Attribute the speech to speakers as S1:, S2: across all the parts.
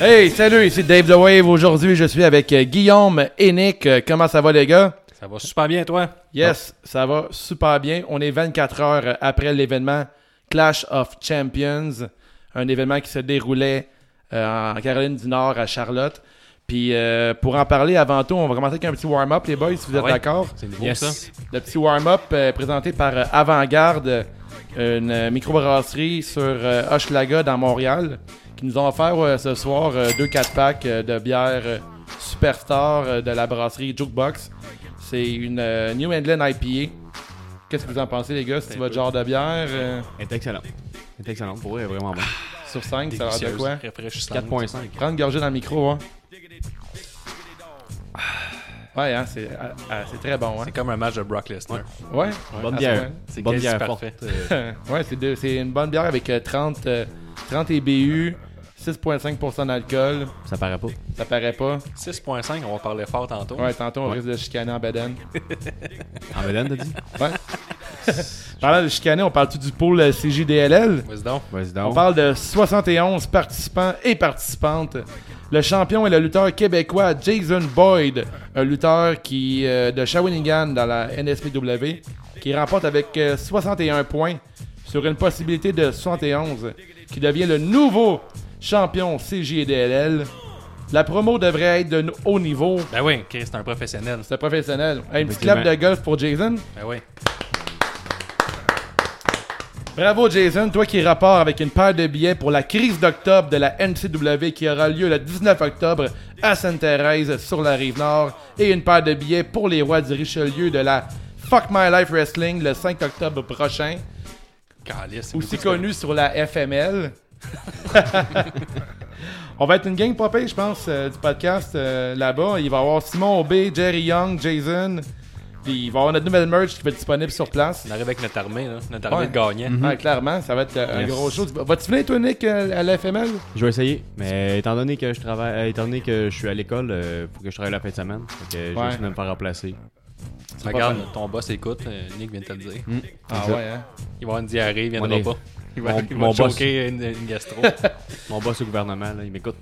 S1: Hey, salut, ici Dave The Wave. Aujourd'hui, je suis avec euh, Guillaume et Nick. Euh, Comment ça va, les gars?
S2: Ça va super bien, toi?
S1: Yes, ça va super bien. On est 24 heures après l'événement Clash of Champions, un événement qui se déroulait euh, en Caroline du Nord à Charlotte. Puis euh, pour en parler avant tout, on va commencer avec un petit warm-up, les boys, si vous êtes
S2: ouais.
S1: d'accord.
S2: C'est nouveau,
S3: Yes.
S2: ça?
S1: Le petit warm-up euh, présenté par euh, Avant-Garde, une euh, microbrasserie sur euh, Hochelaga dans Montréal, qui nous ont offert euh, ce soir euh, deux 4 packs euh, de bière euh, Superstar euh, de la brasserie Jukebox. C'est une euh, New England IPA. Qu'est-ce que vous en pensez, les gars?
S3: Ben,
S1: C'est votre genre de bière euh,
S3: Elle est excellente. Elle est excellente. Pour vrai, elle est vraiment bon.
S1: sur 5, ça a l'air de quoi?
S2: Rafraîchissante.
S3: 4.5.
S1: Prends une gorgée dans le micro, hein. Ouais, hein, c'est ah, ah, c'est très bon, hein.
S2: C'est comme un match de Brock Lesnar.
S1: Ouais, Ah,
S3: Bonne
S1: à ce
S3: bière.
S1: point.
S3: Ah, C'est bonne
S2: quasi
S3: bière forte.
S2: parfait.
S1: Euh, ouais, c'est, de- c'est une bonne bière avec euh, 30, euh, 30 EBU, 6,5% d'alcool.
S3: Ça paraît pas.
S1: Ça paraît pas.
S2: 6.5, on va parler fort tantôt.
S1: Ouais, tantôt, on risque de chicaner en bedaine.
S3: En Mélène, t'as dit?
S1: Ouais. Parlant de chicaner, on parle-tu du pôle euh, CJDLL?
S2: Vas-y donc.
S3: Vas-y
S1: On
S3: donc.
S1: parle de 71 participants et participantes. Le champion est le lutteur québécois Jason Boyd, un lutteur qui, euh, de Shawinigan dans la NSPW, qui remporte avec euh, 61 points sur une possibilité de 71, qui devient le nouveau champion CJDLL. La promo devrait être de haut niveau.
S2: Ben oui, Chris, c'est un professionnel.
S1: C'est professionnel. Un petit
S3: Effectivement.
S1: clap de golf pour Jason.
S2: Ben oui.
S1: Bravo Jason, toi qui rapport avec une paire de billets pour la crise d'octobre de la NCW qui aura lieu le 19 octobre à Sainte-Thérèse sur la rive nord et une paire de billets pour les rois du Richelieu de la Fuck My Life Wrestling le 5 octobre prochain,
S2: Calice. c'est
S1: aussi
S2: beaucoup de-
S1: connu sur la FML. On va être une gang popée, je pense, euh, du podcast euh, là-bas. Il va y avoir Simon Aubé, Jerry Young, Jason. Puis il va y avoir notre nouvelle merch qui va être disponible sur place.
S2: On arrive avec notre armée, là. Notre armée
S1: Ouais.
S2: de gagnants.
S1: Ouais, Ah, clairement, ça va être euh, un
S3: Yes.
S1: gros show. Tu- Vas-tu venir, toi, Nick, euh, à l'FML?
S3: Je vais essayer. Mais étant donné que je travaille, euh, étant donné que je suis à l'école, euh, faut que je travaille la fin de semaine. Fait que euh, je
S1: Ouais.
S3: vais essayer de me faire remplacer. Mm-hmm.
S2: Regarde,
S1: pas mal.
S2: ton boss écoute. euh, Nick vient de te le dire.
S1: Ah
S3: Exact.
S1: ouais, hein?
S2: Il va avoir une diarrhée, il viendra
S3: Mm-hmm. On est-
S2: pas. Il va,
S3: Mon-
S2: il va
S3: mon boss.
S2: choquer une, une gastro.
S3: Mon boss au gouvernement, là, il m'écoute.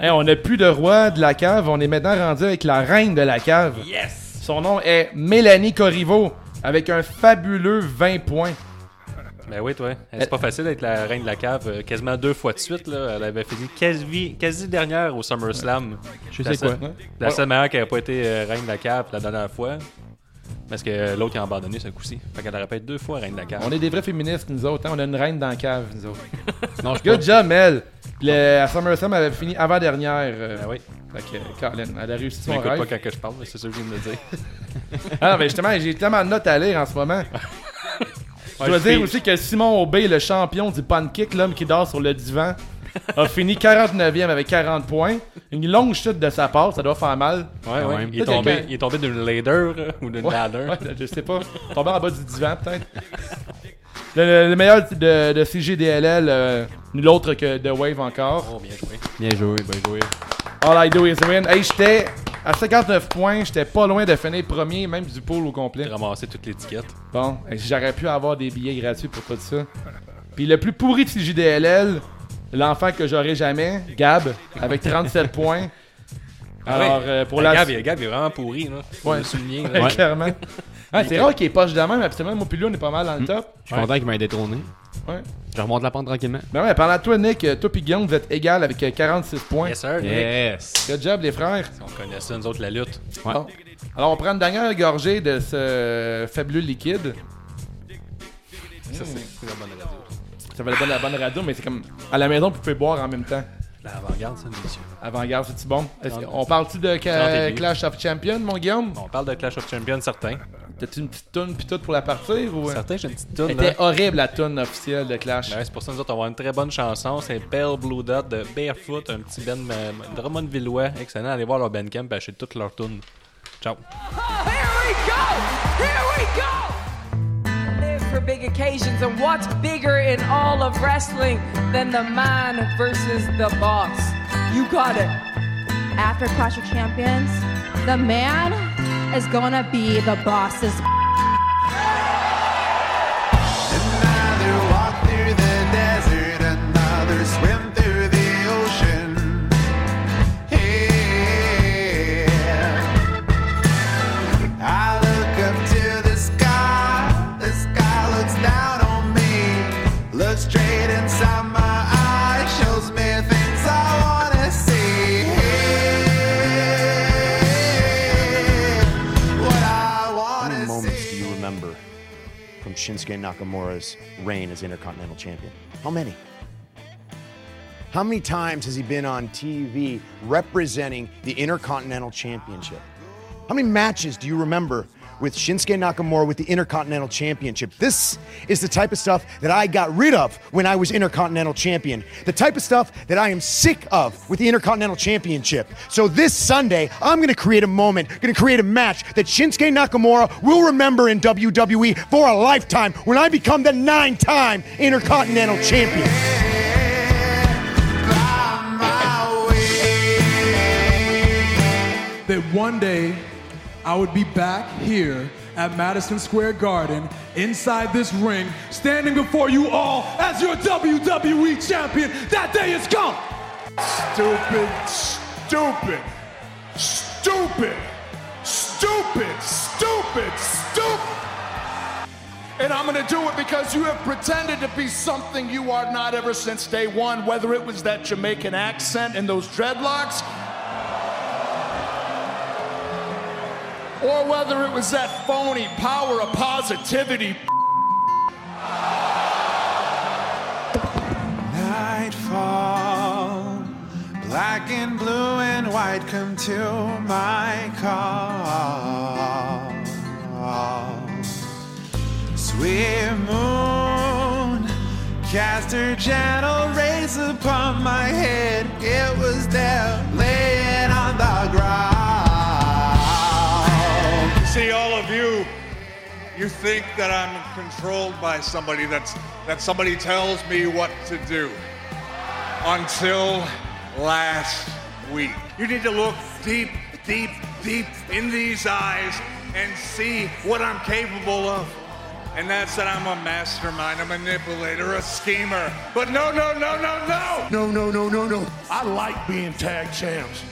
S1: Hey, on n'a plus de roi de la cave, on est maintenant rendu avec la reine de la cave.
S2: yes!
S1: Son nom est Mélanie Corriveau, avec un fabuleux 20 points.
S2: Ben oui,
S1: Euh,
S2: toi. C'est pas facile d'être la reine de la cave euh, quasiment deux fois de suite. Là. Elle avait fini quasi, quasi dernière au SummerSlam.
S3: Je
S2: La
S3: sais quoi.
S2: seule-
S1: Ouais.
S2: La seule manière qu'elle n'a pas été euh, reine de la cave la dernière fois, parce que euh, l'autre il a abandonné ce coup-ci. Fait qu'elle répète deux fois reine de la cave.
S1: On est des vrais féministes, nous autres. hein. On a une reine dans la cave, nous autres.
S3: Non, je
S1: Good job, Mel! Le, à SummerSlam, elle avait fini avant-dernière. euh,
S2: Ben oui,
S1: Fait que, euh, Colin, elle a réussi
S2: tu
S1: son
S2: m'écoutes
S1: rêve.
S2: pas quand que je parle, mais c'est ça que je viens de le dire.
S1: Ah, mais justement, j'ai tellement de notes à lire en ce moment. je dois
S2: Ouais, je
S1: dire
S2: suis-
S1: aussi que Simon Aubé, le champion du pancake, l'homme qui dort sur le divan, a fini 49e avec 40 points. Une longue chute de sa part, ça doit faire mal.
S2: Ouais,
S3: Quand
S2: ouais.
S3: même.
S2: Il, est
S1: Peut-être
S2: tombé,
S1: que-
S2: il est tombé d'une ladder euh, ou d'une
S1: Ouais,
S2: ladder.
S1: ouais, je sais pas. Tomber en bas du divan, peut-être. Le, le- le meilleur de, de CGDLL, euh, nul autre que The Wave encore.
S2: Oh, bien joué.
S3: Bien joué, bien joué.
S1: All I do is win. Hey, j'étais à 59 points, j'étais pas loin de finir premier, même du pôle au complet.
S2: J'ai ramassé toute l'étiquette.
S1: Bon, hey, j'aurais pu avoir des billets gratuits pour tout ça. Puis le plus pourri de JDLL, l'enfant que j'aurai jamais, Gab, avec 37 points. Alors, euh, pour la.
S2: Ah Ben, Gab, il- Gab, il est vraiment pourri, là. Faut
S1: Ouais.
S2: le souligner.
S1: Ouais,
S2: là.
S1: clairement. Ah, c'est rare qu'il est poche de même, absolument. Moi, puis lui, on est pas mal dans
S2: Hmm.
S1: le top.
S3: Je suis content qu'il m'ait détrôné.
S1: Ouais.
S3: Je remonte la pente tranquillement.
S1: Ben ouais, parlant de toi, Nick, euh, toi et Guillaume, vous êtes égal avec euh, 46 points.
S2: Yes, sir. Nick.
S3: Yes!
S1: Good job, les frères.
S2: On connaît ça, nous autres, la lutte.
S3: Ouais.
S1: Bon. Alors, on prend une dernière gorgée de ce euh, fabuleux liquide. Hmm.
S2: Ça, c'est la bonne radio.
S1: Ça valait pas de la bonne radio, mais c'est comme à la maison, vous pouvez boire en même temps.
S2: L'avant-garde, ça, messieurs.
S1: Avant-garde, c'est-tu bon? Est-ce que- on parle-tu de ca-
S2: Dans tes vies.
S1: Clash of Champions, mon Guillaume?
S2: Bon, on parle de Clash of Champions, certains.
S1: T'as-tu une petite toune pis tout pour la partir? Ou... euh?
S2: Certains, j'ai une petite toune, là.
S1: C'était horrible la toune officielle de Clash.
S2: Ben hein? ouais, c'est pour ça que nous autres, on va avoir une très bonne chanson. C'est Pale Blue Dot de Barefoot, un petit Ben euh, Drummondvillois. Excellent. Allez voir leur Bandcamp et achetez toutes leurs tunes. Ciao.
S4: Here we go! Here we go! Live for big occasions, and what's bigger in all of wrestling than the mind versus the boss? You got it.
S5: after Clash of Champions, the man is gonna be the boss's
S6: Another walk through the desert, another swim through the ocean.
S7: Shinsuke Nakamura's reign as Intercontinental Champion? How many? How many times has he been on TV representing the Intercontinental Championship? How many matches do you remember with Shinsuke Nakamura with the Intercontinental Championship? This is the type of stuff that I got rid of when I was Intercontinental Champion. The type of stuff that I am sick of with the Intercontinental Championship. So this Sunday, I'm going to create a moment, going to create a match that Shinsuke Nakamura will remember in WWE for a lifetime when I become the nine time Intercontinental Champion.
S8: that one day I would be back here at Madison Square Garden, inside this ring, standing before you all as your WWE champion. That day is come.
S6: Stupid, stupid, stupid, stupid, stupid, stupid. And I'm gonna do it because you have pretended to be something you are not ever since day one, whether it was that Jamaican accent and those dreadlocks, or whether it was that phony power of positivity.
S9: Nightfall, black and blue and white come to my call. Sweet moon, cast her gentle rays upon my head. It was there laying on the ground.
S10: See, all of you, you think that I'm controlled by somebody that's that somebody tells me what to do. Until last week. You need to look deep, deep, deep in these eyes and see what I'm capable of. And that's that I'm a mastermind, a manipulator, a schemer. But no, no, no, no, no!
S6: No, no, no, no, no. I like being tag champs,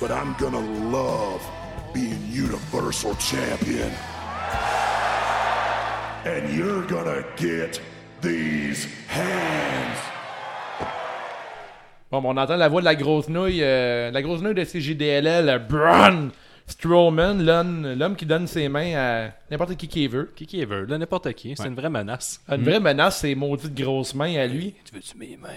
S6: but I'm gonna love being universal champion. And you're gonna get these hands.
S1: Bon, ben, on entend la voix de la grosse nouille, euh, la grosse nouille de CJDLL, euh, Braun Strowman, l'homme l'homme qui donne ses mains à n'importe qui qui veut.
S2: Qui qui veut, là, n'importe qui. C'est une vraie menace.
S1: Une vraie menace, ses maudites grosses mains à lui.
S2: Tu veux-tu mes mains?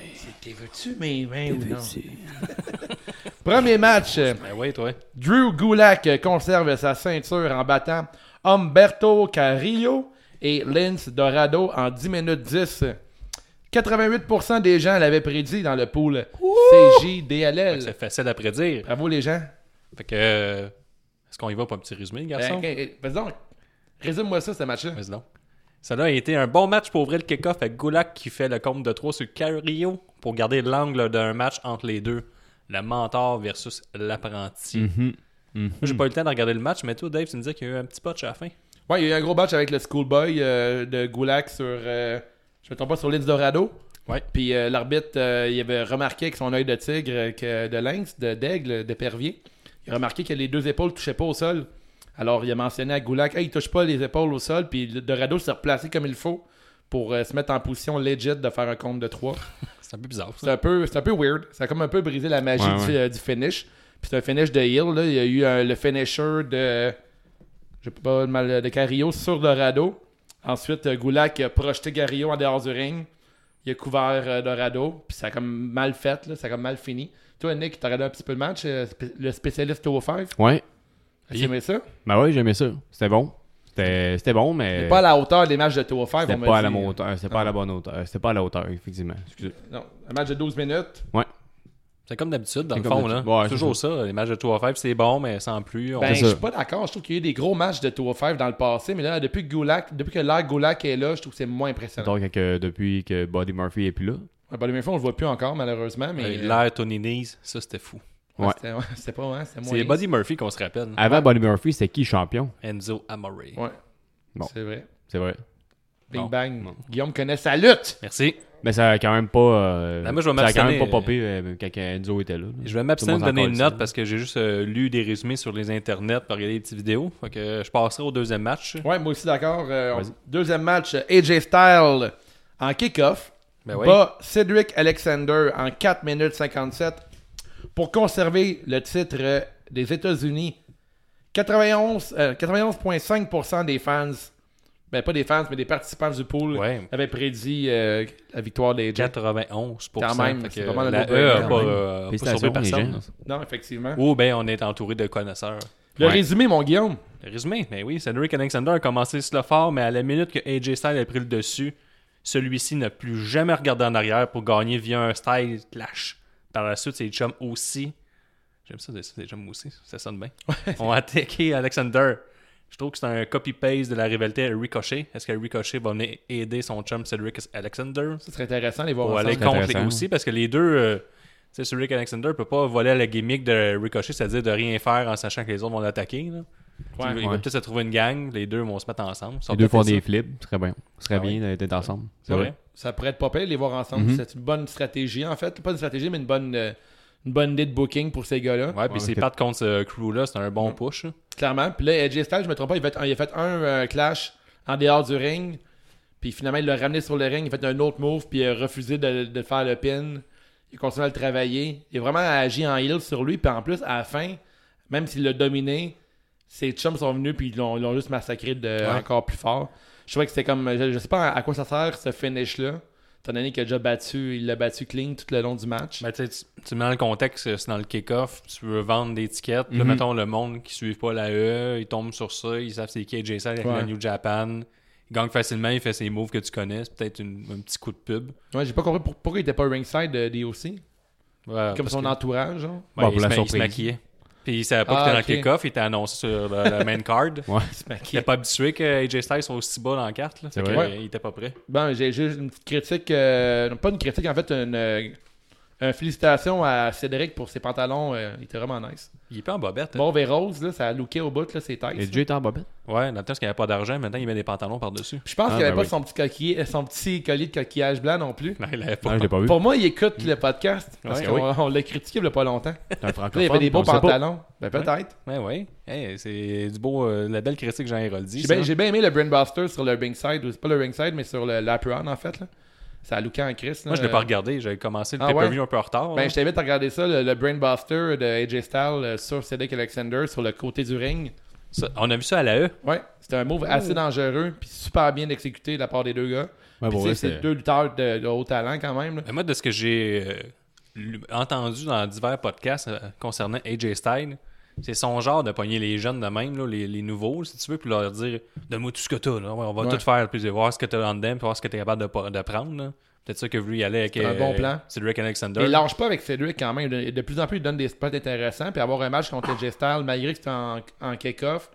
S1: Veux-tu mes mains ou non? Premier match, euh,
S2: Ben oui, toi.
S1: Drew Gulak euh, conserve sa ceinture en battant Humberto Carrillo et Lince Dorado en 10 minutes 10. 88% des gens l'avaient prédit dans le pool
S2: C'est
S1: CJDLL.
S2: facile à prédire.
S1: Bravo les gens.
S2: Fait que. euh, Est-ce qu'on y va pour un petit résumé, garçon?
S1: Ben, ok, vas-y donc, résume-moi ça, ce match-là.
S2: Vas-y donc. Ça là, a été un bon match pour ouvrir le kick-off avec Gulak qui fait le compte de 3 sur Carrillo pour garder l'angle d'un match entre les deux. Le mentor versus l'apprenti.
S3: Mhm.
S2: Moi, J'ai pas eu le temps de regarder le match, mais toi, Dave, tu me disais qu'il y a eu un petit punch à la fin.
S1: Ouais, il y a eu un gros match avec le Schoolboy euh, de Gulak sur. euh, je me trompe pas, sur l'île Dorado.
S2: Ouais.
S1: Puis euh, l'arbitre, euh, il avait remarqué avec son œil de tigre, euh, que de lynx, de d'aigle, de pervier, il a remarqué que les deux épaules touchaient pas au sol. Alors il a mentionné à Gulak, hey, il touche pas les épaules au sol. Puis le Dorado s'est replacé comme il faut pour euh, se mettre en position legit de faire un compte de 3.
S2: C'est un peu bizarre,
S1: C'est
S2: ça.
S1: un peu, c'est un peu weird. Ça a comme un peu brisé la magie
S3: Ouais,
S1: du,
S3: ouais.
S1: euh, du finish. Puis c'est un finish de Hill. Là. Il y a eu euh, le finisher de. Je sais pas mal de Carrillo sur Dorado. Ensuite, euh, Gulak a projeté Carrillo en dehors du ring. Il a couvert euh, Dorado. Puis ça a comme mal fait. Là. Ça a comme mal fini. Toi, Nick, t'as regardé un petit peu le match. euh, spé- le spécialiste au 5.
S3: Ouais.
S1: J'ai aimé ça.
S3: Ben ouais, j'aimais ça. C'était bon. C'était c'était bon, mais.
S1: Pas à la hauteur des matchs de 2 5.
S3: C'était pas à la bonne hauteur. C'était pas à la bonne hauteur. C'était pas à la hauteur, effectivement. Excusez.
S1: Non, un match de 12 minutes.
S3: Ouais.
S2: C'est comme d'habitude, dans
S3: C'est
S2: le
S3: comme
S2: fond. là.
S3: d'habitude. Ouais,
S2: c'est toujours ça. Les matchs de 3 5 c'est bon, mais sans plus. On...
S1: Ben,
S3: C'est
S1: je
S3: ça.
S1: suis pas d'accord. Je trouve qu'il y a eu des gros matchs de 2 5 dans le passé, mais là, depuis que Gulak, depuis que l'ère Gulak est là, je trouve que c'est moins impressionnant.
S3: Donc, que depuis que Buddy Murphy est plus là.
S1: Ouais, bah, les mêmes fois, on le voit plus encore, malheureusement, mais.
S2: Hey,
S1: euh,
S2: L'air Tony Nese, ça, c'était fou.
S1: ouais,
S3: Ouais.
S1: C'était, ouais, c'était pas, hein, c'était moins.
S2: C'est Buddy Murphy qu'on se rappelle.
S3: Avant Buddy Murphy, c'était qui champion
S2: Enzo Amore.
S1: Ouais.
S3: Bon.
S1: C'est vrai.
S3: C'est vrai.
S1: Bing
S2: Bon.
S1: bang. Guillaume connaît sa lutte.
S2: Merci.
S3: Mais ça a quand même pas. euh,
S2: Ben, moi, je vais
S3: ça a quand même
S2: m'abstenir.
S3: pas popé euh, quand Enzo était là. là.
S2: Je vais
S3: Tout
S2: m'abstenir
S3: le
S2: de
S3: monde
S2: donner
S3: s'en
S2: une
S3: calisse.
S2: note parce que j'ai juste euh, lu des résumés sur les internets pour regarder des petites vidéos. Fait que euh, je passerai au deuxième match.
S1: Ouais, moi aussi d'accord. Euh, on-
S3: Vas-y.
S1: Deuxième match, euh, AJ Styles en kick-off.
S2: Ben oui.
S1: Bat Cedric Alexander en 4 minutes 57 pour conserver le titre euh, des États-Unis. 91, euh, 91,5% des fans ben pas des fans, mais des participants du pool
S2: Ouais.
S1: avaient prédit euh, la victoire des Jets.
S2: 91
S1: Quand même,
S2: fait
S1: c'est
S2: que
S1: pas mal
S2: la
S1: de
S2: E a
S1: quand
S2: pas,
S1: même.
S2: euh, a pas
S3: Félicitations
S2: sauvé
S3: pour les
S2: personne.
S3: gens. hein.
S1: Non, effectivement.
S2: Ou ben on est entouré de connaisseurs.
S1: Le
S2: Ouais.
S1: résumé, mon Guillaume.
S2: Le résumé, mais oui, Cedric Alexander a commencé slow fort, mais à la minute que AJ Styles a pris le dessus, celui-ci n'a plus jamais regardé en arrière pour gagner via un style clash. Par la suite, ses chums aussi. J'aime ça, c'est des chums aussi, ça sonne bien. Ont attaqué Alexander. Je trouve que c'est un copy-paste de la rivalité à Ricochet. Est-ce que Ricochet va venir aider son chum Cedric Alexander
S1: Ça serait intéressant de les voir
S2: pour aller
S1: ensemble.
S2: contre les
S3: intéressant.
S2: aussi parce que les deux euh, tu sais Cedric Alexander peut pas voler à la gimmick de Ricochet c'est-à-dire de rien faire en sachant que les autres vont l'attaquer là. Tu sais, il va- il va
S3: ouais.
S2: peut-être se trouver une gang les deux vont se mettre ensemble Ça va
S3: Les deux
S2: peut-être
S3: font
S2: faire
S3: des flips, ce serait bien. Ce serait bien d'être ensemble.
S2: ça. Ah c'est vrai
S1: Ça pourrait être pas pire, les voir ensemble.
S2: Mhm.
S1: C'est une bonne stratégie, en fait. Pas une stratégie, mais une bonne, euh, une bonne idée de booking pour ces gars-là.
S2: ouais puis
S3: Ouais,
S2: s'ils
S3: ok. Mm.
S2: partent contre ce crew là c'est un bon push là.
S1: Clairement. Puis là, AJ Styles, je me trompe pas, il, fait un- il a fait un euh, clash en dehors du ring. Puis finalement, il l'a ramené sur le ring. Il a fait un autre move, puis il a refusé de, de faire le pin. Il continue à le travailler. Il a vraiment agi en heel sur lui. Puis en plus, à la fin, même s'il l'a dominé, ses chums sont venus, puis ils l'ont ils l'ont juste massacré de, encore plus fort. Je trouvais que c'était comme. Je, je sais pas à quoi ça sert, ce finish-là. Étant donné qu'il a déjà battu, il l'a battu clean tout le long du match.
S2: Ben, tu sais, tu- tu mets dans le contexte euh, c'est dans le kick-off tu veux vendre des tickets
S3: Mm-hmm.
S2: puis là mettons le monde qui suit pas la E ils tombent sur ça ils savent c'est qui AJ Styles avec
S1: Ouais.
S2: la New Japan il gagne facilement il fait ses moves que tu connais c'est peut-être une- un petit coup de pub
S1: Ouais, j'ai pas compris pour- pourquoi il était pas ringside euh, de DOC.
S2: Ouais,
S1: Comme
S2: parce
S1: son
S2: que-
S1: entourage, genre.
S2: Ouais,
S3: Bon,
S2: il,
S3: pour
S2: se,
S3: la
S2: ma- il se
S3: surprise.
S2: maquillait. Puis il savait pas
S1: Ah,
S2: qu'il
S1: ok.
S2: était dans le kick-off, il était annoncé sur le, le main card.
S1: Il se
S2: Il
S1: maquillait.
S2: était pas habitué que AJ Styles soit aussi bas dans la carte. Là. Fait que,
S1: vrai.
S2: euh, il était pas prêt.
S1: Bon, j'ai juste une petite critique. euh, non, pas une critique, en fait, une, euh, une félicitation à Cédric pour ses pantalons. euh, il était vraiment nice.
S2: Il est pas en bobette. hein.
S1: Mauve et rose, là, ça a looké au bout, là, c'est
S3: Et
S1: tête.
S3: Dieu est en hein, bobette.
S2: Ouais, dans le temps, parce qu'il n'y avait pas d'argent, maintenant il met des pantalons par-dessus.
S1: Je pense
S3: Ah,
S1: qu'il avait
S3: ben
S1: pas
S3: oui.
S1: son, petit coquillier- son petit collier de coquillage blanc non plus.
S2: Non, il l'avait pas.
S3: Non, je l'ai pas vu.
S1: Pour moi, il écoute le podcast. Parce
S2: Ouais,
S1: qu'on on l'a critiqué il y a pas longtemps.
S3: T'es un
S1: Là, il avait des beaux
S3: francophone, on le sait pas.
S1: pantalons. Ben, peut-être.
S2: Ouais, ouais. Hey, c'est du beau, euh, de la belle critique que Jean-Hérol dit.
S1: J'ai
S2: ça.
S1: bien j'ai bien aimé le Brainbuster sur le ringside. ou C'est pas le ringside, mais sur le- l'apron, en fait. Là. Ça a looké en Chris.
S2: Moi, je l'ai pas regardé. J'avais commencé le
S1: Euh, Ah,
S2: pay-per-view
S1: ouais?
S2: un peu en retard. là.
S1: Ben, je t'invite à regarder ça, le, le Brainbuster de AJ Styles euh, sur Cedric Alexander, sur le côté du ring.
S2: Ça- on a vu ça à la E.
S1: Ouais, c'était un move assez dangereux, puis super bien exécuté de la part des deux gars. Puis
S3: pour
S1: tu sais,
S3: vrai,
S1: c'est
S3: c'est-
S1: deux lutteurs de, de haut talent quand même. là.
S2: Mais moi, de ce que j'ai euh, lu- entendu dans divers podcasts euh, concernant AJ Styles, c'est son genre de pogner les jeunes de même, là, les, les nouveaux, si tu veux, puis leur dire Donne-moi tout ce que t'as, là. Ouais, on va
S1: Ouais.
S2: tout faire, puis voir ce que t'as en dedans, puis voir ce que t'es capable de, pa- de prendre. là. Peut-être ça que voulu y aller avec
S1: C'est un bon plan.
S2: Cedric Alexander.
S1: Il lâche pas avec Cedric quand même. De, de plus en plus, il donne des spots intéressants, puis avoir un match contre AJ Styles, malgré que c'est en, en kick-off,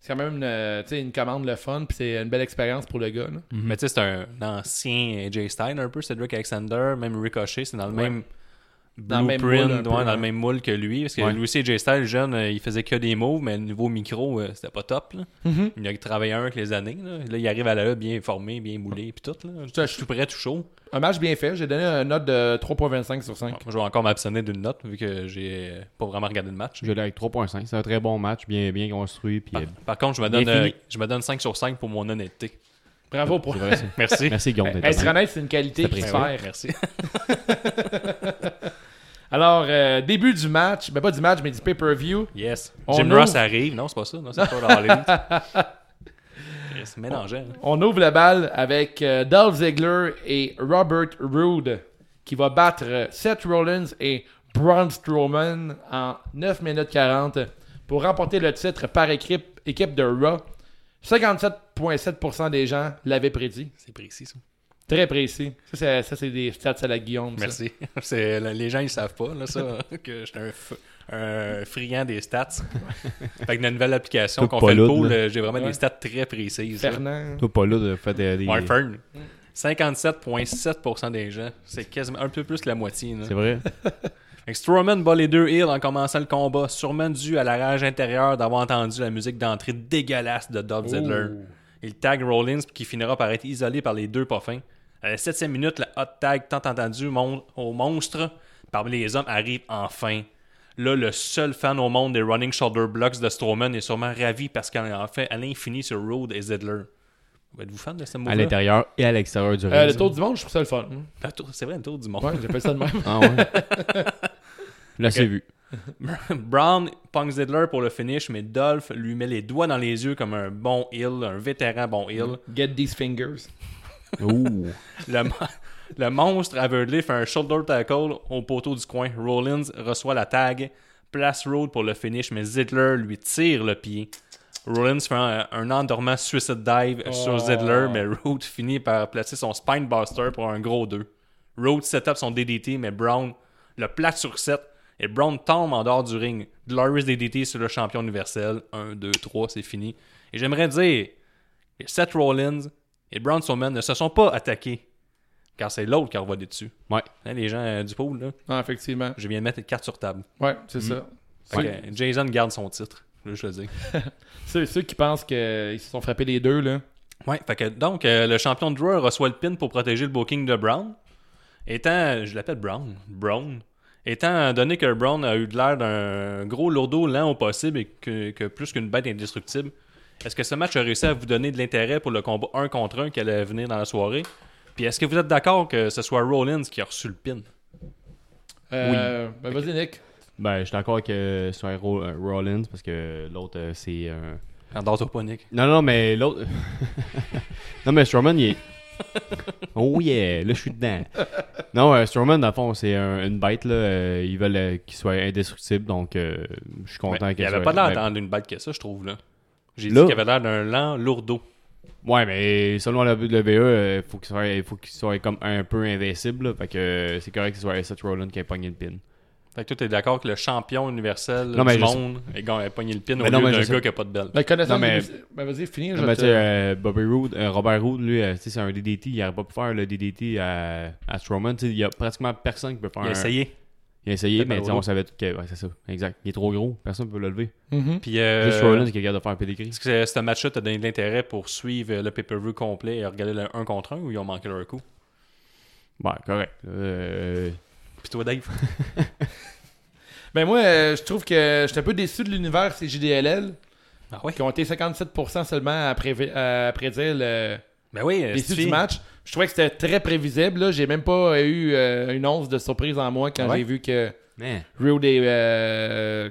S1: c'est quand même une, euh, tu sais, une commande le fun, puis c'est une belle expérience pour le gars. là.
S2: Mais tu sais, c'est un ancien AJ Styles un peu, Cedric Alexander, même Ricochet, c'est dans le même
S1: Dans le même
S2: blueprint, ouais,
S1: moule un peu,
S2: dans
S1: ouais.
S2: le même moule que lui. Parce que
S3: Ouais.
S2: lui aussi, AJ Styles, jeune, euh, il faisait que des moves, mais niveau micro, euh, c'était pas top. là.
S1: Mm-hmm.
S2: Il a travaillé un avec les années. Là, Là, il arrive à la E bien formé, bien moulé, puis tout. Là. Tout, tout prêt, tout chaud.
S1: Un match bien fait. J'ai donné une note de 3.25 sur 5.
S2: Bon, moi, je vais encore m'abstenir d'une note, vu que j'ai euh, pas vraiment regardé le match.
S3: Je l'ai avec 3.5. C'est un très bon match, bien, bien construit. Puis, euh,
S2: Par contre, je me,
S3: Bien
S2: donne, euh,
S3: fini.
S2: je me donne 5 sur 5 pour mon honnêteté.
S1: Bravo pour.
S2: Merci.
S3: merci Guillaume. d'être
S1: Être
S3: là.
S1: honnête, c'est une qualité qui se
S2: Ouais, ouais,
S1: perd.
S2: merci.
S1: Alors, euh, début du match, ben pas du match, mais du pay-per-view.
S2: Yes.
S1: On
S2: Jim
S1: ouvre-
S2: Ross arrive. Non, c'est pas ça. Non, c'est pas dans Hollywood. C'est mélangeant. hein.
S1: On ouvre la balle avec euh, Dolph Ziggler et Robert Roode qui va battre euh, Seth Rollins et Braun Strowman en 9 minutes 40 pour remporter le titre par équipe, équipe de Raw. 57,7% des gens l'avaient prédit.
S2: C'est précis, ça.
S1: Très précis. Ça, c'est, ça, c'est des stats à la Guillaume. ça.
S2: Merci. C'est- la- les gens, ils savent pas, là, ça, que j'étais un, f- un friand des stats. fait que la nouvelle application
S3: Tout
S2: qu'on
S3: pas
S2: fait le
S3: lourd,
S2: pool,
S3: là.
S2: euh, j'ai vraiment
S1: Ouais.
S2: des stats très précises. là.
S1: Fernand.
S3: Toi, pas là, de faire des. des-
S2: Ouais, Fern. 57,7% des gens. C'est quasiment un peu plus que la moitié. là.
S3: C'est vrai.
S2: Fait que Strowman bat les deux heels en commençant le combat, sûrement dû à la rage intérieure d'avoir entendu la musique d'entrée dégueulasse de Dolph Ziggler. Il tag Rollins puis qui finira par être isolé par les deux parfums. À la septième minute, la hot tag tant entendue mon- au monstre parmi les hommes arrive enfin. Là, le seul fan au monde des Running Shoulder Blocks de Strowman est sûrement ravi parce qu'il en fait à l'infini sur Road et Ziggler. Êtes-vous fan de ce move
S3: À l'intérieur et à l'extérieur du
S1: Euh,
S3: ring.
S1: le tour du monde, je trouve ça le fun.
S2: C'est vrai, le tour du monde.
S1: Ouais, j'appelle ça de même.
S3: Ah ouais. Là, c'est vu.
S2: Brown punk Zidler pour le finish, mais Dolph lui met les doigts dans les yeux comme un bon heel, un vétéran bon heel.
S1: Get these fingers.
S3: Ouh.
S2: Le, mon- le monstre aveuglé fait un shoulder tackle au poteau du coin. Rollins reçoit la tag. Place Road pour le finish, mais Zittler lui tire le pied. Rollins fait un, un endormant suicide dive sur Zittler, mais Road finit par placer son spinebuster pour un gros 2. Road setup son DDT, mais Brown le plaque sur 7 et Brown tombe en dehors du ring. Glorious DDT sur le champion universel. 1, 2, 3, c'est fini. Et j'aimerais dire, et Seth Rollins et Braun Strowman ne se sont pas attaqués car c'est l'autre qui a envoyé dessus.
S3: Ouais.
S2: Hein, les gens euh, du pool, là,
S1: Ah, effectivement.
S2: je viens de mettre les cartes sur table.
S1: Ouais, c'est ça.
S2: Fait que, euh, Jason garde son titre, là, je le dis.
S1: C'est ceux qui pensent qu'ils se sont frappés les deux, là.
S2: Ouais, fait que, donc, euh, le champion de Drew reçoit le pin pour protéger le booking de Brown. Étant, je l'appelle Brown, Brown. Étant donné que Brown a eu de l'air d'un gros lourdeau lent au possible et que, que plus qu'une bête indestructible, est-ce que ce match a réussi à vous donner de l'intérêt pour le combat 1 contre 1 qui allait venir dans la soirée? Puis est-ce que vous êtes d'accord que ce soit Rollins qui a reçu le pin?
S1: Euh, Ben, vas-y, Nick.
S3: Ben, je suis d'accord avec euh, sur un Ro- un Rollins parce que l'autre, euh, c'est un.
S2: Endors-toi pas, Nick.
S3: Non, non, mais l'autre. non, mais Strowman, il est. Oh yeah, là, je suis dedans. Non, euh, Strowman, dans le fond, c'est un- une bête, là. euh, ils veulent euh, qu'il soit indestructible, donc euh, je suis
S2: Mais
S3: content
S2: il
S3: qu'il
S2: avait pas
S3: soit-
S2: l'air
S3: ben,
S2: d'entendre une bête que ça, je trouve. là. J'ai dit
S3: Là-
S2: qu'il avait l'air d'un lent lourdeau.
S3: Ouais, mais selon la WWE, euh, faut qu'il soit, il faut qu'il soit comme un peu invincible, là, fait que euh, c'est correct que ce soit Seth Rollins qui ait pogné le pin.
S2: Fait que toi, t'es d'accord que le champion universel
S3: Non, mais
S2: du
S3: je sais-
S2: monde est gagné pogné le pin
S3: Mais
S2: au
S3: non,
S2: lieu
S3: mais je
S2: d'un
S3: sais-
S2: gars qui a pas de belle.
S1: Ben, connaissant
S3: Non, mais-
S1: les- Ben, vas-y, finis.
S3: Non,
S1: Je
S3: mais tu sais,
S1: te...
S3: euh, Bobby Roode, euh, Robert Roode, lui, euh, tu sais, c'est un DDT, il n'aurait pas pu faire le DDT à, à Strowman. Tu sais, Il y a pratiquement personne qui peut faire
S2: Il a
S3: un-
S2: essayé.
S3: Il a essayé,
S2: Peut-être
S3: mais
S2: Bobby
S3: tu sais, on
S2: Roode.
S3: savait tout que. Ouais, c'est ça, exact. Il est trop gros, personne ne peut le lever.
S2: Puis, euh,
S3: Juste Rollins qui est capable de faire un pédicris.
S2: est-ce que euh, ce- ce match-là t'a donné de l'intérêt pour suivre le pay-per-view complet et regarder le 1 contre 1 ou ils ont manqué leur coup?
S3: Ouais, correct. Euh,
S2: Puis toi, Dave?
S1: Ben, moi, euh, je trouve que j'étais un peu déçu de l'univers CJDLL,
S2: Ah ouais?
S1: qui ont été 57% seulement à, prévi- à prédire le...
S2: Ben oui, euh,
S1: l'issue
S2: si-
S1: du match. Je trouvais que c'était très prévisible. là. J'ai même pas eu euh, une once de surprise en moi quand
S2: Ah ouais?
S1: j'ai vu que
S3: man,
S1: Rude et euh,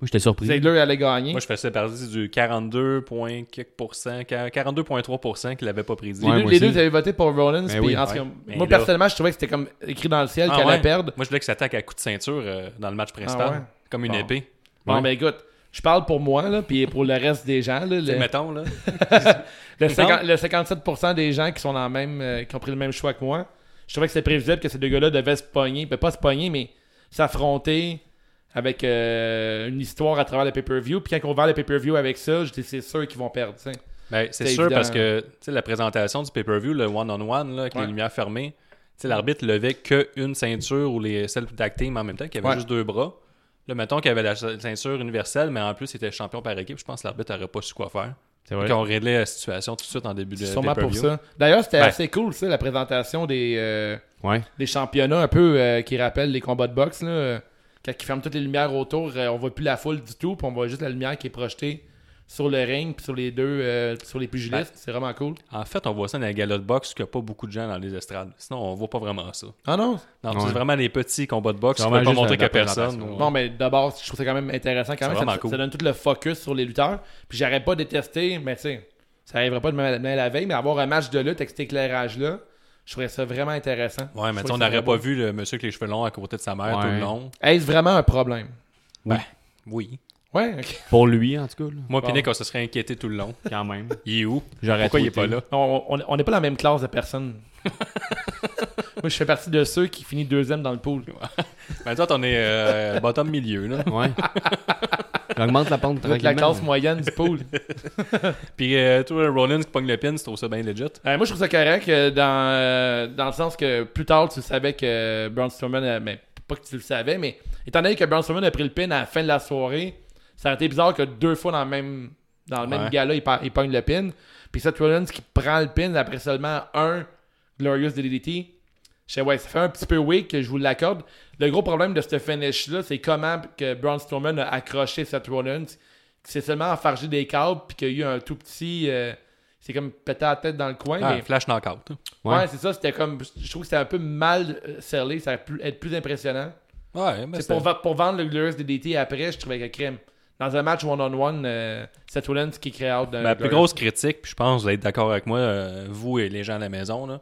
S3: moi, j'étais surpris.
S1: Ziggler allaient gagner.
S2: Moi, je faisais partie du 42 point quelques pourcents, 42,3% qui l'avait pas prédit.
S1: les
S3: Ouais,
S1: deux,
S3: moi
S1: les
S3: aussi.
S1: deux avaient voté pour Rollins.
S3: Ben
S1: puis
S3: oui,
S1: en ce
S2: ouais.
S1: cas,
S2: Mais
S1: moi,
S2: là-
S1: personnellement, je trouvais que c'était comme écrit dans le ciel
S2: Ah
S1: qu'elle
S2: ouais?
S1: allait perdre.
S2: Moi, je voulais que ça attaque à coups de ceinture euh, dans le match principal,
S1: Ah ouais?
S2: comme une
S1: Bon.
S2: épée.
S1: Bon,
S3: Ouais.
S1: ben écoute, je parle pour moi, là, puis pour le reste des gens. là, le,
S2: Tu sais, Mettons, là.
S1: le 50 le 57% des gens qui sont dans le même, euh, qui ont pris le même choix que moi, je trouvais que c'était prévisible que ces deux gars-là devaient se pogner. Ben, pas se pogner, mais s'affronter avec euh, une histoire à travers le pay-per-view. Puis quand on va le pay-per-view avec ça, je dis c'est sûr qu'ils vont perdre. tu sais.
S2: Ben, c'est
S1: C'est
S2: sûr
S1: évident.
S2: parce que tu sais, la présentation du pay-per-view, le one-on-one, là, avec
S1: Ouais.
S2: les lumières fermées, tu sais, l'arbitre levait qu'une ceinture ou les celles tag team en même temps, qui avait
S1: Ouais.
S2: juste deux bras. Là, mettons qu'il avait la ce- ceinture universelle, mais en plus, il était champion par équipe. Je pense que l'arbitre n'aurait pas su quoi faire.
S3: C'est vrai.
S2: Donc, on réglait la situation tout de suite en début de
S1: C'est sûrement pour
S2: pay-per-view.
S1: ça. D'ailleurs, c'était
S2: Ben.
S1: assez cool, ça, la présentation des, euh,
S3: Ouais.
S1: des championnats un peu euh, qui rappellent les combats de boxe. Là, euh, quand ils ferment toutes les lumières autour, euh, on voit plus la foule du tout, puis on voit juste la lumière qui est projetée sur le ring, puis sur les deux, euh, sur les pugilistes.
S2: Ben
S1: C'est vraiment cool.
S2: En fait, on voit ça dans la gala de boxe qu'il n'y a pas beaucoup de gens dans les estrades. Sinon, on voit pas vraiment ça.
S1: Ah non?
S2: Non,
S3: Ouais.
S2: c'est vraiment les petits combats de boxe.
S3: C'est
S2: On va
S3: vraiment
S2: pas
S3: juste
S2: montrer
S3: la-
S2: qu'à
S3: la présentation.
S2: personne.
S1: Bon, mais d'abord, je trouve ça quand même intéressant quand
S2: C'est
S1: même.
S2: vraiment
S1: Ça,
S2: cool.
S1: ça donne tout le focus sur les lutteurs. Puis j'aurais pas détesté, mais tu sais, ça arriverait pas de me mener à la veille, mais avoir un match de lutte avec cet éclairage-là, je trouverais ça vraiment intéressant.
S2: Ouais, mais
S1: Je
S2: tu sais,
S1: trouve que
S2: on
S1: ça
S2: n'aurait
S1: serait
S2: pas
S1: beau.
S2: vu le monsieur avec les cheveux longs à côté de sa mère tout le
S3: Ouais.
S2: long.
S1: Est-ce vraiment un problème?
S2: Ben, oui.
S1: Ouais, ok.
S3: Pour lui, en tout cas, là,
S2: Moi, Pinic, on se serait inquiété tout le long.
S3: quand même.
S2: Il est où?
S3: J'aurais
S2: Pourquoi il est
S3: tweeté.
S2: pas là?
S1: On on- on n'est pas dans la même classe de personnes. Moi, je fais partie de ceux qui finissent deuxième dans le pool.
S2: Ben, toi, on est euh, bottom milieu, là.
S3: Ouais. J'augmente la pente
S1: Vous êtes la classe
S3: tranquillement.
S1: moyenne du pool. Euh,
S2: Puis, euh, toi, Rollins qui pogne le pin, tu trouves ça bien legit?
S1: Euh, moi, je trouve ça correct euh, dans, euh, dans le sens que plus tard, tu savais que euh, Braun Strowman, euh, mais pas que tu le savais, mais étant donné que Braun Strowman a pris le pin à la fin de la soirée, ça aurait été bizarre que deux fois dans le même, dans le même
S2: Ouais.
S1: gala, il, pa- il pogne le pin. Puis Seth Rollins qui prend le pin après seulement un Glorious DDT. Je sais, ouais, ça fait un petit peu weak que je vous l'accorde. Le gros problème de ce finish-là, c'est comment que Braun Strowman a accroché Seth Rollins, qui s'est seulement enfargé des câbles, puis qu'il y a eu un tout petit. euh, c'est comme pété la tête dans le coin.
S2: Ah,
S1: mais-
S2: flash knockout.
S1: Ouais,
S3: Ouais.
S1: c'est ça. C'était comme. Je trouve que c'était un peu mal euh, scellé. Ça aurait pu être plus impressionnant.
S2: Ouais, ben, mais
S1: C'est pour, va- pour vendre le glorious DDT après, je trouvais que crème. Dans un match one-on-one, euh, Seth Rollins qui crée out d'un
S2: Ma Ben, plus grosse critique, puis je pense que vous allez être d'accord avec moi, euh, vous et les gens à la maison, là.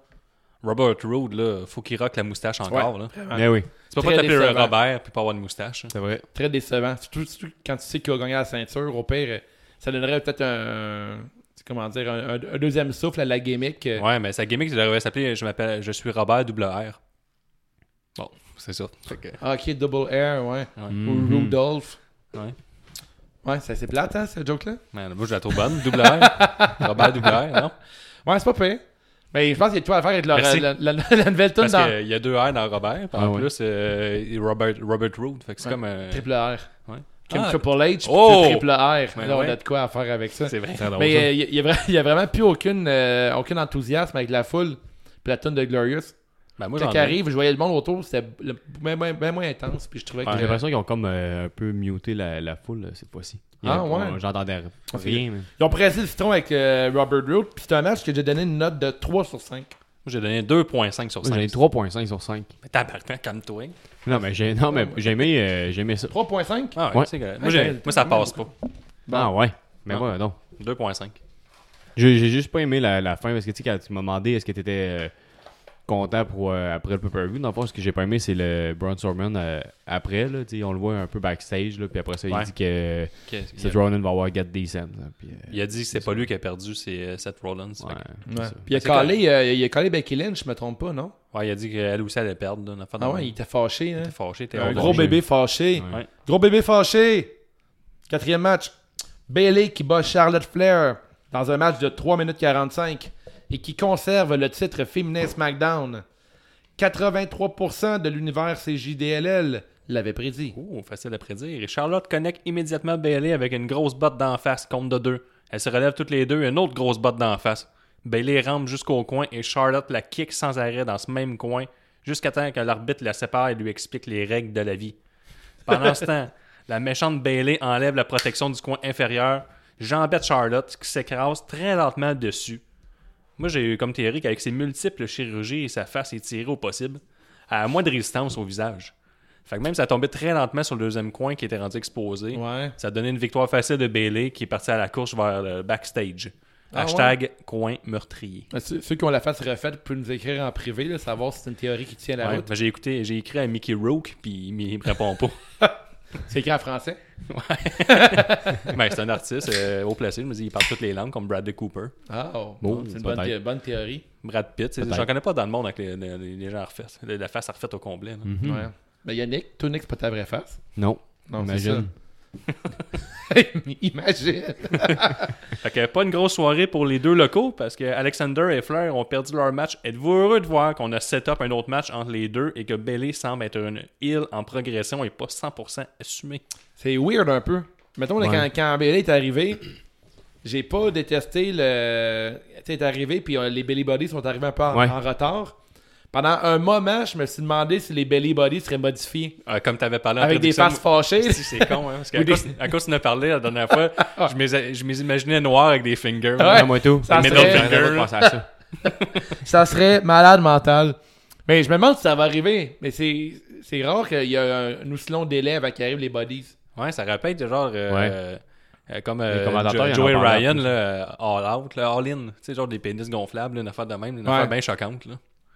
S2: Robert Roode, là, faut qu'il rock la moustache encore.
S1: Ouais,
S2: là.
S1: vraiment.
S3: Eh oui,
S2: Tu peux
S1: Très
S2: pas t'appeler
S1: décevant.
S2: Robert puis pas avoir de moustache. hein.
S3: c'est vrai.
S1: Très décevant. Surtout, surtout quand tu sais qu'il a gagné la ceinture, au pire, euh, ça donnerait peut-être un. Comment dire, un, un- un deuxième souffle à la gimmick. euh,
S2: Ouais, mais sa gimmick, il devrait s'appeler Je m'appelle Je suis Robert double R. Bon, c'est ça. Fait que-
S1: Ok, Double Air, ouais.
S2: Ouais.
S1: Ou Rudolph.
S2: Ouais.
S1: Ouais, ça c'est plate, hein, cette joke-là.
S2: Man, moi, je la trouve bonne. Double R. Robert double R, non?
S1: Ouais, c'est pas pire. Mais je pense qu'il y a tout à faire avec leur-
S2: Merci.
S1: la, la- la nouvelle tune
S2: Parce
S1: dans
S2: qu'il y a deux R dans Robert, puis
S3: Ah
S2: en
S3: ouais.
S2: plus, euh, et Robert, Robert Roode. Fait que c'est
S1: Ouais.
S2: comme un.
S1: Triple R.
S2: Ouais.
S1: Comme
S2: Ah,
S1: Triple H, puis
S2: Oh!
S1: Triple R.
S2: Ben
S1: Là, on
S2: ouais.
S1: a de quoi à faire avec ça.
S2: C'est vrai.
S3: Très drôle, ça.
S1: Mais euh, il n'y a, vraiment plus aucune, euh, aucun enthousiasme avec la foule. Puis la tune de Glorious.
S2: Ben, moi,
S1: Quand
S2: j'en
S1: il
S2: ai.
S1: arrive, je voyais le monde autour, c'était le- bien, bien- bien moins intense. Puis je trouvais que.
S3: J'ai l'impression qu'ils ont comme euh, un peu muté la, la foule euh, cette fois-ci. Il y a-
S1: Ah, ouais.
S3: on- J'entendais rien. mais-
S1: Ils ont pressé le citron avec euh, Robert Root. Puis c'est un match que j'ai donné une note de 3 sur 5.
S2: Moi, j'ai donné 2.5 sur
S3: Moi,
S2: 5.
S3: J'en ai 3.5 sur 5.
S2: Mais tabarnak, calme-toi.
S3: Non, mais j'ai non, mais j'ai aimé, euh, j'ai aimé ça.
S1: 3.5
S2: Ah, ouais,
S3: Ouais.
S2: c'est correct. Moi, j'ai-
S1: Ouais,
S2: moi, ça passe pas.
S3: Ah ouais. Mais
S2: Ah.
S3: ouais, non.
S2: 2.5.
S3: J'ai j'ai juste pas aimé la, la fin parce que tu sais, quand tu m'as demandé est-ce que tu étais content pour euh, après le pay-per-view, dans le fond, ce que j'ai pas aimé, c'est le Braun Strowman euh, après. Là, tu sais, on le voit un peu backstage, là, puis après ça,
S2: Ouais.
S3: il dit que
S2: Qu'est-ce qu'il y a-
S3: Seth Rollins va avoir 4 Decent. là, puis, euh,
S2: Il a dit que c'est pas lui qui a perdu, c'est euh, Seth Rollins. Fait que-
S3: ouais,
S2: Ouais.
S3: c'est
S1: Ouais.
S3: ça.
S1: Puis il a,
S2: C'est
S1: collé, euh, il a collé Becky Lynch, je me trompe pas, non?
S2: il a dit qu'elle aussi allait perdre. Là,
S1: Ah ouais, il était fâché. Hein?
S2: était fâché. était
S1: Un
S2: hors de
S1: gros
S2: jeu.
S1: bébé fâché.
S2: Ouais.
S1: Gros bébé fâché. Quatrième match. Bailey qui bat Charlotte Flair dans un match de 3 minutes 45 et qui conserve le titre féminin SmackDown. 83% de l'univers CJDLL l'avait prédit.
S2: Oh, facile à prédire. Et Charlotte connecte immédiatement Bailey avec une grosse botte d'en face, compte de deux. Elle se relève toutes les deux, une autre grosse botte d'en face. Bailey rampe jusqu'au coin et Charlotte la kick sans arrêt dans ce même coin, jusqu'à temps que l'arbitre la sépare et lui explique les règles de la vie. Pendant ce temps, la méchante Bailey enlève la protection du coin inférieur, jambette Charlotte qui s'écrase très lentement dessus. Moi, j'ai eu comme théorie qu'avec ses multiples chirurgies, sa face est tirée au possible, à moins de résistance au visage. Fait que même ça tombait très lentement sur le deuxième coin qui était rendu exposé.
S1: Ouais.
S2: Ça donnait une victoire facile de Bailey qui est parti à la course vers le backstage.
S1: Ah
S2: Hashtag coin meurtrier.
S1: Mais ceux ceux qui ont la face refaite peuvent nous écrire en privé, là, savoir si c'est une théorie qui tient la
S2: Ouais,
S1: route.
S2: ben j'ai écouté, j'ai écrit à Mickey Rourke puis il me répond pas.
S1: C'est écrit en français.
S2: ben, c'est un artiste euh, haut placé, je me dis il parle toutes les langues comme Bradley Cooper.
S1: Ah, oh.
S3: Bon,
S1: c'est une
S3: peut-être.
S1: bonne, thé- bonne théorie.
S2: Brad Pitt, c'est-
S3: Peut-être.
S2: j'en connais pas dans le monde avec les, les- les gens refaits, la la face refaite au complet. là.
S1: Ouais. Ben, Yannick, toi, Nick, c'est pas ta vraie face.
S3: Non.
S1: Non, c'est
S3: Imagine.
S1: Imagine.
S2: Fait que pas une grosse soirée pour les deux locaux parce que Alexander et Flair ont perdu leur match. Êtes-vous heureux de voir qu'on a set up un autre match entre les deux et que Bailey semble être une île en progression et pas 100% assumée?
S1: C'est weird un peu. Mettons, là,
S3: Ouais.
S1: quand, quand Bailey est arrivé, j'ai pas détesté le. Tu sais, est arrivé, puis euh, les Belly Bodies sont arrivés un peu en,
S3: Ouais.
S1: en retard. Pendant un moment, je me suis demandé si les Belly Bodies seraient modifiés.
S2: Euh, comme tu avais parlé en
S1: avec des faces
S2: prédiction,
S1: fâchées.
S2: Si, c'est con, hein, parce qu'à
S1: Ou des- Ah.
S2: cause, à cause qu'on a parlé la dernière fois, je m'es- je m'imaginais noir avec des fingers.
S1: Ouais.
S3: Ah, moi tout.
S1: Ça
S3: Mais
S1: serait-
S3: non, j'aurais pas pensé à ça.
S1: ça serait malade mental. Mais je me demande si ça va arriver. Mais c'est c'est rare qu'il y ait un, un aussi long délai avant qu'arrivent les Bodies.
S2: Ouais, ça rappelle de genre euh,
S3: Ouais.
S2: euh, comme euh,
S3: Les commentateurs,
S2: Jo-
S3: ils en
S2: Joey
S3: parlent
S2: Ryan,
S3: après.
S2: là, euh, All Out, là, All In, tu sais, genre des pénis gonflables, là, une affaire de même, une
S1: Ouais.
S2: affaire bien choquante. Là.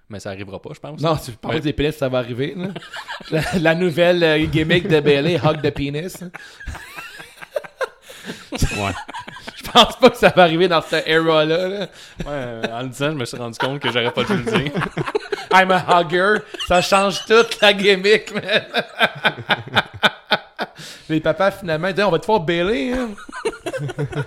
S2: Mais ça arrivera pas, je pense.
S1: Non, tu parles
S2: Ouais.
S1: des pénis, ça va arriver. là. la, la nouvelle euh, gimmick de Bailey, Hug the Penis.
S3: Ouais.
S1: Je pense pas que ça va arriver dans cette era-là. là
S2: Ouais, euh, en le disant, je me suis rendu compte que j'aurais pas dû le dire.
S1: I'm a hugger. Ça change toute la gimmick, man. Les papas, finalement, ils disent, on va te faire bailer, hein.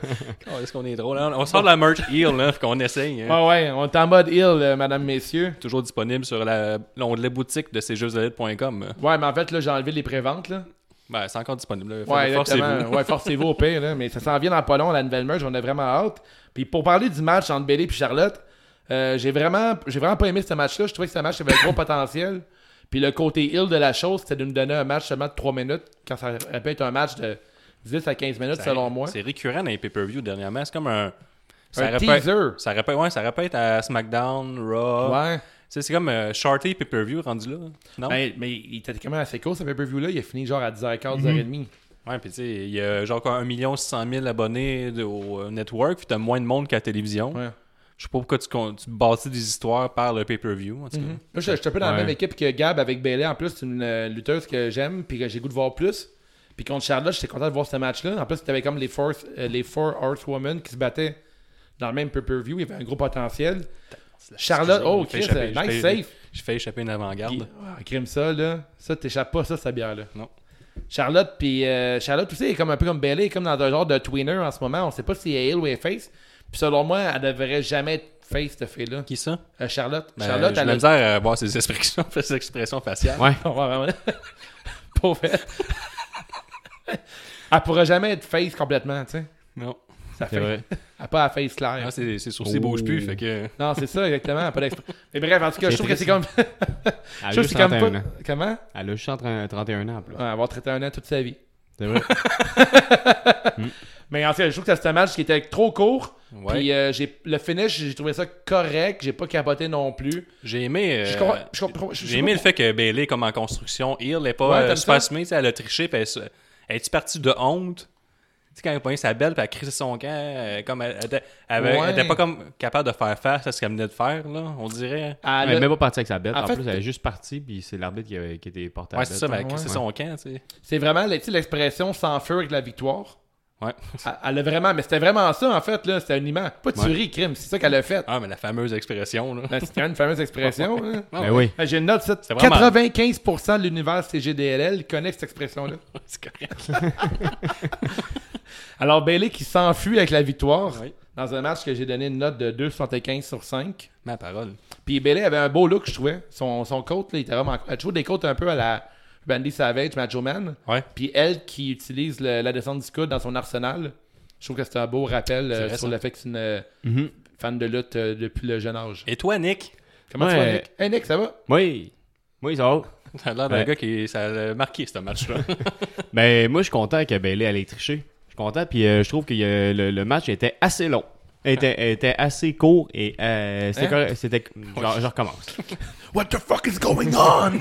S2: Oh, Est-ce qu'on est drôle? hein? On sort de la merch heel, là, qu'on essaye. hein.
S1: Ouais, ouais, on est en mode hill, euh, madame, messieurs.
S2: Toujours disponible sur la l'onglet boutique de cjeuxdelite.com.
S1: Ouais, mais en fait, là, j'ai enlevé les préventes, là.
S2: Ben, c'est encore disponible. là.
S1: Ouais,
S2: Forcez-vous.
S1: exactement. Ouais, forcez-vous au pire, là. Mais ça s'en vient dans pas long, la nouvelle merge, on a vraiment hâte. Puis pour parler du match entre Bailey et Charlotte, euh, j'ai vraiment, j'ai vraiment pas aimé ce match-là. Je trouvais que ce match avait un gros potentiel. Puis le côté hill de la chose, c'était de nous donner un match seulement de 3 minutes, quand ça aurait pu être un match de 10 à 15 minutes,
S2: Ben,
S1: selon moi.
S2: C'est récurrent dans les pay-per-view dernièrement. C'est comme un.
S1: Un
S2: aurait pu
S1: teaser.
S2: être- Ça répète, ouais, ça répète à SmackDown, Raw.
S1: Ouais.
S2: sais, c'est comme euh, Sharty Pay-Per-View rendu là. Non?
S1: Ben, mais il était quand même assez court, ce pay-per-view-là. Il a fini genre à 10h15, 10h30.
S2: Ouais, puis tu sais, il y a genre quoi, 1 600 000 abonnés de- au euh, network, puis t'as moins de monde qu'à la télévision.
S1: Ouais.
S2: Je sais pas pourquoi tu, con- tu bâtis des histoires par le pay-per-view, en tout cas.
S1: Moi, je je suis un peu dans la
S3: Ouais.
S1: même équipe que Gab avec Bailey. En plus, c'est une euh, lutteuse que j'aime puis que j'ai goût de voir plus. Puis contre Charlotte, j'étais content de voir ce match-là. En plus, t'avais comme les four, euh, les four Horsewomen qui se battaient dans le même pay-per-view. Il y avait un gros potentiel. Charlotte,
S2: Excusez,
S1: oh,
S2: je fais
S1: Chris,
S2: échapper,
S1: euh,
S2: je
S1: nice
S2: fais-
S1: safe.
S2: Je fais échapper une avant-garde.
S1: Ah, crime ça, là. Ça, t'échappes pas, ça, cette bière-là.
S2: Non.
S1: Charlotte, puis euh, Charlotte aussi, est comme un peu comme Bailey, comme dans un genre de tweener en ce moment. On sait pas si elle est heel ou elle est face. Puis selon moi, elle devrait jamais être face, cette fille-là.
S2: Qui ça?
S1: Euh, Charlotte.
S2: Ben,
S1: Charlotte,
S2: j'ai de
S1: elle
S2: la
S1: a
S2: misère à voir ses expressions, ses expressions faciales.
S3: Ouais.
S1: Ouais, vraiment. Pauvre. elle. elle pourrait jamais être face complètement, tu sais.
S2: Non.
S1: Ça
S3: C'est
S1: fait.
S3: vrai.
S1: Elle n'a pas la face claire.
S2: Ah, ses ses sourcils
S1: Oh.
S2: bougent plus, fait que...
S1: non, c'est ça, exactement. elle a pas d'expr- Mais bref, en tout cas, je
S3: C'est
S1: trouve que c'est
S3: triste.
S1: comme. je
S3: Elle
S1: trouve
S3: a
S1: que
S3: juste
S1: c'est comme
S3: 31
S1: pas-
S3: ans.
S1: Comment
S3: Elle a juste en train- 31 ans, en plus.
S1: Ouais, Avoir traité un an toute sa vie.
S3: C'est vrai.
S1: Mais en tout cas, je trouve que c'était un match qui était trop court.
S2: Ouais.
S1: Puis euh, j'ai- le finish, j'ai trouvé ça correct. J'ai pas capoté non plus.
S2: J'ai aimé... euh,
S1: Je comprends- je comprends- je- je
S2: J'ai
S1: sais
S2: aimé
S1: pas
S2: le fait que Bailey comme en construction, il n'est pas
S1: Ouais,
S2: euh,
S1: t'aimes
S2: super
S1: ça?
S2: semée, tu sais, elle a triché, puis elle, se- elle est partie de honte. Tu sais, quand elle a pogné sa belle, puis elle a crissé son camp, euh, comme elle n'était
S1: Ouais.
S2: pas comme capable de faire face à ce qu'elle venait de faire, là, on dirait.
S1: Elle
S3: Elle est
S1: a-
S3: même pas partie avec sa bête.
S1: En
S3: En,
S1: fait,
S3: plus, elle est juste partie, puis c'est l'arbitre qui, avait- qui était porté à la
S2: Ouais, c'est
S3: bête.
S2: ça, mais elle a
S1: ouais.
S2: crissé son camp, tu sais.
S1: C'est vraiment tu sais, l'expression sans feu avec la victoire.
S2: Ouais.
S1: Elle- Elle a vraiment. Mais c'était vraiment ça, en fait. là C'était un immense. Pas de
S3: Ouais.
S1: tuerie, crime. C'est ça qu'elle a fait.
S2: Ah, mais la fameuse expression, là.
S1: Ben, C'est quand même une fameuse expression. hein.
S3: Ben oui.
S1: Ben, J'ai une note, ça,
S2: C'est vraiment-
S1: 95% de l'univers CGDLL connaît cette expression-là.
S2: c'est correct.
S1: Alors, Bailey qui s'enfuit avec la victoire
S2: Oui.
S1: dans un match que j'ai donné une note de 2,75 sur 5.
S2: Ma parole.
S1: Puis Bailey avait un beau look, je trouvais. Son, son coat, là, il était vraiment. Elle trouve des coats un peu à la Bandy Savage, Macho Man.
S2: Ouais.
S1: Puis elle qui utilise le- la descente du coude dans son arsenal. Je trouve que c'est un beau rappel euh,
S2: C'est vrai,
S1: sur
S2: ça.
S1: le fait que c'est une euh, fan de lutte euh, depuis le jeune âge.
S2: Et toi, Nick?
S1: Comment tu
S3: Ouais.
S1: vas, Nick? Hey, Nick, ça va?
S3: Oui. Oui, ça va.
S2: T'as l'air d'un
S3: Ouais.
S2: gars qui ça l'a marqué, ce match-là.
S3: Ben, moi, je suis content que Bailey allait tricher. Je suis content, puis euh, je trouve que euh, le, le match était assez long. Il Était, il était assez court et euh, c'était
S1: Hein?
S3: correct- c'était je, je recommence.
S1: What the fuck is going on?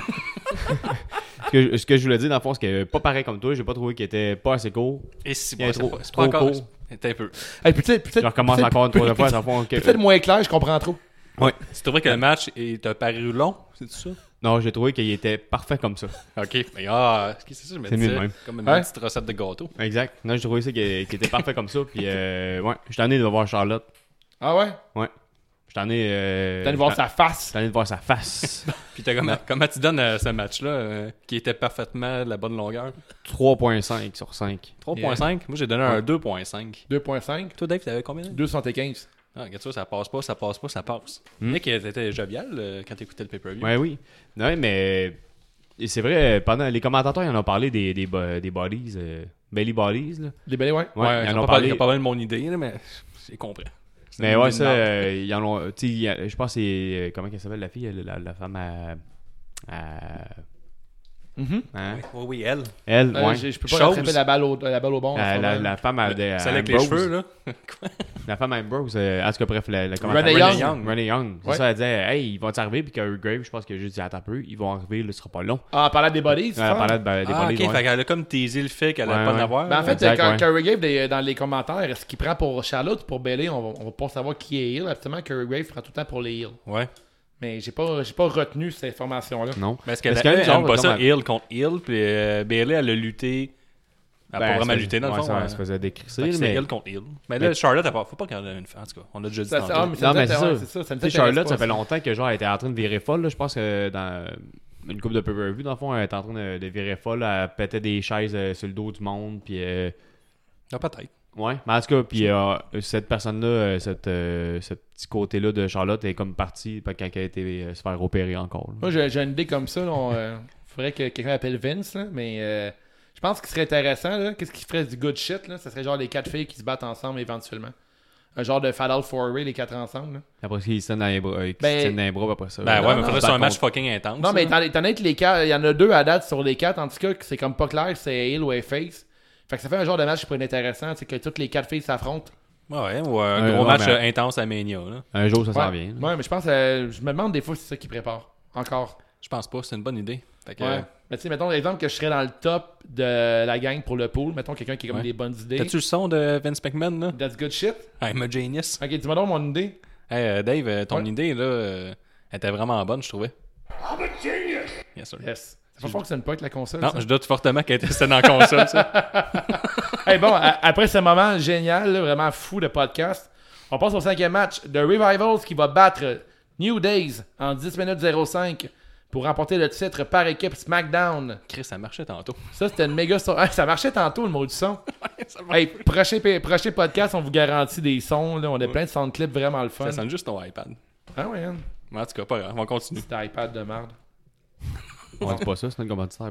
S3: ce, que, ce que je voulais dire dans le fond, c'est que euh, pas pareil comme toi, j'ai pas trouvé qu'il était pas assez court.
S2: Et si,
S3: Il est
S2: bon, c'est
S3: trop-
S2: pas, c'est pas
S3: trop
S2: encore...
S3: court.
S2: T'es un peu.
S1: Hey, puis tu sais- puis tu sais-
S3: Je recommence
S1: puis tu sais-
S3: encore une troisième fois dans le fond. que-
S1: Peut-être moins clair, je comprends trop.
S2: Tu trouvais que le match il t'a paru long, c'est ça?
S3: non, j'ai trouvé qu'il était parfait comme ça.
S2: Ok, mais ah, c'est ça, je me
S3: C'est mieux de
S2: disais,
S3: même.
S2: comme une
S1: Ouais.
S2: petite recette de gâteau.
S3: Exact. Non, j'ai trouvé ça qu'il qu'il était parfait comme ça. Puis euh, ouais, je suis tanné de voir Charlotte.
S1: Ah ouais?
S3: Ouais. Je suis tanné. euh,
S1: T'as de voir
S3: je suis
S1: sa face.
S3: tanné de voir sa face.
S2: Puis t'as comment, comment tu donnes à ce match-là, euh, qui était parfaitement de la bonne longueur?
S3: 3.5 sur 5.
S2: 3.5? Moi, j'ai donné un 2.5.
S1: 2.5,
S2: Toi, Dave, t'avais combien?
S1: 215.
S2: Ah, regarde ça, ça passe pas, ça passe pas, ça passe. Nick, t'étais jovial euh, quand t'écoutais le pay-per-view.
S3: Hmm. Ouais, oui. Non, mais et c'est vrai, pendant les commentateurs, ils en ont parlé des, des, bo- des bodies, euh, belly bodies. Là.
S1: Les belles, ouais.
S3: Ouais, ils
S2: ils
S3: en ont
S2: pas parlé,
S3: parlé.
S2: ils ont pas parlé de mon idée, là, mais j'ai compris. C'est
S3: Mais
S2: une
S3: ouais,
S2: idée de
S3: ça,
S2: merde.
S3: euh, ils en ont. Tu sais, il y a- je pense que c'est. euh, Comment qu'elle s'appelle la fille La, la- la femme à. à- Hein?
S2: Oui, Oh oui, elle.
S3: Elle,
S1: Mm-hmm. Euh,
S3: ouais.
S1: j'ai- je peux pas
S2: Chose.
S1: rattraper la balle au, la balle au bon. en
S3: La,
S1: ce
S3: Euh, la-
S1: moment.
S3: la femme à. de- à
S2: Celle avec les
S3: euh, Ambrose.
S2: cheveux, là.
S3: La femme à Ambrose. euh, en tout cas, bref, la, la
S1: Renee
S3: Renee
S1: Young.
S3: Renee Young. C'est
S1: Ouais.
S3: ça, elle disait, hey, ils vont arriver, puis que Grave, je pense que juste dit, attends un peu, ils vont arriver, là, ce sera pas long.
S1: Ah, en parlant des bodies, tu
S3: Elle
S1: parles?
S3: parlait de, ben, des
S2: Ah,
S3: bodies,
S2: ok,
S3: ouais.
S2: fait qu'elle a comme teasé le fait qu'elle
S3: Ouais,
S2: allait pas en
S3: ouais.
S2: avoir.
S1: Ben, en fait,
S3: Exact,
S1: quand
S3: ouais.
S1: Curry Grave, des- dans les commentaires, est-ce qu'il prend pour Charlotte ou pour Bailey On va, on va pas savoir qui est Hill. Absolument, Curry Grave prend tout le temps pour les Hill.
S2: ouais.
S1: Mais j'ai pas, j'ai pas retenu cette information-là.
S3: Non.
S2: Parce
S3: Mais
S2: qu'elle
S3: c'est quand même
S2: elle
S3: bizarre,
S2: aime pas ça,
S3: comme-
S2: Hill contre Hill, puis euh, Bailey, elle a lutté. Elle a
S3: Ben,
S2: pas vraiment
S3: elle se
S2: lutté, dans le
S3: faisait-
S2: fond.
S3: ouais, ça,
S2: hein.
S3: Elle se faisait décrisser,
S2: Fait que C'est
S3: mais.
S2: Hill contre Hill. Mais là,
S3: Mais-
S2: Charlotte, elle part- faut pas qu'elle ait une En tout cas, on a déjà dit
S1: Ça,
S2: tantôt.
S1: ah, mais ça
S3: Non,
S1: me
S3: mais c'est
S1: dit- ouais,
S3: ça.
S1: c'est ça. Ça me
S3: Tu sais,
S1: dit-
S3: Charlotte, ça
S1: pas,
S3: fait longtemps que genre, elle était en train de virer folle. là. Je pense que dans une coupe de pay-per-view, dans le fond, elle était en train de, de virer folle. Elle pétait des chaises euh, sur le dos du monde. Puis, euh,
S2: Ah, peut-être.
S3: ouais. Mais en tout cas, puis, euh, cette personne-là, euh, cette, euh, ce petit côté-là de Charlotte est comme partie quand elle a été euh, se faire opérer encore. là.
S1: Moi, j'ai j'ai une idée comme ça. euh, Il faudrait que quelqu'un appelle Vince, là, mais euh, je pense qu'il serait intéressant. là, Qu'est-ce qui ferait du good shit là? Ça serait genre les quatre filles qui se battent ensemble éventuellement. Un genre de Fall Out 4 les quatre ensemble. là.
S3: Après ça, ils se tiennent dans les bras, euh, qu'ils
S1: Ben-
S3: se tiennent dans les bras après ça. euh,
S2: Ben
S1: non,
S2: ouais, mais
S1: non,
S2: faudrait que ce soit un match fucking intense.
S1: Non, mais
S2: là.
S1: étant, étant donné que les quatre, il y en a deux à date sur les quatre, en tout cas, que c'est E. comme pas clair si c'est Hill ou Face. Fait que ça fait un genre de match qui pourrait être intéressant, c'est que toutes les quatre filles s'affrontent.
S2: Ouais, ou un
S3: Ouais,
S2: gros
S3: non,
S2: match
S3: mais-
S2: euh, intense à Mania. Là.
S3: Un jour, ça
S1: Ouais,
S3: s'en vient. là.
S1: ouais, mais je pense, euh, je me demande des fois si c'est ça qui prépare. Encore.
S2: Je pense pas, c'est une bonne idée. Fait que, euh,
S1: Ouais. Mais tu sais, mettons exemple que je serais dans le top de la gang pour le pool. Mettons quelqu'un qui a comme
S2: Ouais.
S1: des bonnes idées.
S2: T'as-tu le son de Vince McMahon, là?
S1: That's good shit.
S2: I'm a genius.
S1: Ok, dis-moi donc mon idée.
S2: Hey, euh, Dave, euh, ton
S1: Ouais.
S2: idée, là, euh, elle était vraiment bonne, je trouvais. I'm a genius! Yes, sir.
S1: Yes. Ça fait fort que ça ne pas avec la console.
S2: Non,
S1: ça.
S2: je doute fortement qu'elle était c'était dans la console, ça.
S1: Hey, bon, a- après ce moment génial, là, vraiment fou de podcast, on passe au cinquième match de Revivals qui va battre New Days en 10 minutes 05 pour remporter le titre par équipe SmackDown.
S2: Chris, ça marchait tantôt.
S1: Ça, c'était une méga story. Hey, ça marchait tantôt, le mot du son. Hey, prochain, p- prochain podcast, on vous garantit des sons. là. On a plein de sound clips vraiment le fun.
S2: Ça sonne juste ton iPad.
S1: Ah ouais, hein?
S2: Mais en tout cas, pas grave, on continue.
S1: Cet iPad de merde.
S3: On dit pas ça, c'est notre commanditaire,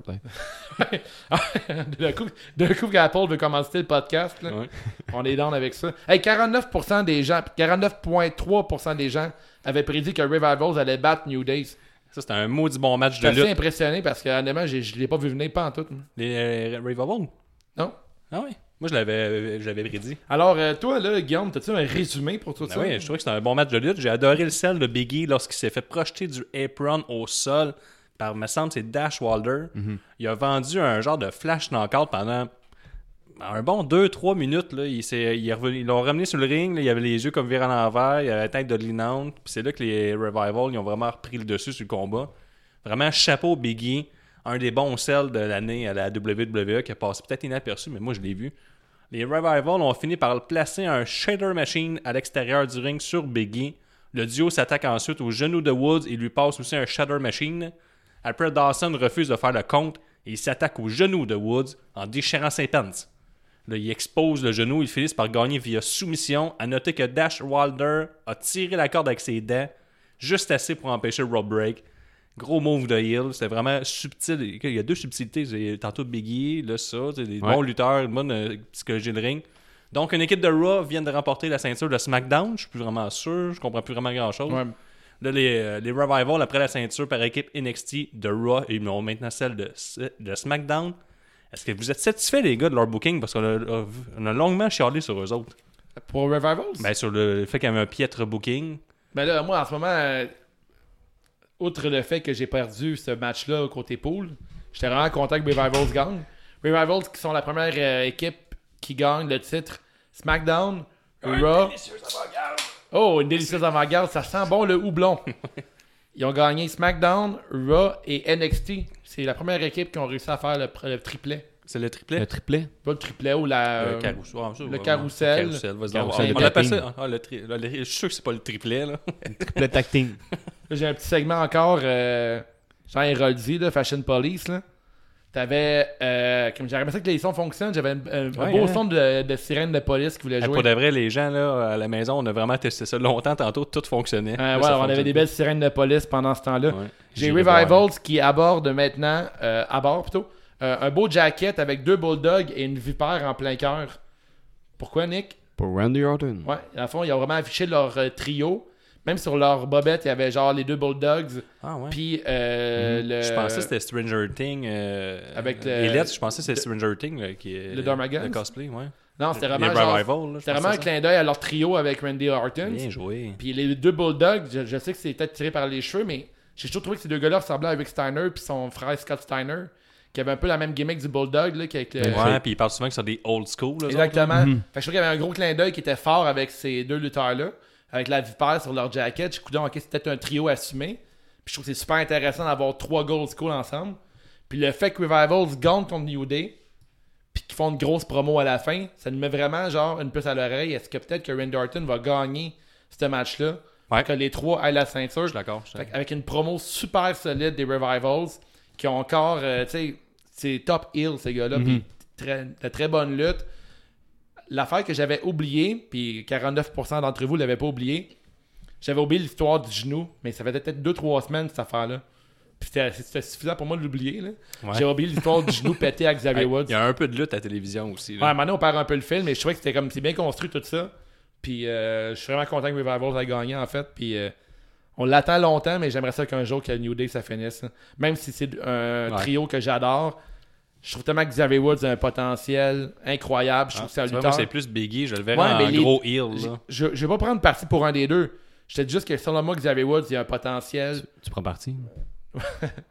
S3: peut-être.
S1: D'un coup, d'un coup qu'Apple veut commencer le podcast, là,
S2: Ouais.
S1: on est down avec ça. Hey, 49% des gens, 49,3% des gens avaient prédit que Revivals allait battre New Days.
S2: Ça, c'était un maudit bon match de
S1: J'étais assez
S2: lutte.
S1: impressionné parce que honnêtement, j'ai- je l'ai pas vu venir pas en tout. hein.
S2: Les euh, Revival?
S1: Non.
S2: Ah ouais. Moi, je l'avais, je l'avais prédit.
S1: Alors, euh, toi, là, Guillaume, t'as-tu un résumé pour tout
S2: Ben
S1: ça?
S2: oui, je trouvais que c'était un bon match de lutte. J'ai adoré le sel de Biggie lorsqu'il s'est fait projeter du apron au sol par, me semble, c'est Dash Wilder. Il a vendu un genre de flash knockout pendant un bon 2-3 minutes. Là. Il s'est- il est revenu- ils l'ont ramené sur le ring. là. Il avait les yeux comme virés à l'envers. Il avait la tête de linante. Puis c'est là que les Revival ils ont vraiment repris le dessus sur le combat. Vraiment, chapeau Biggie. Un des bons sels de l'année à la WWE qui a passé peut-être inaperçu, mais moi je l'ai vu. Les Revival ont fini par placer un shader machine à l'extérieur du ring sur Biggie. Le duo s'attaque ensuite au genou de Woods et lui passe aussi un shader machine. Après, Dawson refuse de faire le compte et il s'attaque au genou de Woods en déchirant ses pants. Là, il expose le genou, il finit par gagner via soumission. À noter que Dash Wilder a tiré la corde avec ses dents, juste assez pour empêcher le rope break. Gros move de Hill, c'était vraiment subtil. Il y a deux subtilités. c'est Tantôt Biggie, là ça, c'est des bons lutteurs, une bonne euh, psychologie de ring. Donc une équipe de Raw vient de remporter la ceinture de SmackDown, je suis plus vraiment sûr, je comprends plus vraiment grand-chose.
S1: Ouais.
S2: Là, les, euh, les Revival, après la ceinture par équipe NXT de Raw, ils ont maintenant celle de, de SmackDown. Est-ce que vous êtes satisfaits, les gars, de leur booking? Parce qu'on a, on a longuement chialé sur eux autres.
S1: Pour Revivals?
S2: Ben, sur le fait qu'il y avait un piètre booking.
S1: Ben là, moi, en ce moment, euh, outre le fait que j'ai perdu ce match-là au côté pool, j'étais vraiment content que Revivals gagne. Revivals qui sont la première euh, équipe qui gagne le titre SmackDown, Raw. Oh, une délicieuse avant-garde, ça sent bon le houblon. Ils ont gagné SmackDown, Raw et NXT. C'est la première équipe qui ont réussi à faire le, pr- le triplet.
S2: C'est le triplet?
S3: Le triplet.
S1: Pas le triplet ou la.
S2: Le
S1: euh,
S2: carrousel. Ah, ça,
S1: le
S2: ouais,
S1: carrousel.
S2: Le carrousel, vas-y,
S3: Carrousel
S2: on- on
S3: de
S2: l'appelle
S3: tapis.
S2: ça- ah, le tri- le- le- Je suis sûr que c'est pas le triplet, là.
S3: Triplet tacting.
S1: J'ai un petit segment encore, euh, Jean Héroldi, là, Fashion Police. Là. T'avais. Euh, comme j'aimerais ça que les sons fonctionnent, j'avais un, un- un
S2: Ouais,
S1: beau
S2: hein.
S1: son de, de sirène de police qui voulait
S2: Eh,
S1: jouer.
S2: Pour de vrai, les gens, là, à la maison, on a vraiment testé ça longtemps. Tantôt, tout fonctionnait.
S1: Euh,
S2: Là,
S1: ouais,
S2: ça
S1: on avait
S2: fonctionne
S1: des
S2: pas.
S1: belles sirènes de police pendant ce temps-là.
S2: Ouais.
S1: J'ai
S2: J'irai
S1: Revivals qui aborde maintenant, euh, aborde plutôt, euh, un beau jacket avec deux bulldogs et une vipère en plein cœur. Pourquoi, Nick
S3: Pour Randy Orton.
S1: Ouais, à fond, ils ont vraiment affiché leur euh, trio. Même sur leur bobette, il y avait genre les deux bulldogs.
S2: Ah, ouais. Mm.
S1: Puis euh, le.
S2: Je pensais que c'était Stranger Things. euh,
S1: Avec
S2: euh,
S1: le-
S2: les lettres, je pensais que c'était Stranger Things là, qui est
S1: Le Dormagan?
S2: Le cosplay, ouais.
S1: Non, c'était
S2: Les
S1: vraiment. genre-
S2: Revival, là, je
S1: C'était vraiment un
S2: pensais ça.
S1: clin d'œil à leur trio avec Randy Orton.
S2: Bien joué.
S1: Puis les deux Bulldogs, je, je sais que c'est peut-être tiré par les cheveux, mais j'ai toujours trouvé que ces deux gars-là ressemblaient à Rick Steiner puis son frère Scott Steiner, qui avait un peu la même gimmick du Bulldog, là, qui avec le-
S2: Ouais, puis ils parlent souvent que c'est des old school. eux autres, là.
S1: Exactement. Fait que je trouve qu'il y avait un gros clin d'œil qui était fort avec ces deux lutteurs-là, avec la vipère sur leur jacket. Je coudais, ok, c'était peut-être un trio assumé. Puis je trouve que c'est super intéressant d'avoir trois goals cool ensemble. Puis le fait que Revivals gagne contre New Day, puis qu'ils font une grosse promo à la fin, ça nous met vraiment genre une puce à l'oreille. Est-ce que peut-être que Randy Orton va gagner ce match-là?
S2: Ouais.
S1: Que les trois aillent la ceinture.
S2: Je suis d'accord. je suis
S1: Fait
S2: d'accord.
S1: qu'avec une promo super solide des Revivals qui ont encore, euh, tu sais, c'est top heel ces gars-là,
S2: Mhm.
S1: puis très, de très bonne lutte. L'affaire que j'avais oubliée, puis 49% d'entre vous l'avaient pas oublié, j'avais oublié l'histoire du genou, mais ça faisait peut-être 2-3 semaines cette affaire-là. Puis c'était- c'était suffisant pour moi de l'oublier. là.
S2: Ouais.
S1: J'ai oublié l'histoire du genou pété à Xavier
S2: Hey,
S1: Woods.
S2: Il y a un peu de lutte à la télévision aussi.
S1: Ouais,
S2: là.
S1: à un moment donné, on perd un peu le film, mais je trouvais que c'était comme c'est bien construit tout ça. Puis euh, je suis vraiment content que Revivals a gagné en fait. Puis euh, on l'attend longtemps, mais j'aimerais ça qu'un jour que New Day ça finisse. hein. Même si c'est un
S2: Ouais.
S1: trio que j'adore, Je trouve tellement que Xavier Woods a un potentiel incroyable. Je trouve que c'est un
S2: Ah, Tu vois,
S1: lutteur.
S2: moi, c'est plus Biggie, je le verrais
S1: Ouais,
S2: en
S1: mais les-
S2: gros heel.
S1: Je-
S2: là.
S1: Je je vais pas prendre parti pour un des deux. Je te dis juste que selon moi, Xavier Woods, il a un potentiel.
S3: Tu prends parti.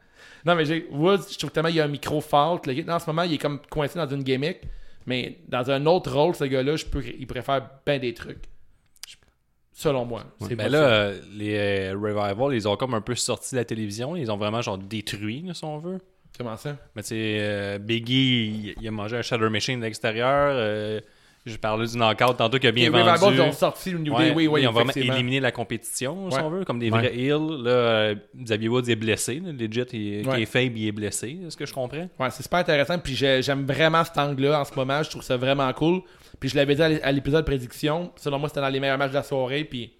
S1: Non, mais j'ai- Woods, je trouve tellement qu'il a un micro fault. Le gars, en ce moment, il est comme coincé dans une gimmick. Mais dans un autre rôle, ce gars-là, je peux- il préfère bien des trucs. Je- Selon moi. C'est
S2: Mais
S1: pas
S2: là,
S1: ça.
S2: euh, les euh, Revival, ils ont comme un peu sorti de la télévision. Ils ont vraiment genre détruit, là, si on veut.
S1: Comment ça?
S2: Mais tu sais, euh, Biggie, il, il a mangé un Shadow Machine de l'extérieur. euh, je parlais du knockout tantôt qu'il a bien
S1: Les
S2: vendu.
S1: Revival, ils ont sorti le New
S2: Ouais,
S1: Day. Oui, oui,
S2: ils ont vraiment
S1: effectivement.
S2: éliminé la compétition, si
S1: Ouais.
S2: on veut, comme des
S3: Ouais.
S2: vrais heels. Là, euh, Xavier Woods est blessé. là, legit, il,
S1: Ouais.
S2: qui est faible, il est blessé. Est-ce que je comprends?
S1: Ouais, c'est super intéressant. Puis j'ai- j'aime vraiment cet angle-là en ce moment. Je trouve ça vraiment cool. Puis je l'avais dit à l'é- à l'épisode prédiction. Selon moi, c'était dans les meilleurs matchs de la soirée. Puis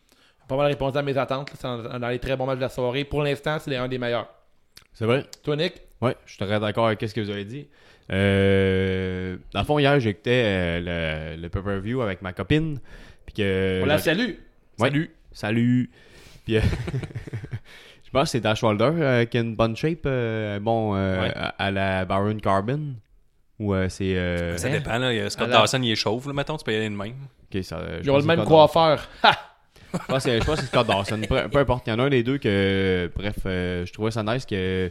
S1: pas mal répondu à mes attentes. là. C'est dans, dans les très bons matchs de la soirée. Pour l'instant, c'est un des meilleurs.
S3: C'est vrai?
S1: Toi, Nick?
S3: Ouais, je suis très d'accord avec ce que vous avez dit. Euh, dans le fond, hier, j'écoutais euh, le, le pay-per-view avec ma copine. Puis que,
S1: On la salue.
S3: Ouais.
S1: Salut.
S3: Salut. Puis, euh, je pense que c'est Dash Wilder euh, qui a une bonne shape, euh, bon, euh,
S2: Ouais.
S3: à, à la Baron Carbon. Ou euh, c'est. euh,
S2: Ça dépend. Là, il y a Scott
S1: Alors-
S2: Dawson, il est chauve, là, mettons. Tu peux y aller de même.
S3: ok, ça, euh, je
S1: Ils ont
S3: pense
S1: le
S3: que
S1: même
S3: c'est Scott
S1: coiffeur. Ha!
S3: Dawson. Je pense que je pense que c'est Scott Dawson. Peu, peu importe, il y en a un des deux que. Bref, euh, je trouvais ça nice que.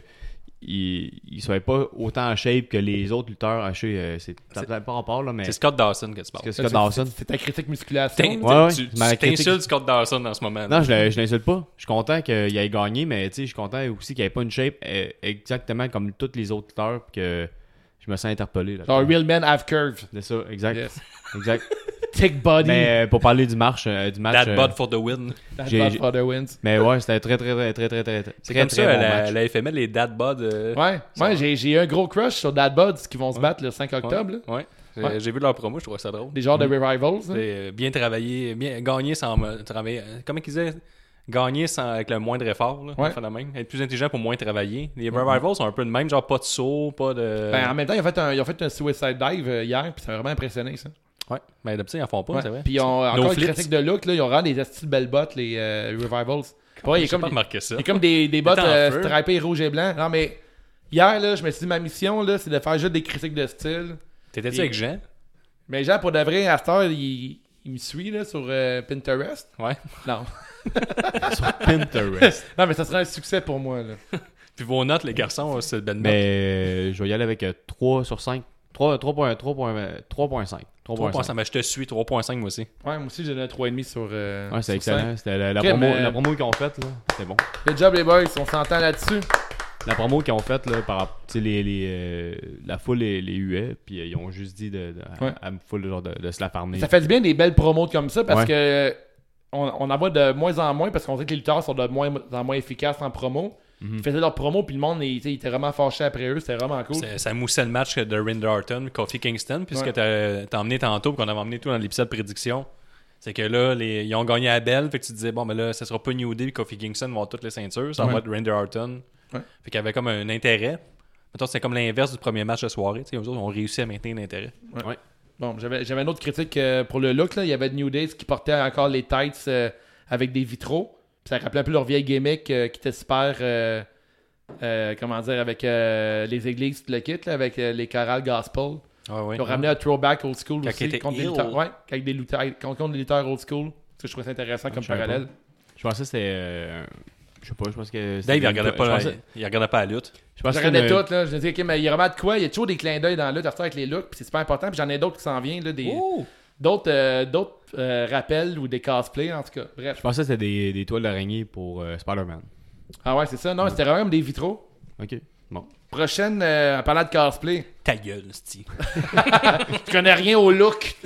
S3: Il, il soit pas autant en shape que les autres lutteurs hachés. euh, c'est ça n'a pas rapport, là, mais.
S2: C'est Scott Dawson que tu parles.
S3: que Scott Dawson.
S1: C'est ta critique
S2: T'in-
S1: musculation.
S3: Ouais, ouais,
S2: tu tu
S3: ma critique-
S2: t'insultes Scott Dawson en ce moment. là.
S3: Non, je le- je l'insulte pas. Je suis content qu'il ait gagné, mais tu sais, je suis content aussi qu'il n'y ait pas une shape euh, exactement comme toutes les autres lutteurs, puis que je me sens interpellé. là.
S1: Genre,
S2: Ah
S1: real men have curve.
S3: C'est ça, exact.
S1: Yes.
S3: Exact.
S1: Thick body.
S3: mais euh, pour parler du match, euh, du match.
S2: That
S3: euh,
S2: bud for the win.
S1: That
S3: j'ai- j'ai-
S1: Godfather wins.
S3: mais ouais, c'était très très très très très très très
S2: C'est
S3: très,
S2: comme
S3: très
S2: ça,
S3: bon
S2: la,
S3: match.
S2: la FML, les dad buds. euh,
S1: Ouais, ouais j'ai- j'ai eu un gros crush sur Dad Buds qui vont se battre le 5 octobre. là.
S2: Ouais. J'ai-
S1: Ouais.
S2: J'ai vu leur promo, je trouvais ça drôle.
S1: Des genres de revivals. hein.
S2: C'est, euh, bien travaillé, bien gagner sans me- travailler. euh, Comment qu'ils disaient Gagner sans, avec le moindre effort. Là,
S1: Ouais. Mm-hmm.
S2: faire la même. Être plus intelligent pour moins travailler. Les Revivals sont un peu de même, genre pas de saut, pas de.
S1: Ben, en même temps, ils ont fait un, ils ont fait un suicide dive euh, hier, puis ça m'a vraiment impressionné, ça.
S2: ouais. Ben, d'habitude, ils en font pas,
S1: Ouais.
S2: c'est vrai.
S1: Puis ils ont
S2: No
S1: encore une
S2: flips.
S1: critique de look, là, ils ont vraiment des astuces de belles bottes, les euh, Revivals. Ouais, il y a
S2: J'ai pas
S1: comme,
S2: remarqué ça.
S1: il y a comme des, des bottes
S2: était en
S1: euh,
S2: feu.
S1: stripées rouge et blanc. Non, mais hier, là, je me suis dit, ma mission, là, c'est de faire juste des critiques de style.
S2: T'étais-tu avec Jean
S1: Mais Jean, pour de vrai, à cette heure, il, il me suit là, sur euh, Pinterest.
S2: Ouais.
S1: Non.
S3: Pinterest.
S1: non, mais ça serait un succès pour moi. Là.
S2: Puis vos notes, les garçons, c'est ben
S3: mais euh, je vais y aller avec euh, 3 sur 5. 3 3.5 3.5.
S2: 3.5. Ben, je te suis, 3.5 moi aussi.
S1: Ouais, moi aussi, j'ai donné un 3,5 sur. euh,
S3: Ouais, c'est
S1: sur
S3: excellent.
S1: cinq.
S3: C'était la, la
S1: Ok,
S3: promo,
S1: mais-
S3: la promo qu'ils ont faite, là. C'était bon.
S1: Good job, les boys, on s'entend là-dessus.
S3: La promo qu'ils ont faite, là, par rapport- tu sais, les, les, euh, la foule les, les huait, puis euh, ils ont juste dit de, de- à-
S1: Ouais.
S3: à me foule genre, de, de se la farmer.
S1: Ça fait du bien des belles promos comme ça parce
S3: Ouais.
S1: que on, on en voit de moins en moins parce qu'on sait que les lutteurs sont de moins en moins efficaces en promo.
S3: Mhm.
S1: Ils faisaient leurs promos puis le monde il, tu sais, il était vraiment fâché après eux, c'était vraiment cool.
S2: Ça, ça moussait le match de Rinder Orton, Kofi Kingston, puisque
S1: Ouais.
S2: t'as t'as emmené tantôt, puis qu'on avait emmené tout dans l'épisode prédiction. C'est que là, les- ils ont gagné à Bell, fait que tu te disais, bon, mais là, ça sera pas New Day, puis Kofi Kingston vont avoir toutes les ceintures, ça
S1: Ouais.
S2: va être Rinder Orton.
S1: Ouais.
S2: Fait qu'il y avait comme un intérêt. Mettons, c'est comme l'inverse du premier match de soirée. tu sais, Eux autres ont réussi à maintenir l'intérêt.
S1: Bon, j'avais j'avais une autre critique euh, pour le look. Là. Il y avait New Days qui portait encore les tights euh, avec des vitraux. Puis ça rappelait un peu leur vieille gimmick euh, qui était super. euh, euh, comment dire, avec euh, les églises, tout le kit, là, avec euh, les chorales gospel.
S2: Ah oui.
S1: Ils ont ramené un throwback old school
S2: Quand il
S1: aussi
S2: était
S1: contre des,
S2: heel.
S1: lutteurs, ouais, avec des lutteurs, contre, contre des lutteurs old school. Ça, Je trouvais ça
S2: Ah,
S1: intéressant comme
S3: je savais
S1: parallèle.
S3: Je pensais que c'était. euh, je sais pas, je pense que. c'était-
S2: Dave, il regardait, pas,
S3: je
S2: la-
S3: pensais-
S2: il regardait pas la lutte.
S3: Je pense
S1: Je
S3: que
S1: regardais
S3: c'était
S1: tout, là. Je me disais, OK, mais il y a vraiment de quoi? Il y a toujours des clins d'œil dans la lutte, à faire avec les looks, puis c'est super important. Puis j'en ai d'autres qui s'en viennent, là, des, d'autres, euh, d'autres euh, rappels ou des cosplays, en tout cas.
S3: je
S1: Bref.
S3: pensais que c'était des, des toiles d'araignée pour euh, Spider-Man.
S1: Ah ouais, c'est ça. Non, c'était vraiment comme des vitraux.
S3: Ok, bon.
S1: Prochaine, euh, en parlant de cosplay,
S2: Ta gueule, c'ti.
S1: tu connais rien au look.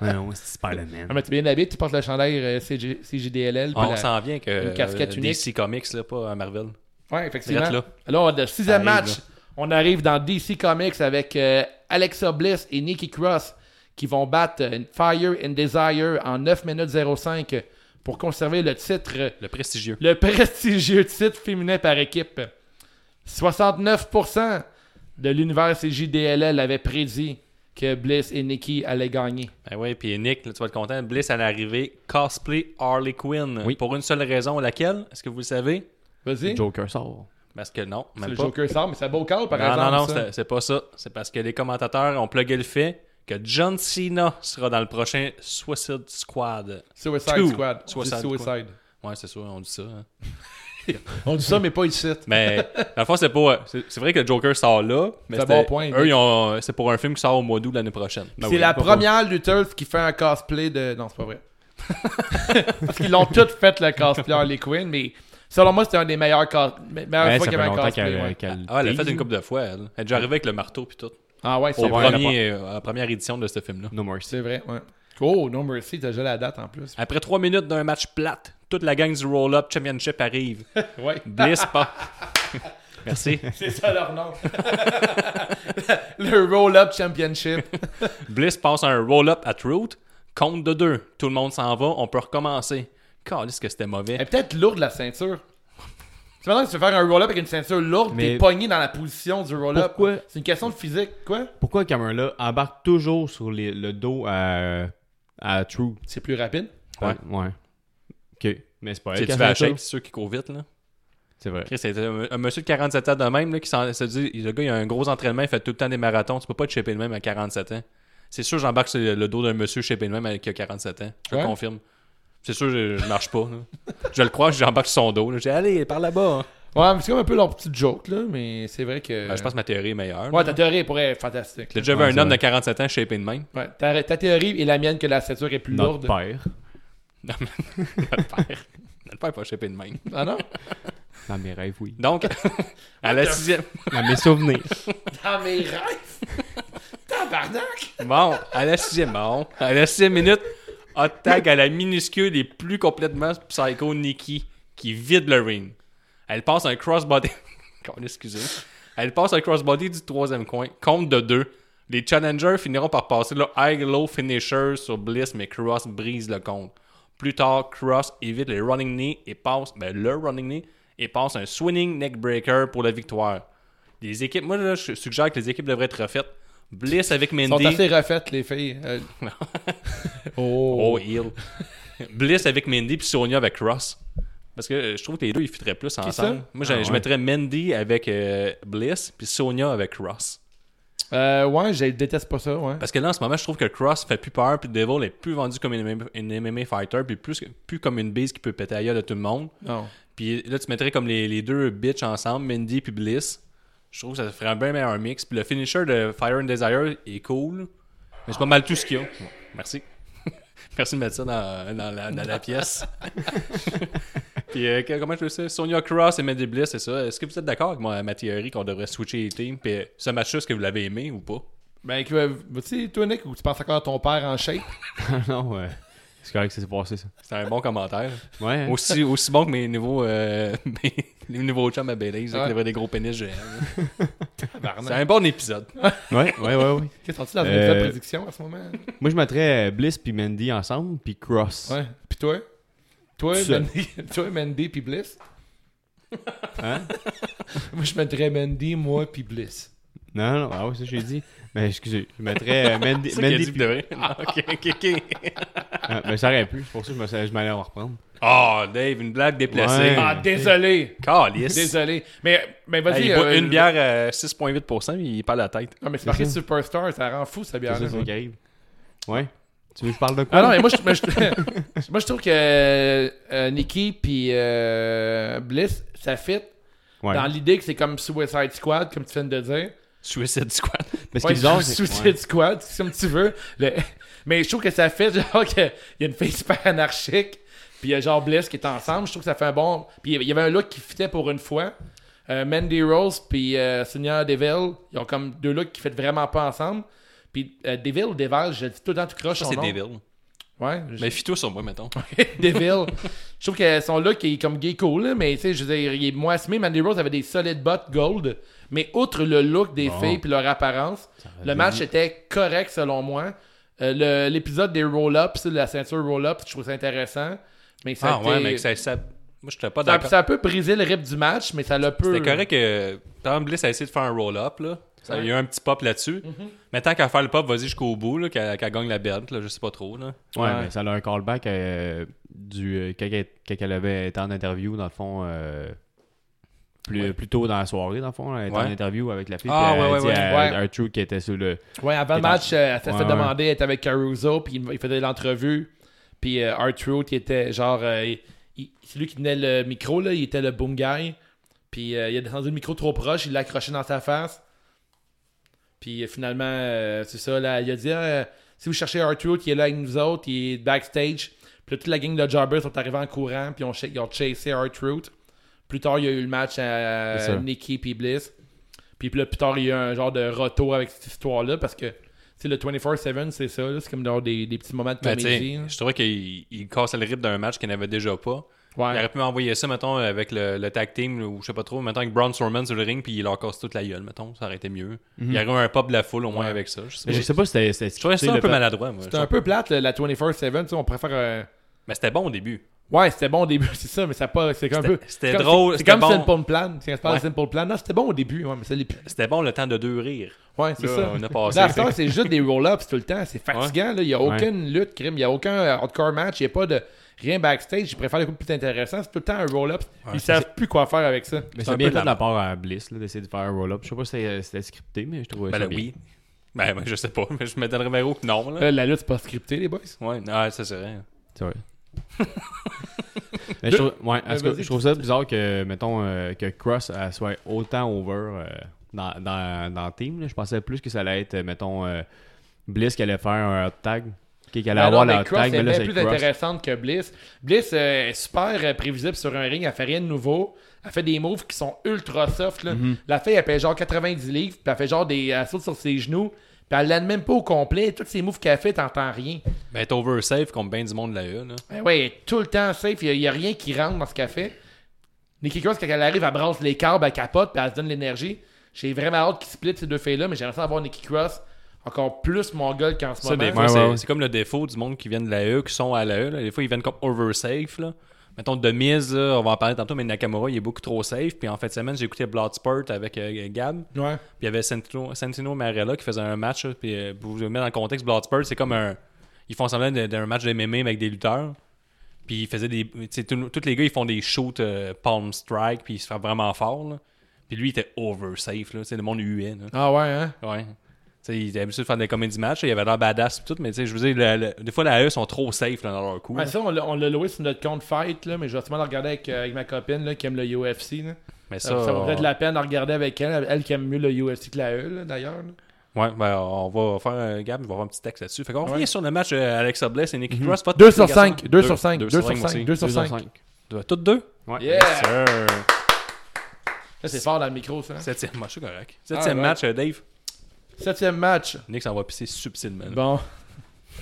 S3: Ouais, non, c'est
S1: Ah,
S3: Spider-Man.
S1: mais tu es bien habillé, tu portes le chandail euh, CG CGDLL. puis
S2: Ah, On
S1: la-
S2: s'en vient que
S1: une casquette
S2: euh,
S1: unique.
S2: DC Comics, là, pas à Marvel.
S1: Ouais, effectivement.
S2: Direct là.
S1: Alors, le sixième
S3: Ça arrive,
S1: match, on arrive dans DC Comics avec euh, Alexa Bliss et Nikki Cross qui vont battre euh, Fire and Desire en 9 minutes 05 pour conserver le titre, euh,
S2: Le prestigieux.
S1: le prestigieux titre féminin par équipe. 69% de l'univers CJDLL avait prédit que Bliss et Nikki allaient gagner.
S2: Ben oui, puis Nick, là, tu vas être content. Bliss à l'arrivée, cosplay Harley Quinn.
S3: Oui.
S2: Pour une seule raison, laquelle Est-ce que vous le savez
S1: Vas-y.
S3: Joker sort.
S2: Parce que non,
S1: C'est
S2: même
S1: le
S2: pas.
S1: Joker sort, mais c'est beau call, par
S2: non,
S1: exemple.
S2: non, non,
S1: ça.
S2: c'est- c'est pas ça. C'est parce que les commentateurs ont plugué le fait que John Cena sera dans le prochain Suicide Squad.
S1: Suicide
S2: Two.
S1: Squad.
S2: Suicide,
S1: Suicide. Suicide.
S2: Ouais, c'est ça, on dit ça. hein.
S1: On dit ça, mais pas ici.
S2: Mais dans le fond, c'est pas. C'est c'est vrai que Joker sort là, mais
S1: C'est un bon
S2: c'était-
S1: point,
S2: eux,
S1: Nick.
S2: ils ont- c'est pour un film qui sort au mois d'août l'année prochaine. Ben
S1: c'est la première lutteuse qui fait un cosplay de. Non, c'est pas vrai. Parce qu'ils l'ont toutes fait le cosplay Harley Quinn, mais selon moi, c'était un des meilleurs cos... me- meilleures
S3: Ouais,
S1: fois qu'il
S3: ça
S1: y
S3: fait
S1: avait un
S3: longtemps
S1: cosplay.
S3: qu'elle
S1: ouais.
S3: qu'elle
S2: Ah, elle l'a fait
S3: tease.
S2: une couple de fois, elle. Elle est déjà arrivée avec le marteau puis tout.
S1: Ah ouais,
S2: Au
S1: c'est vrai.
S2: premier, euh, à la première édition de ce film-là.
S3: No Mercy.
S1: C'est vrai, ouais. Oh, No Mercy, t'as déjà la date en plus.
S2: Après trois minutes d'un match plate, toute la gang du Roll-Up Championship arrive.
S1: Ouais.
S2: Bliss pas. Merci.
S1: C'est ça leur nom. le Roll-Up Championship.
S2: Bliss passe un roll-up à Truth. Compte de deux. Tout le monde s'en va. On peut recommencer. Calisse que c'était
S1: Elle est
S2: mauvais.
S1: peut-être lourde la ceinture. Tu maintenant que tu veux faire un roll-up avec une ceinture lourde,
S3: Mais-
S1: t'es pogné dans la position du roll-up.
S3: Pourquoi?
S1: C'est une question de physique, quoi?
S3: Pourquoi Cameron-là embarque toujours sur les- le dos à, à True?
S1: C'est plus rapide.
S2: Ouais.
S3: Ouais. Ok. Mais c'est pas
S2: Tu
S3: elle
S2: tu
S3: qui a
S2: vas à
S3: fait ça.
S2: shape, c'est ceux qui courent vite, là.
S3: C'est vrai.
S2: Chris, c'est un, un monsieur de 47 ans de même, là, qui s'en- se dit, le gars, il a un gros entraînement, il fait tout le temps des marathons. Tu peux pas te shaper le même à 47 ans. C'est sûr, j'embarque sur le le dos d'un monsieur shapé le même avec- qui a 47 ans. Je le
S1: Ouais.
S2: confirme. C'est sûr, je, je marche pas. là. Je le crois, j'embarque sur son dos. là. Je dis, allez, par là-bas. hein.
S1: Ouais, mais c'est comme un peu leur petite joke, là, mais c'est vrai que.
S2: Ben, je pense que ma théorie est meilleure.
S1: Ouais,
S2: là.
S1: ta théorie pourrait être fantastique. là.
S2: J'ai déjà vu
S3: Ouais,
S2: un
S3: c'est
S2: homme de
S3: vrai.
S2: 47 ans shapé de même.
S1: Ouais, ta, ta théorie est la mienne que la ceinture est plus
S3: Notre
S1: lourde.
S3: père.
S2: Non, mais notre père. Notre père est pas shapé de même.
S1: Ah non?
S3: Dans mes rêves, oui.
S2: Donc, à la sixième.
S3: Dans mes souvenirs.
S1: Dans mes rêves! Tabarnak!
S2: Bon, à la sixième. Bon, à la sixième minute, hot tag à la minuscule et plus complètement psycho Nikki qui vide le ring. Elle passe un crossbody. Qu'on excusez. Elle passe un crossbody du troisième coin. Compte de deux. Les challengers finiront par passer le high-low finisher sur Bliss, mais Cross brise le compte. Plus tard, Cross évite les running knee et passe, ben, le running knee et passe un swinging neck breaker pour la victoire. Les équipes, moi là, je suggère que les équipes devraient être refaites. Bliss avec
S1: Ils sont
S2: Mindy.
S1: assez refaites, les filles. Euh, Oh.
S2: Oh, heel. Bliss avec Mindy puis Sonia avec Ross. Parce que euh, je trouve que les deux, ils fitteraient plus ensemble.
S1: ça? Ah,
S2: Moi, j'ai- je mettrais Mindy avec euh, Bliss puis Sonia avec Ross.
S1: Euh, ouais, je déteste pas ça, ouais.
S2: Parce que là, en ce moment, je trouve que Cross fait plus peur puis Devil est plus vendu comme une MMA, une MMA fighter puis plus, plus comme une bise qui peut péter ailleurs de tout le monde.
S1: Non.
S2: Puis là, tu mettrais comme les, les deux bitches ensemble, Mindy puis Bliss. Je trouve que ça ferait un bien meilleur mix. Puis le finisher de Fire and Desire est cool, mais c'est pas mal tout ce qu'il y a. Bon, merci. merci de mettre ça dans, dans la, dans la pièce. puis euh, que- comment je le sais Sonia Cross et Mindy Bliss, c'est ça. Est-ce que vous êtes d'accord avec moi, ma théorie qu'on devrait switcher les teams Puis euh, ce match-là, est-ce que vous l'avez aimé ou pas
S1: Ben, que, euh, tu sais, toi, Nick, ou tu penses encore à ton père en shape?
S3: non, ouais. C'est correct que ça s'est passé, ça.
S2: C'était un bon commentaire.
S3: Ouais. hein.
S2: Aussi, aussi bon que mes nouveaux, euh, mes, les nouveaux chums à Bailey's, là, qui avaient des gros pénis géants. C'est un bon épisode.
S3: Ouais, ouais, ouais, ouais.
S1: Qu'est-ce que tu dans une
S3: Euh,
S1: épisode de prédiction en ce moment?
S3: Moi, je mettrais euh, Bliss puis Mandy ensemble, puis Cross.
S1: Ouais. Puis toi? Toi,
S3: Tout seul.
S1: Mandy, toi, Mandy puis Bliss?
S3: Hein?
S1: Moi, je mettrais Mandy, moi, puis Bliss.
S3: Non, non, ah ouais, ça, j'ai dit. Mais excusez, je mettrais euh, Mandy.
S2: C'est ça qu'il a
S3: Mandy
S2: dit pour de vrai. Ah, ok, ok, ok.
S3: Ah, mais ça aurait pu. C'est pour ça que je me suis- je m'allais en reprendre.
S2: Oh, Dave, une blague déplacée.
S3: Ouais.
S1: Ah, désolé!
S2: Calice.
S1: Désolé. Mais, mais
S2: Hey,
S1: vas-y.
S2: il boit
S1: euh,
S2: une bière à 6,8%, mais il parle la tête.
S1: Non, mais c'est marqué Superstar, ça rend fou, cette
S3: C'est ça,
S1: bière-là.
S3: c'est qui arrive. Ouais. Tu veux que je parle de quoi?
S1: Ah non, mais moi, je, moi, je- moi, je trouve que euh, Nikki puis euh, Bliss, ça fit
S3: Ouais.
S1: dans l'idée que c'est comme Suicide Squad, comme tu viens de dire.
S2: Suicide Squad.
S3: Mais ce qui est
S1: Ouais,
S3: bizarre, c'est-
S1: Suicide
S3: ouais.
S1: Squad, c'est comme tu veux. Le- Mais je trouve que ça fait genre qu'il y a une fille super anarchique, puis il y a genre Bliss qui est ensemble. Je trouve que ça fait un bon. Puis il y avait un look qui fitait pour une fois. Euh, Mandy Rose puis euh, Sonia Deville, ils ont comme deux looks qui fitent vraiment pas ensemble. Puis euh, Deville ou Deville, je le dis tout le temps, tu croches
S2: Ça,
S1: son
S2: c'est Ah,
S1: nom.
S2: Devil.
S1: Ouais, je-
S2: Mais fis-toi sur moi, mettons.
S1: Deville. Je trouve que son look est comme gay cool, là, mais tu sais, je veux dire, il est moissemé. Mandy Rose avait des solides bottes gold, mais outre le look des filles puis leur apparence, le match était correct selon moi. Euh, le- L'épisode des roll-ups, la ceinture roll-up, je trouve ça intéressant. Mais ça,
S2: Ah
S1: a
S2: ouais,
S1: été-
S2: mais que ça, ça- Moi, je pas
S1: ça,
S2: d'accord.
S1: ça a peu brisé le rythme du match, mais ça l'a peu.
S2: C'était correct que Tom Bliss a essayé de faire un roll-up, là. Ça, Il y a eu un petit pop là-dessus. Mais tant qu'à faire le pop, vas-y jusqu'au bout, là, qu'elle qu'elle gagne la belt, là, je sais pas trop, là.
S3: Ouais,
S1: Ouais.
S3: mais ça a un callback euh, du euh, quand elle, quand elle avait été en interview, dans le fond, euh, plus, plus tôt dans la soirée, dans le fond. Elle était en
S2: Ouais.
S3: interview avec la fille.
S2: Ah,
S3: puis elle
S2: ouais, ouais,
S3: dit
S2: ouais.
S3: à
S1: Ouais.
S3: Arthur qui était sur le.
S1: Ouais, avant le
S3: Qui est en-
S1: match, euh, elle s'est fait
S3: Ouais, ouais.
S1: demander d'être avec Caruso, puis il il faisait l'entrevue. Puis euh, R-Truth, il était genre. euh, il- il- c'est lui qui tenait le micro, là, il était le boom guy. Puis euh, il a descendu le micro trop proche, il l'a accroché dans sa face. Puis euh, finalement, euh, c'est ça, là, il a dit Ah, si vous cherchez R-Truth, il est là avec nous autres, il est backstage. Puis là, toute la gang de Jobbers sont arrivés en courant, puis ils ont cha- ils ont chasé R-Truth. Plus tard, il y a eu le match
S3: C'est
S1: à
S3: ça.
S1: euh, Nikki puis Bliss. Puis là, plus tard, il y a eu un genre de retour avec cette histoire-là parce que tu sais, le 24-7, c'est ça. là, C'est comme dans des, des petits moments de
S2: Ben, tu
S1: comédie.
S2: sais,
S1: là.
S2: je trouvais qu'il il cassait le rythme d'un match qu'il n'avait déjà pas. Il
S1: ouais.
S2: aurait pu m'envoyer ça, mettons, avec le, le tag team, ou je sais pas trop, mettons, avec Braun Strowman sur le ring, puis il leur casse toute la gueule, mettons, ça aurait été mieux. Il y aurait eu un pop de la foule, au moins, avec ça. Je, sais
S3: Mais
S2: pas.
S3: je sais pas si c'était. c'était
S2: Je trouvais ça
S3: le
S2: un peu
S3: fait-
S2: maladroit, moi.
S1: C'était un peu plate, là, la 24-7. tu sais, On préfère. euh,
S2: Mais c'était bon au début.
S1: Ouais, c'était bon au début, c'est ça, mais ça a pas. C'est comme un peu.
S2: C'était- c'était
S1: c'est comme-
S2: drôle,
S1: C'est c'est
S2: c'était
S1: comme
S2: bon.
S1: Simple Plan. Si on se parle de
S2: Ouais.
S1: Simple Plan, non, c'était bon au début, ouais, mais ça l'est plus.
S2: C'était bon le temps de deux rires.
S1: Ouais, c'est
S2: Là,
S1: ça.
S2: on a passé.
S1: Là, à ce temps, c'est juste des roll-ups tout le temps. C'est fatigant. là. Il n'y a aucune lutte, crime. Il n'y a aucun euh, hardcore match. Il n'y a pas de rien backstage. Je préfère les coups plus intéressants. C'est tout le temps un roll-up. Ils savent plus quoi faire avec ça.
S3: Mais
S2: C'est
S3: c'est
S2: un
S3: bien
S2: peu
S3: fait de la
S2: lame.
S3: part à Bliss là, d'essayer de faire un roll-up. Je sais pas si c'était- c'était scripté, mais je trouvais
S2: Ben
S3: ça
S2: là,
S3: bien.
S2: oui. Ben, ben, je sais pas, mais je me donnerais bien haut que non, là.
S1: Là, Euh, la lutte, c'est pas scripté, les boys.
S2: Ouais, non, ça c'est vrai.
S3: C'est vrai. Mais je, trouve, ouais, en
S1: Euh,
S3: tout cas,
S1: vas-y.
S3: je trouve ça bizarre que, mettons, euh, que Cross elle soit autant over euh, dans, dans, dans le team. là. Je pensais plus que ça allait être, euh, mettons, euh, Bliss qui allait faire un hot tag. qui- Qui allait
S1: Ben non,
S3: avoir le
S1: mais
S3: hot
S1: Cross
S3: tag,
S1: est
S3: mais là,
S1: bien
S3: c'est
S1: plus
S3: Cross.
S1: intéressante que Bliss. Bliss euh, est super euh, prévisible sur un ring. Elle fait rien de nouveau. Elle fait des moves qui sont ultra soft. là.
S3: Mhm.
S1: La fille, elle fait genre 90 livres. Puis elle fait genre des. Elle saute sur ses genoux. Puis elle l'aide même pas au complet. Tous ces moves qu'elle fait, t'entends rien.
S2: Ben, t'es over safe comme bien du monde l'a eu, là.
S1: Ben ouais, elle est tout le temps safe. Il n'y a, rien qui rentre dans ce qu'elle fait. Nikki Cross, quand elle arrive, elle brasse les câbles, elle capote, puis elle se donne l'énergie. J'ai vraiment hâte qu'ils split ces deux filles-là, mais j'aimerais ça avoir Nikki Cross encore plus mon gueule qu'en ce
S2: Ça, des
S1: moment.
S2: fois,
S3: Ouais,
S2: ben, c'est
S3: ouais, ouais.
S2: c'est comme le défaut du monde qui vient de l'AE, qui sont à l'AE. là. Des fois, ils viennent comme oversafe. Là. Mettons, de mise, là, on va en parler tantôt, mais Nakamura, il est beaucoup trop safe. Puis en fait, semaine, j'ai écouté Bloodsport avec euh, Gab.
S1: Ouais.
S2: Puis il y avait Santino, Santino Marella qui faisait un match. là, Puis euh, pour vous mettre dans le contexte, Bloodsport, c'est comme un. Ils font semblant de- d'un match de MMA avec des lutteurs. Puis ils faisaient des. Tu sais, tout- tous les gars, ils font des shoots euh, palm strike. Puis ils se font vraiment fort. là. Puis lui, il était oversafe. là. Tu sais, le monde huait. là.
S1: Ah ouais, hein?
S2: Ouais. Tu sais, il était habitué de faire des comedy matchs, il avait l'air badass pis tout, mais tu sais, je veux dire, le- le- des fois, la AE sont trop safe là, dans leur coup.
S1: Ouais, ça, on l'a on l'a loué sur notre compte Fight, là, mais je vais sûrement le regarder avec, euh, avec ma copine là, qui aime le UFC. là.
S2: mais
S1: Ça,
S2: ça,
S1: ça vaudrait de la peine de regarder avec elle, elle qui aime mieux le UFC que la E, là, d'ailleurs. là.
S2: Ouais, ben, on va faire un Gab, il va avoir un petit texte là-dessus. Fait qu'on revient sur le match euh, Alexa Bliss et Nikki Cross. Votre
S1: 2 sur
S2: explication.
S1: 5, 2 sur 5, 2
S2: deux
S1: sur
S2: cinq
S1: 5,
S2: aussi.
S1: 2 sur 5.
S2: Deux- Toutes deux
S3: Ouais.
S1: Yeah!
S2: Yes, sir.
S1: Ça, c'est fort dans le micro, ça. hein.
S2: Septième match, c'est correct. Septième
S1: Ah, ouais.
S2: match, euh, Dave.
S1: Septième match.
S2: Nick s'en va pisser subtilement. là.
S1: Bon.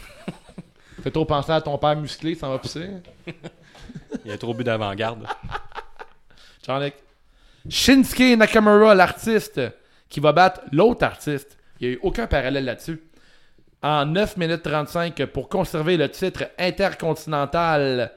S1: Fais trop penser à ton père musclé, ça va pousser.
S2: Il a trop bu d'avant-garde.
S1: Charnick. Shinsuke Nakamura, l'artiste, qui va battre l'autre artiste. Il n'y a eu aucun parallèle là-dessus. En 9 minutes 35 pour conserver le titre intercontinental.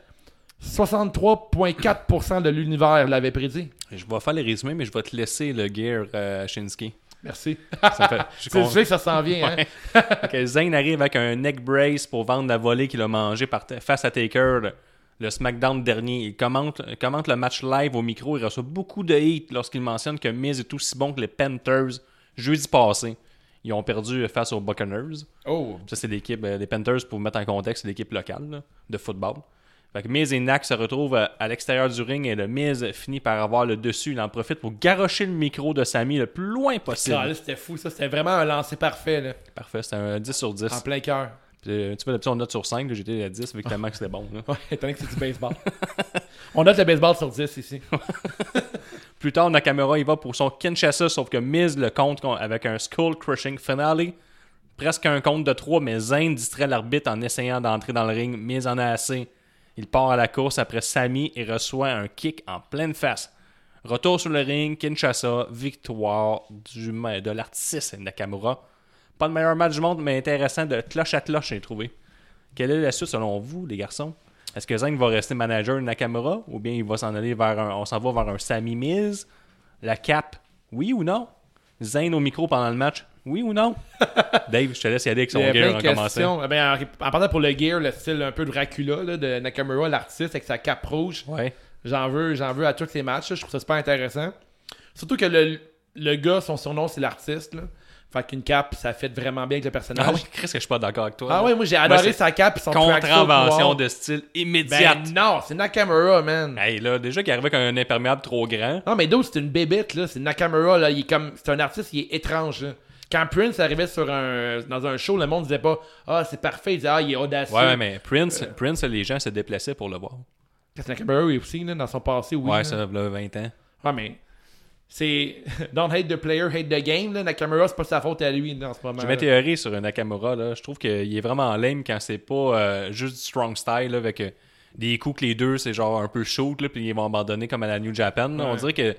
S1: 63,4% de l'univers l'avait prédit.
S2: je vais faire les résumés, mais je vais te laisser le gear euh, Shinsuke.
S1: Merci.
S2: Ça me fait- je suis
S1: Tu
S2: con-
S1: sais que ça s'en vient, hein?
S2: Fait que Zayn arrive avec un neck brace pour vendre la volée qu'il a mangée par te- face à Taker le, le SmackDown dernier. Il commente, commente le match live au micro. Il reçoit beaucoup de hate lorsqu'il mentionne que Miz est aussi bon que les Panthers jeudi passé. Ils ont perdu face aux Buccaneers.
S1: Oh.
S2: Ça, c'est l'équipe, euh, les Panthers, pour vous mettre en contexte, c'est l'équipe locale là, de football. Fait que Miz et Nak se retrouvent euh, à l'extérieur du ring et le Miz finit par avoir le dessus. Il en profite pour garocher le micro de Sami le plus loin possible.
S1: Ah, là, c'était fou, ça. C'était vraiment un lancer parfait, là.
S2: Parfait, c'est un 10 sur 10.
S1: En plein cœur.
S2: Puis, euh, tu vois, d'habitude, on note sur 5, j'étais à 10, vu que tellement que c'était bon. là.
S1: Ouais, étant donné que c'est du baseball. On note le baseball sur 10 ici.
S2: Plus tard, Nakamura, il va pour son Kinshasa, sauf que Miz le compte con- avec un Skull Crushing Finale. Presque un compte de 3, mais Zayn distrait l'arbitre en essayant d'entrer dans le ring. Miz en a assez. Il part à la course après Sami et reçoit un kick en pleine face. Retour sur le ring, Kinshasa, victoire du, ma- de l'artiste Nakamura. Pas le meilleur match du monde, mais intéressant de cloche à cloche, j'ai trouvé. Quelle est la suite selon vous, les garçons? Est-ce que Zang va rester manager de Nakamura ou bien il va s'en aller vers un, on s'en va vers un Sami Miz? La cape, oui ou non? Zane au micro pendant le match, oui ou non? Dave, je te laisse y aller avec son
S1: Il y a
S2: gear
S1: plein
S2: en
S1: de
S2: commençant.
S1: questions. Euh, Eh bien, en, en partant pour le gear, le style un peu Dracula là, de Nakamura, l'artiste avec sa cape rouge.
S2: Ouais.
S1: J'en veux, j'en veux à tous les matchs. là. Je trouve ça super intéressant. Surtout que le, le gars, son surnom, c'est l'artiste. là. Fait qu'une cape, ça fait vraiment bien avec le personnage.
S2: Ah oui, Chris, que je suis pas d'accord avec toi.
S1: Ah
S2: là.
S1: ouais, moi j'ai adoré
S2: c'est
S1: sa cape et son
S2: Contravention
S1: tracksuit noir.
S2: de style immédiate.
S1: Ben non, c'est Nakamura, man.
S2: Hey, là, déjà qu'il arrivait avec un imperméable trop grand.
S1: Non, mais d'autres, c'est une bébête, là. C'est Nakamura, là. Il est comme. C'est un artiste, il est étrange, là. Quand Prince arrivait sur un... dans un show, le monde disait pas Ah, c'est parfait. Il disait Ah, il est audacieux.
S2: Ouais, mais Prince, Prince, les gens se déplaçaient pour le voir.
S1: C'est Nakamura oui, aussi, là, dans son passé, oui. là.
S2: ouais, ça, là, 20 ans.
S1: Ouais, mais. C'est. Don't hate the player, hate the game, là. Nakamura, c'est pas sa faute à lui, là, en ce moment.
S2: J'ai
S1: là.
S2: ma théorie sur Nakamura, là. Je trouve qu'il est vraiment lame quand c'est pas euh, juste du strong style, là, avec euh, des coups que les deux, c'est genre un peu shoot, là, puis ils vont abandonner comme à la New Japan. là. On
S1: Ouais.
S2: dirait que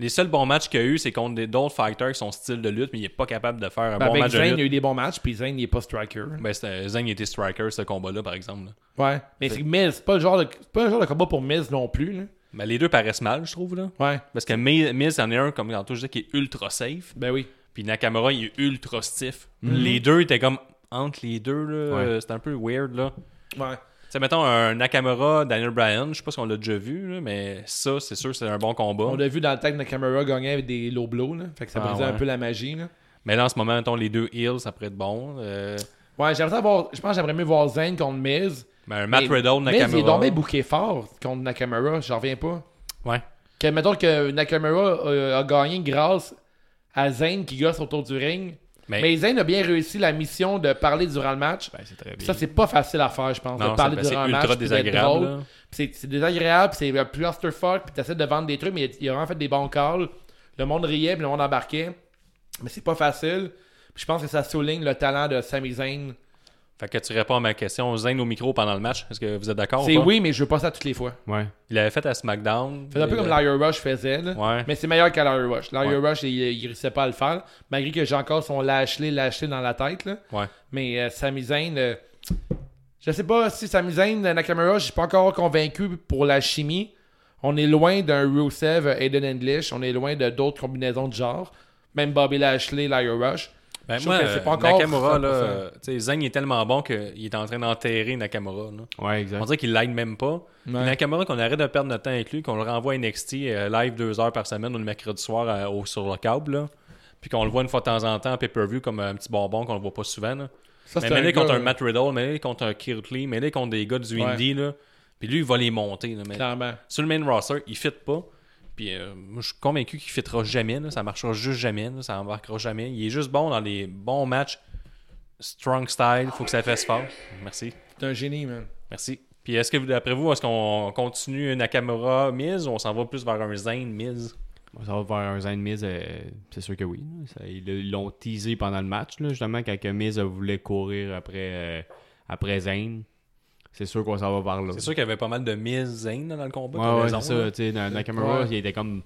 S2: les seuls bons matchs qu'il y a eu, c'est contre des- d'autres fighters qui sont style de lutte, mais il est pas capable de faire un
S1: Ben,
S2: bon
S1: avec
S2: match
S1: Zayn, il
S2: de
S1: y a
S2: lutte.
S1: eu des bons matchs, puis Zayn, il est pas striker.
S2: Ben, c'était- Zayn était striker, ce combat-là, par exemple. là.
S1: Ouais. Mais c'est Miz, c'est pas, le genre de... c'est pas le genre de combat pour Miz non plus, là.
S2: Mais Ben, les deux paraissent mal, je trouve, là.
S1: Ouais.
S2: Parce que Mi- Miz, en est un, comme tantôt, je disais, qui est ultra safe.
S1: Ben oui.
S2: Puis Nakamura, il est ultra stiff.
S1: Mm-hmm.
S2: Les deux étaient comme entre les deux, là.
S3: Ouais.
S2: euh, C'était un peu weird, là.
S1: Ouais.
S2: Tu sais, mettons un Nakamura, Daniel Bryan, je sais pas si on l'a déjà vu, là, mais ça, c'est sûr, c'est un bon combat.
S1: On l'a vu dans le temps que Nakamura gagnait avec des low blows, là. Fait que ça
S2: Ah,
S1: brisait un
S2: ouais.
S1: peu la magie, là.
S2: Mais là, en ce moment, mettons les deux heels, ça pourrait être bon. Euh,
S1: Ouais, j'aimerais ça voir. Je pense que j'aimerais mieux voir Zayn contre Miz.
S2: ben, un Matt
S1: Mais- Miz,
S2: Riddle,
S1: il est donc
S2: Nakamura.
S1: bien booké fort contre Nakamura. J'en reviens pas.
S2: Ouais.
S1: Que, mettons que Nakamura euh, a gagné grâce à Zayn qui gosse autour du ring.
S2: Mais-
S1: Mais, Zayn a bien réussi la mission de parler durant le match.
S2: Ben, c'est très
S1: Puis
S2: bien.
S1: ça, c'est pas facile à faire, je pense,
S2: Non,
S1: de parler
S2: c'est- ben,
S1: durant
S2: c'est
S1: un match. puis
S2: ultra
S1: d'être
S2: désagréable,
S1: drôle.
S2: là.
S1: Puis C'est c'est désagréable, puis c'est un clusterfuck, puis t'essaies de vendre des trucs, mais il a- il a vraiment fait des bons calls. Le monde riait, puis le monde embarquait. Mais c'est pas facile. Puis je pense que ça souligne le talent de Sami Zayn.
S2: Fait que tu réponds à ma question. Zayn au micro pendant le match, est-ce que vous êtes d'accord
S1: C'est
S2: ou pas?
S1: oui, mais je veux pas ça toutes les fois.
S3: Ouais.
S2: Il l'avait fait à SmackDown.
S1: C'est un peu
S2: Il-
S1: comme Liar Rush faisait, là.
S2: Euh, Ouais.
S1: mais c'est meilleur qu'à Liar Rush. Liar Rush, il, il réussissait pas à le faire, malgré que j'ai encore son lâcher, lâcher dans la tête. Là.
S2: Ouais.
S1: Mais euh, Sami Zayn, euh, je sais pas si Sami Zayn, euh, Nakamura, je suis pas encore convaincu pour la chimie. On est loin d'un Rusev, euh, Aiden English, on est loin de d'autres combinaisons de genre. Même Bobby Lashley, Liar Rush.
S2: Ben,
S1: Je
S2: moi,
S1: trouve que c'est pas
S2: euh,
S1: encore
S2: Nakamura,
S1: 100%.
S2: là, euh, tu sais, Zayn il est tellement bon qu'il est en train d'enterrer Nakamura. là.
S3: Ouais, exact.
S2: On dirait qu'il l'aide même pas. Puis Nakamura, qu'on arrête de perdre notre temps avec lui, qu'on le renvoie à NXT euh, live deux heures par semaine ou le mercredi soir euh, au, sur le câble, là. puis qu'on le voit une fois de temps en temps à pay-per-view comme un petit bonbon qu'on le voit pas souvent. Là.
S1: Ça,
S2: mais
S1: c'est un
S2: mêlé contre
S1: gars, euh,
S2: un Matt Riddle, mêlé contre un Kirtley, mêlé contre des gars du
S1: Ouais.
S2: Indie, là. puis lui, il va les monter. là, mais
S1: Clairement.
S2: sur le main roster, il fit pas. Puis euh, moi, je suis convaincu qu'il fitera jamais. là. Ça marchera juste jamais. là. Ça embarquera jamais. Il est juste bon dans les bons matchs. Strong style. Faut que ça fasse fort. Merci.
S1: C'est un génie, man.
S2: Merci. Puis est-ce que, vous- d'après vous, est-ce qu'on continue Nakamura mise ou on s'en va plus vers un Zane mise
S3: Ça va vers un Zayn Miz, euh, c'est sûr que oui. là. Ça- ils le- ils l'ont teasé pendant le match, là, justement, quand que Miz euh, voulait courir après, euh, après Zayn. C'est sûr qu'on s'en va vers là.
S2: C'est sûr qu'il y avait pas mal de mise Zane dans le combat.
S3: Ouais,
S2: t'as
S3: ouais,
S2: raison,
S3: c'est ça.
S2: là.
S3: tu sais, dans- Nakamura,
S1: Ouais.
S3: il était comme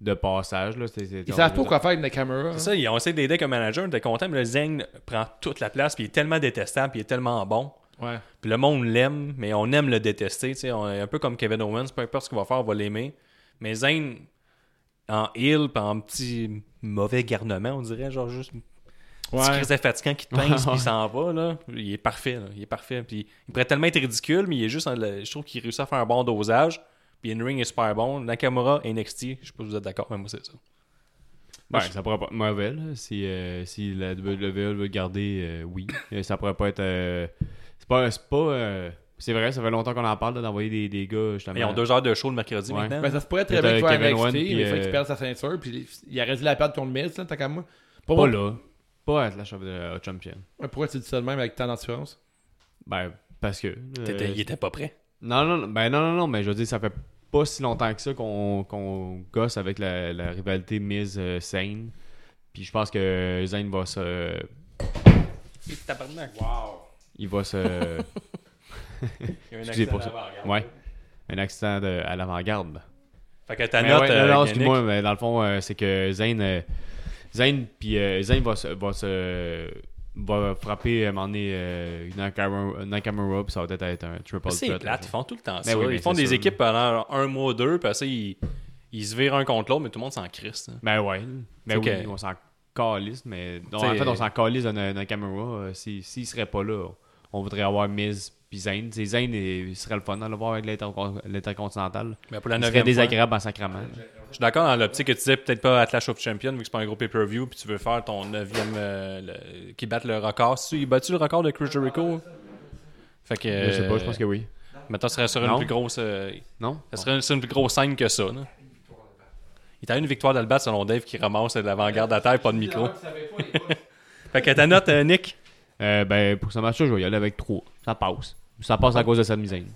S3: de passage. Là, c'est- c'est-
S1: Ils
S3: on-
S1: savent pas quoi faire avec Nakamura. hein.
S2: C'est ça, ils ont essayé d'aider comme manager, on était content, mais le Zane prend toute la place, puis il est tellement détestable, puis il est tellement bon.
S1: Ouais.
S2: Puis le monde l'aime, mais on aime le détester. tu sais, On est un peu comme Kevin Owens, peu importe ce qu'il va faire, on va l'aimer. Mais Zayn, en heel, puis en petit mauvais garnement, on dirait, genre juste une petite
S1: Ouais.
S2: crise de fatigant qui te pince, puis il s'en va. Là. Il est parfait, là, il est parfait. Puis il pourrait tellement être ridicule, mais il est juste, en- je trouve qu'il réussit à faire un bon dosage. Puis in-ring est super bon. Nakamura, NXT, je sais pas si vous êtes d'accord, mais moi c'est ça.
S3: Ouais, Ben, ça pourrait pas être mauvais. là. Si, euh, si la WWE veut garder, euh, oui. Euh, ça pourrait pas être. euh, c'est pas. C'est pas, euh, c'est vrai, ça fait longtemps qu'on en parle là, d'envoyer des, des gars, justement.
S2: Mais ils ont deux heures de show le mercredi
S3: Ouais.
S2: maintenant.
S1: Ben, ça se pourrait très
S3: Peut-être,
S1: bien qu'il soit à
S3: euh, Kevin
S1: NXT,
S3: Owens,
S1: mais il
S3: puis,
S1: faut qu'il
S3: euh,
S1: perde sa ceinture, puis il aurait dû la perdre contre Miz, là, tant qu'à moi. Pour
S3: Pas
S1: moi-
S3: là. Pas être la chef de euh, champion.
S1: Ouais, Pourquoi tu dis ça de même avec tant d'assurance?
S3: Ben, parce que. euh,
S2: T'étais- il était pas prêt.
S3: Non, non, non, ben non, non, non, mais je veux dire, ça fait pas si longtemps que ça qu'on qu'on gosse avec la, la rivalité mise euh, Zayn. Puis je pense que Zayn va se. Il va se. Excusez pour ça. Ouais. Un accident de- à l'avant-garde.
S2: Fait que ta
S3: Mais
S2: note.
S3: ouais,
S2: euh,
S3: non, non,
S2: Yannick,
S3: excuse-moi, mais dans le fond, euh, c'est que Zayn. euh, Zayn, puis euh, Zayn va se. Va, se- va frapper à un moment donné euh, Nakamura, Nakamura, puis ça va peut-être être un triple
S2: C'est
S3: threat,
S2: plate,
S3: dans
S2: ils
S3: le fond.
S2: font tout le temps
S3: Ben
S2: ça.
S3: oui, mais
S2: ils font
S3: c'est
S2: des
S3: sûr.
S2: équipes pendant un mois ou deux, puis après ça, ils, ils se virent un contre l'autre, mais tout le monde s'en crisse. hein.
S3: Ben ouais. Ben
S2: Faut
S3: oui,
S2: que-
S3: on s'en calisse, mais non,
S2: T'sais,
S3: en fait,
S2: euh,
S3: on s'en calisse de Na- Nakamura. euh, si- S'il serait pas là, on voudrait avoir Miz puis Zayn. T'sais, Zayn, il il serait le fun à le voir avec l'intercon- l'intercontinental.
S2: Mais pour la
S3: Il serait
S2: neuvième fois,
S3: désagréable en sacrament.
S2: Je suis d'accord dans l'optique que tu disais peut-être pas Atlash of Champions vu que c'est pas un gros pay-per-view puis tu veux faire ton 9 e qui batte le record. Si, il battu le record de Chris Jericho? hein. Fait que.
S3: Je sais pas, je pense que oui.
S2: Maintenant, ce serait sur une
S3: Non.
S2: plus grosse. euh,
S3: Non?
S2: ça serait sur une plus grosse scène que ça. là. Il a une victoire d'Albat selon Dave qui ramasse de l'avant-garde à terre, pas de micro. fait que ta note, euh, Nick?
S3: Euh, ben, pour ce match-là, je vais y aller avec 3. Ça passe. Ça
S2: Ah.
S3: passe à cause de sa misaine.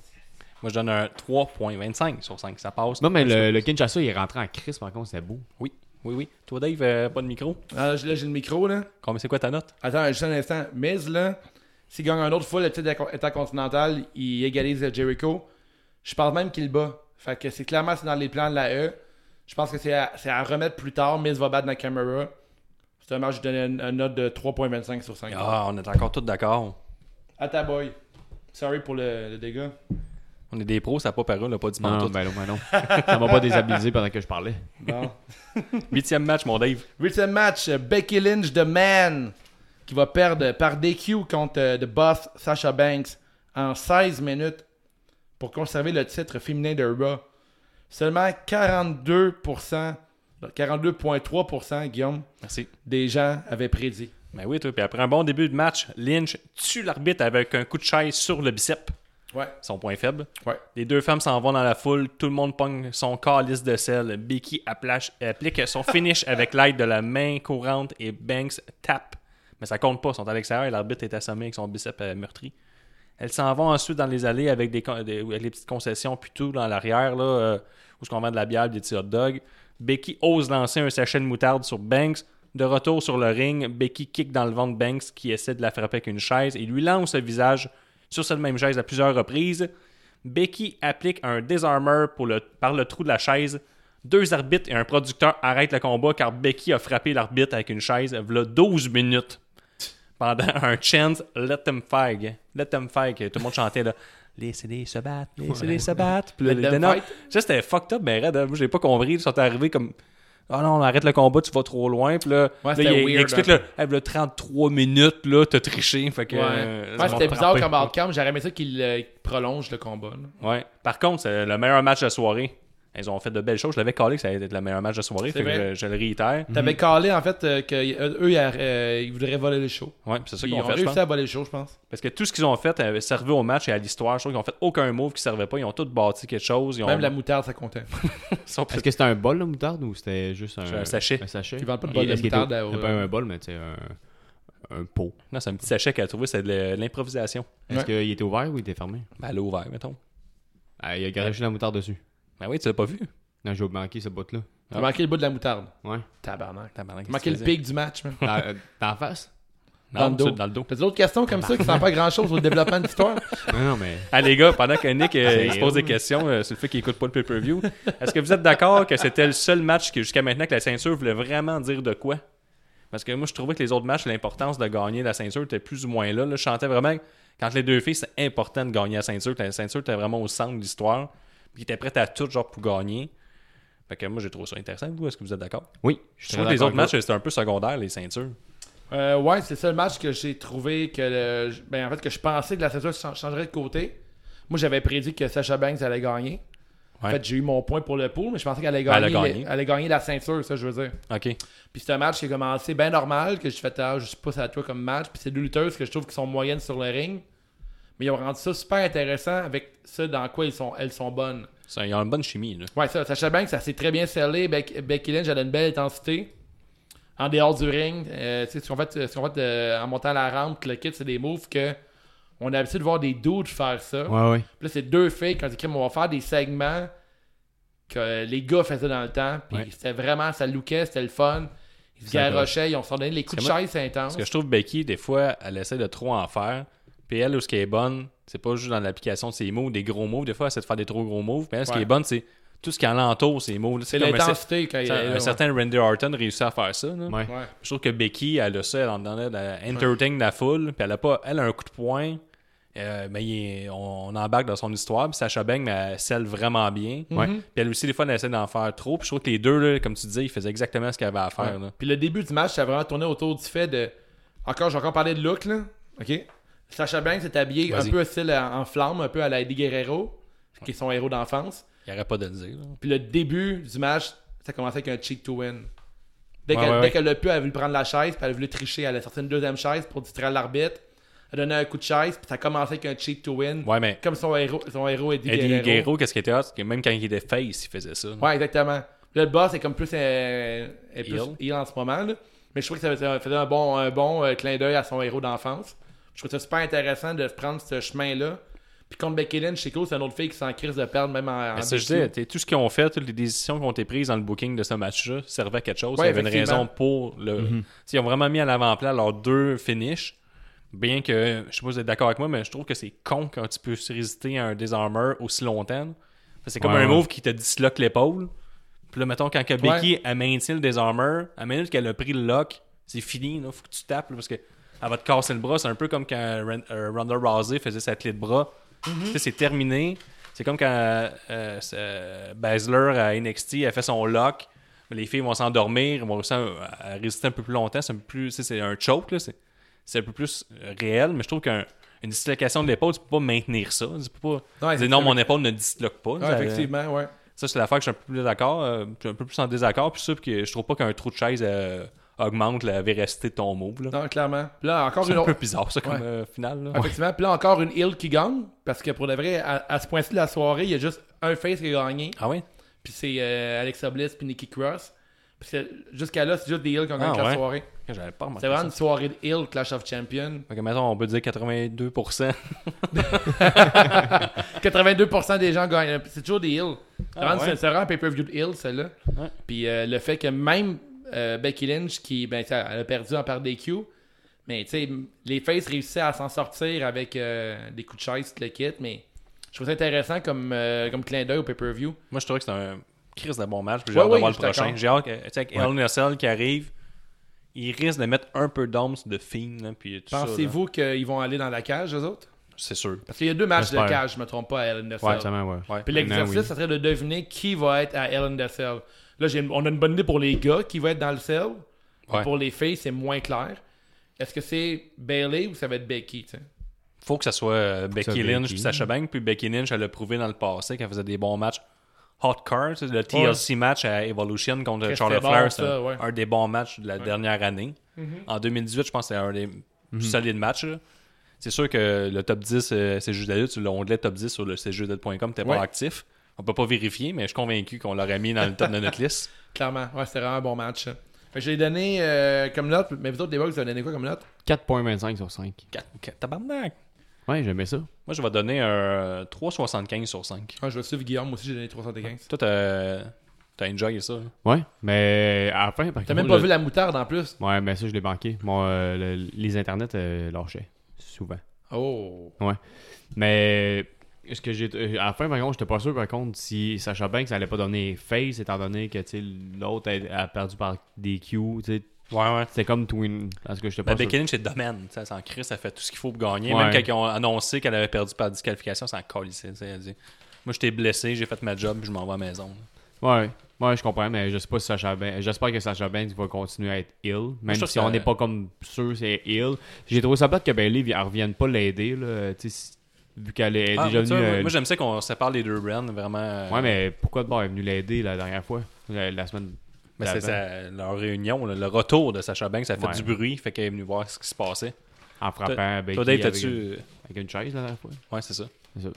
S2: Moi, je donne un 3.25 sur 5. Ça passe.
S3: Non, mais le, le Kinshasa, il est rentré en crise, par contre, c'est beau.
S2: Oui, oui, oui. Toi, Dave, euh, pas de micro.
S1: Ah, là, j'ai le micro, là.
S2: Combien c'est quoi ta note?
S1: Attends, juste un instant. Miz, là, s'il gagne un autre fois le titre intercontinental, il égalise Jericho. Je pense même qu'il le bat. Fait que c'est clairement c'est dans les plans de la E. Je pense que c'est à, c'est à remettre plus tard. Miz va battre Nakamura. C'est un match, je donnais une, une note de 3.25 sur 5.
S2: Ah, on est encore tous d'accord.
S1: À ta boy. Sorry pour le, le dégât.
S2: On est des pros, ça n'a pas paru, on n'a pas dit
S3: Non,
S2: bon
S3: non,
S2: tout.
S3: ben non, ben non. Ça m'a pas déstabilisé pendant que je parlais.
S1: Bon.
S2: Huitième match, mon Dave.
S1: Huitième match, euh, Becky Lynch, The Man, qui va perdre par DQ contre euh, The Boss Sasha Banks en 16 minutes pour conserver le titre féminin de Raw. Seulement 42%, 42,3%, Guillaume,
S2: Merci.
S1: des gens avaient prédit.
S2: Ben oui, toi. Puis après un bon début de match, Lynch tue l'arbitre avec un coup de chaise sur le bicep,
S1: Ouais,
S2: son point faible.
S1: ouais.
S2: Les deux femmes s'en vont dans la foule, tout le monde pogne son calice de sel. Becky applache- applique son finish avec l'aide de la main courante et Banks tape. Mais ça compte pas, ils sont à l'extérieur et l'arbitre est assommé avec son bicep euh, meurtri. Elles s'en vont ensuite dans les allées avec, des, con- des- avec les petites concessions, puis tout dans l'arrière, là, euh, où ce qu'on vend de la bière, des petits hot dogs. Becky ose lancer un sachet de moutarde sur Banks. De retour sur le ring, Becky kick dans le ventre de Banks qui essaie de la frapper avec une chaise et lui lance le visage sur cette même chaise à plusieurs reprises. Becky applique un disarmer pour le, par le trou de la chaise. Deux arbitres et un producteur arrêtent le combat car Becky a frappé l'arbitre avec une chaise v'là 12 minutes pendant un chant Let them fight. Let them fight. Tout le monde chantait là. Laissez-les se battre, laissez-les se battre. Puis là,
S1: Let
S2: les
S1: them
S2: ténors-
S1: fight.
S2: ça, c'était fucked up, mais raide. hein. Moi, j'ai pas compris. Ils sont arrivés comme. Ah non, on arrête le combat, tu vas trop loin. Puis là,
S1: Ouais,
S2: là,
S1: c'était
S2: il, il
S1: weird,
S2: explique,
S1: hein.
S2: là, Hey, voilà 33 minutes, là, t'as triché. Fait que.
S1: Ouais,
S2: euh, ça
S1: Ouais,
S2: m'a
S1: c'était bizarre
S2: frappé. Mm-hmm.
S1: comme outcome. J'aurais aimé ça qu'il euh, prolonge le combat. là.
S2: Ouais. Par contre, c'est le meilleur match de la soirée. Ils ont fait de belles choses. Je l'avais calé que ça allait être le meilleur match de la soirée.
S1: C'est
S2: Fait que
S1: vrai. Mm.
S2: je, je le réitère.
S1: T'avais calé, en fait, euh, qu'eux, ils, euh, ils voudraient voler le show.
S2: Ouais, puis c'est ça
S1: Ils
S2: qu'ils
S1: ont
S2: ont fait. je pense.
S1: réussi à voler le show, je pense.
S2: Parce que tout ce qu'ils ont fait euh, servait au match et à l'histoire. Je trouve qu'ils ont fait aucun move qui servait pas. Ils ont tout bâti quelque chose. Ils ont
S1: Même la moutarde, ça comptait.
S2: Ils sont-
S3: Est-ce que c'était un bol, la moutarde, ou c'était juste un,
S2: Un sachet.
S3: Un sachet.
S1: Ils vendent pas de bol de
S3: Est-ce qu'il
S1: moutarde
S3: était-
S1: à-
S3: c'était pas un bol, mais c'est un, un pot.
S2: Non, c'est un petit sachet qu'elle a trouvé. C'est de l'- l'improvisation.
S3: Est-ce
S1: Ouais.
S3: qu'il était ouvert ou il était fermé?
S2: Ben, elle a ouvert, mettons.
S3: Ah, il a garagé la moutarde dessus.
S2: Ben oui, tu l'as pas vu.
S3: Non, j'ai manqué ce bout-là.
S1: T'as manqué le bout de la moutarde.
S3: Ouais.
S1: Tabarnak.
S2: Tabarnak,
S1: T'as manqué le
S2: qu'est-ce que tu
S1: pic du match, man.
S3: Dans, euh, dans la face?
S2: faisais? Non, c'est dans le dos.
S1: T'as d'autres questions comme ça qui ne pas grand chose au développement de l'histoire?
S3: Non, non, mais.
S2: Ah les gars, pendant que Nick euh, il se pose
S3: C'est
S2: des questions euh, sur le fait qu'il écoute pas le pay-per-view, est-ce que vous êtes d'accord que c'était le seul match que jusqu'à maintenant que la ceinture voulait vraiment dire de quoi? Parce que moi je trouvais que les autres matchs, l'importance de gagner la ceinture était plus ou moins là. là je chantais vraiment que quand les deux filles, c'est important de gagner la ceinture, que la ceinture était vraiment au centre de l'histoire, puis qu'ils étaient prêtes à tout genre pour gagner. Fait que moi j'ai trouvé ça intéressant, vous, est-ce que vous êtes d'accord?
S3: Oui,
S2: Je trouve que les autres matchs, c'était un peu secondaire, les ceintures.
S1: Euh, ouais, c'est ça le match que j'ai trouvé que le- ben, en fait que je pensais que la ceinture chan- changerait de côté. Moi j'avais prédit que Sasha Banks allait gagner. En
S2: Ouais.
S1: fait, j'ai eu mon point pour le pool, mais je pensais qu'elle allait
S2: Ben, elle
S1: gagner,
S2: a
S1: les-
S2: gagné.
S1: elle allait gagner la ceinture, ça je veux dire.
S2: OK.
S1: Puis c'est un match qui a commencé bien normal, que je fais ah, je sais pas ça à toi comme match, puis c'est deux lutteuses que je trouve qui sont moyennes sur le ring. Mais ils ont rendu ça super intéressant avec ce dans quoi ils sont, elles sont bonnes.
S2: Ça, Ils ont une bonne chimie, là.
S1: Ouais, ça, Sasha Banks, ça s'est très bien scellé. Bec- Becky Lynch, elle a une belle intensité. En dehors du ring, euh, tu sais, ce qu'on fait, ce qu'on fait euh, en montant la rampe, le kit, c'est des moves que on a l'habitude de voir des dudes faire ça.
S3: Ouais, ouais.
S1: Puis là, c'est deux filles qui ont dit Crime, on va faire des segments que les gars faisaient dans le temps. Puis
S3: Ouais.
S1: c'était vraiment, ça lookait, c'était le fun. Ils se
S3: C'est vrai.
S1: garrochaient, ils ont donné les coups de
S2: C'est moi-
S1: chaise, c'est intense.
S2: Parce que je trouve Becky, des fois, elle essaie de trop en faire. Puis elle, où ce qui est bonne, c'est pas juste dans l'application de ses moves, des gros moves. Des fois, elle essaie de faire des trop gros moves. Mais elle, ce qui
S1: Ouais.
S2: est bonne, c'est tout ce qui alentoure ses moves. là.
S1: C'est
S2: comme un cer-
S1: l'intensité quand il y a-
S2: un
S1: ouais.
S2: certain Randy Orton réussit à faire ça. là.
S3: Ouais.
S1: Ouais.
S2: Je trouve que Becky, elle a ça, elle en donne, elle elle entertain la foule, puis elle a pas, elle a un coup de poing, euh, mais il est- on, on embarque dans son histoire, puis Sacha Bang, elle scelle vraiment bien.
S3: Ouais.
S2: Puis elle aussi, des fois, elle essaie d'en faire trop, puis je trouve que les deux, là, comme tu dis, ils faisaient exactement ce qu'elle avait à faire. là.
S1: Puis le début du match, ça a vraiment tourné autour du fait de. Encore, j'ai encore parlé de look, là. OK? Sacha Banks est habillé un
S2: Vas-y.
S1: peu style en en flamme, un peu à la Eddie Guerrero, qui est son héros d'enfance.
S2: Il n'y aurait pas de le dire. là.
S1: Puis le début du match, ça commençait avec un cheat to win. Dès
S3: Ouais,
S1: qu'elle
S3: ouais,
S1: dès
S3: ouais.
S1: qu'elle l'a pu, elle a voulu prendre la chaise, puis elle a voulu tricher. Elle a sorti une deuxième chaise pour distraire l'arbitre. Elle a donné un coup de chaise, puis ça commençait avec un cheat to win.
S2: Ouais, mais-
S1: Comme son héros, son héros Eddie,
S2: Eddie
S1: Guerrero.
S2: Guerrero, qu'est-ce qui était hot, c'est que même quand il était face, il faisait ça.
S1: Ouais, exactement. Là, le boss est comme plus, euh, est plus
S2: Heel.
S1: heel en ce moment. là. Mais je trouve que ça faisait- faisait un bon, un bon euh, clin d'œil à son héros d'enfance. Je trouve ça super intéressant de prendre ce chemin-là. Puis contre Becky Lynch, c'est cool, c'est une autre fille qui s'en crise de perdre même en. en
S2: Mais ça, je
S1: BQ.
S2: disais, t'sais, tout ce qu'ils ont fait, toutes les décisions qui ont été prises dans le booking de ce match-là servaient à quelque chose.
S1: Ouais,
S2: il y avait une
S1: effectivement.
S2: raison pour le.
S3: Mhm.
S2: T'sais, Ils ont vraiment mis à l'avant-plan leurs deux finishes. Bien que, je sais pas si vous êtes d'accord avec moi, mais je trouve que c'est con quand tu peux se résister à un disarmer aussi longtemps. Parce que C'est comme
S3: Ouais,
S2: un
S3: ouais.
S2: move qui te disloque l'épaule. Puis là, mettons, quand que Becky elle maintient le disarmer, à la minute qu'elle a pris le lock, c'est fini, là, faut que tu tapes, là, parce que elle va te casser le bras. C'est un peu comme quand Ren- euh, Ronda Rousey faisait sa clé de bras.
S1: Mm-hmm.
S2: Tu sais, c'est terminé. C'est comme quand euh, euh, c'est, euh, Baszler à NXT a fait son lock. Les filles vont s'endormir, vont réussir à- à résister un peu plus longtemps. C'est un peu plus, tu sais, c'est un choke, là. C'est, c'est un peu plus euh, réel, mais je trouve qu'une dislocation de l'épaule, tu peux pas maintenir ça. Tu peux pas
S1: Ouais,
S2: dire
S1: c'est
S2: non,
S1: ça.
S2: mon épaule ne disloque pas.
S1: Ouais,
S2: Ça-
S1: effectivement, ouais.
S2: ça, c'est l'affaire que je suis un peu plus d'accord. euh, je suis un peu plus en désaccord. Puis ça, puis que je trouve pas qu'un trou de chaise euh, augmente la véracité de ton move. là.
S1: Non, clairement. Puis là, encore
S2: C'est
S1: une
S2: un
S1: autre.
S2: peu bizarre, ça, comme
S1: Ouais.
S2: euh, finale. là.
S1: Effectivement. Puis là, encore une heel qui gagne. Parce que pour de vrai, à, à ce point-ci de la soirée, il y a juste un face qui a gagné.
S2: Ah ouais?
S1: Puis c'est euh, Alexa Bliss puis Nikki Cross. Puis c'est- jusqu'à là, c'est juste des heels qui ont
S2: Ah
S1: gagné la
S2: ouais?
S1: soirée.
S2: Que J'avais pas remarqué
S1: C'est vraiment
S2: ça.
S1: une soirée de heel Clash of Champions.
S2: Fait que, mettons, on peut dire 82%.
S1: 82% des gens gagnent. C'est toujours des heels. C'est
S2: Ah
S1: vraiment-
S2: ouais?
S1: C'est vraiment un pay-per-view de heels, celle-là.
S2: Ouais.
S1: Puis euh, le fait que même euh, Becky Lynch, qui ben, ça, elle a perdu en part des Q, mais tu sais, les faces réussissaient à s'en sortir avec euh, des coups de chaise, tout le kit. Mais je trouve ça intéressant comme, euh, comme clin d'œil au pay-per-view.
S2: Moi, je trouvais que c'était un crise de bon match. puis J'ai
S1: Ouais,
S2: hâte
S1: ouais,
S2: de voir le
S1: je suis
S2: prochain.
S1: d'accord.
S2: J'ai hâte que, tu sais, avec Hell in a Cell qui arrive, il risque de mettre un peu d'ombre de Fiend. là, puis tout ça, là.
S1: Pensez-vous qu'ils vont aller dans la cage, eux autres
S2: C'est sûr.
S1: Parce qu'il y a deux matchs de
S3: J'espère.
S1: cage, je me trompe pas, à Hell in a Cell.
S3: Ouais, exactement, ouais.
S2: Ouais.
S1: Puis
S3: Maintenant,
S1: l'exercice,
S3: oui.
S1: ça serait de deviner qui va être à Hell in the Cell. Là, j'ai- on a une bonne idée pour les gars qui va être dans le cell. Mais
S2: Ouais.
S1: Pour les filles, c'est moins clair. Est-ce que c'est Bailey ou ça va être Becky? tu sais?
S2: Faut que ça soit euh, Becky
S3: soit
S2: Lynch
S3: Becky.
S2: puis Sacha Banks. Puis Becky Lynch, elle a prouvé dans le passé qu'elle faisait des bons matchs. Hot Car, tu sais, le TLC match à Evolution contre
S1: Qu'est-ce
S2: Charlotte
S1: que c'est
S2: Flair,
S1: bon,
S2: c'est
S1: ça,
S2: un,
S1: ouais.
S2: un des bons matchs de la dernière année. En 2018, je pense que c'est un des plus solides matchs. là. C'est sûr que le top 10, euh, c'est juste la lutte, l'onglet top 10 sur le cjudette.com, t'es
S1: Ouais.
S2: pas actif. On peut pas vérifier, mais je suis convaincu qu'on l'aurait mis dans le top de notre liste.
S1: Clairement, ouais, c'était vraiment un bon match. hein. Fait que je l'ai donné euh, comme note, mais vous autres, les boys, vous avez donné quoi comme note
S3: 4.25 sur 5.
S2: Quatre- quatre- Tabarnak!
S3: Ouais, j'aimais ça.
S2: Moi, je vais donner un 3,75 sur 5.
S1: Ah, Je vais suivre Guillaume, moi aussi, j'ai donné 315.
S2: Toi, t'as t'as enjoyé ça. hein?
S3: Ouais, mais à la fin, par
S1: T'as
S3: contre,
S1: même pas
S3: le-
S1: vu la moutarde en plus
S3: Ouais, mais ça, je l'ai banqué. Mon, euh, le- les internets euh, lâchaient, souvent.
S1: Oh
S3: Ouais. Mais ce que j'ai. euh, À la fin, par contre, j'étais pas sûr, par contre, si Sacha Banks allait pas donner face, étant donné que tu sais, l'autre a, a perdu par des Q. tu sais.
S2: Ouais, ouais.
S3: C'était comme Twin. Parce que j'étais
S2: Mais
S3: pas
S2: Becky
S3: sûr.
S2: Lynch, c'est le domaine. tu sais, Elle s'en crisse, ça fait tout ce qu'il faut pour gagner.
S3: Ouais.
S2: Même quand ils ont annoncé qu'elle avait perdu par disqualification, ça en colissait. tu sais, Elle dit Moi, j'étais blessé, j'ai fait ma job, puis je m'en vais à la maison.
S3: Ouais. Ouais, je comprends, mais je sais pas si Sacha Banks. J'espère que Sacha Banks va continuer à être ill. Même
S2: trouve
S3: si
S2: que-
S3: on n'est pas comme sûr c'est ill. J'ai trouvé ça plate que Bailey elle revienne pas l'aider, là. Tu sais, si- vu qu'elle est
S2: Ah,
S3: déjà
S2: tu sais,
S3: venue.
S2: moi,
S3: euh,
S2: moi, j'aime ça qu'on sépare les deux brands, vraiment. euh,
S3: Ouais, mais pourquoi de bord est venu l'aider la dernière fois La, la semaine.
S2: mais c'est
S3: d'avant?
S2: sa- leur réunion, là, le retour de Sacha Banks, ça fait
S3: Ouais.
S2: du bruit, fait qu'elle est venue voir ce qui se passait.
S3: En frappant
S2: Toi,
S3: Becky
S2: toi, Dave,
S3: avec,
S2: t'as-tu. euh,
S3: avec une chaise la dernière fois.
S2: Ouais, c'est ça.
S3: C'est ça.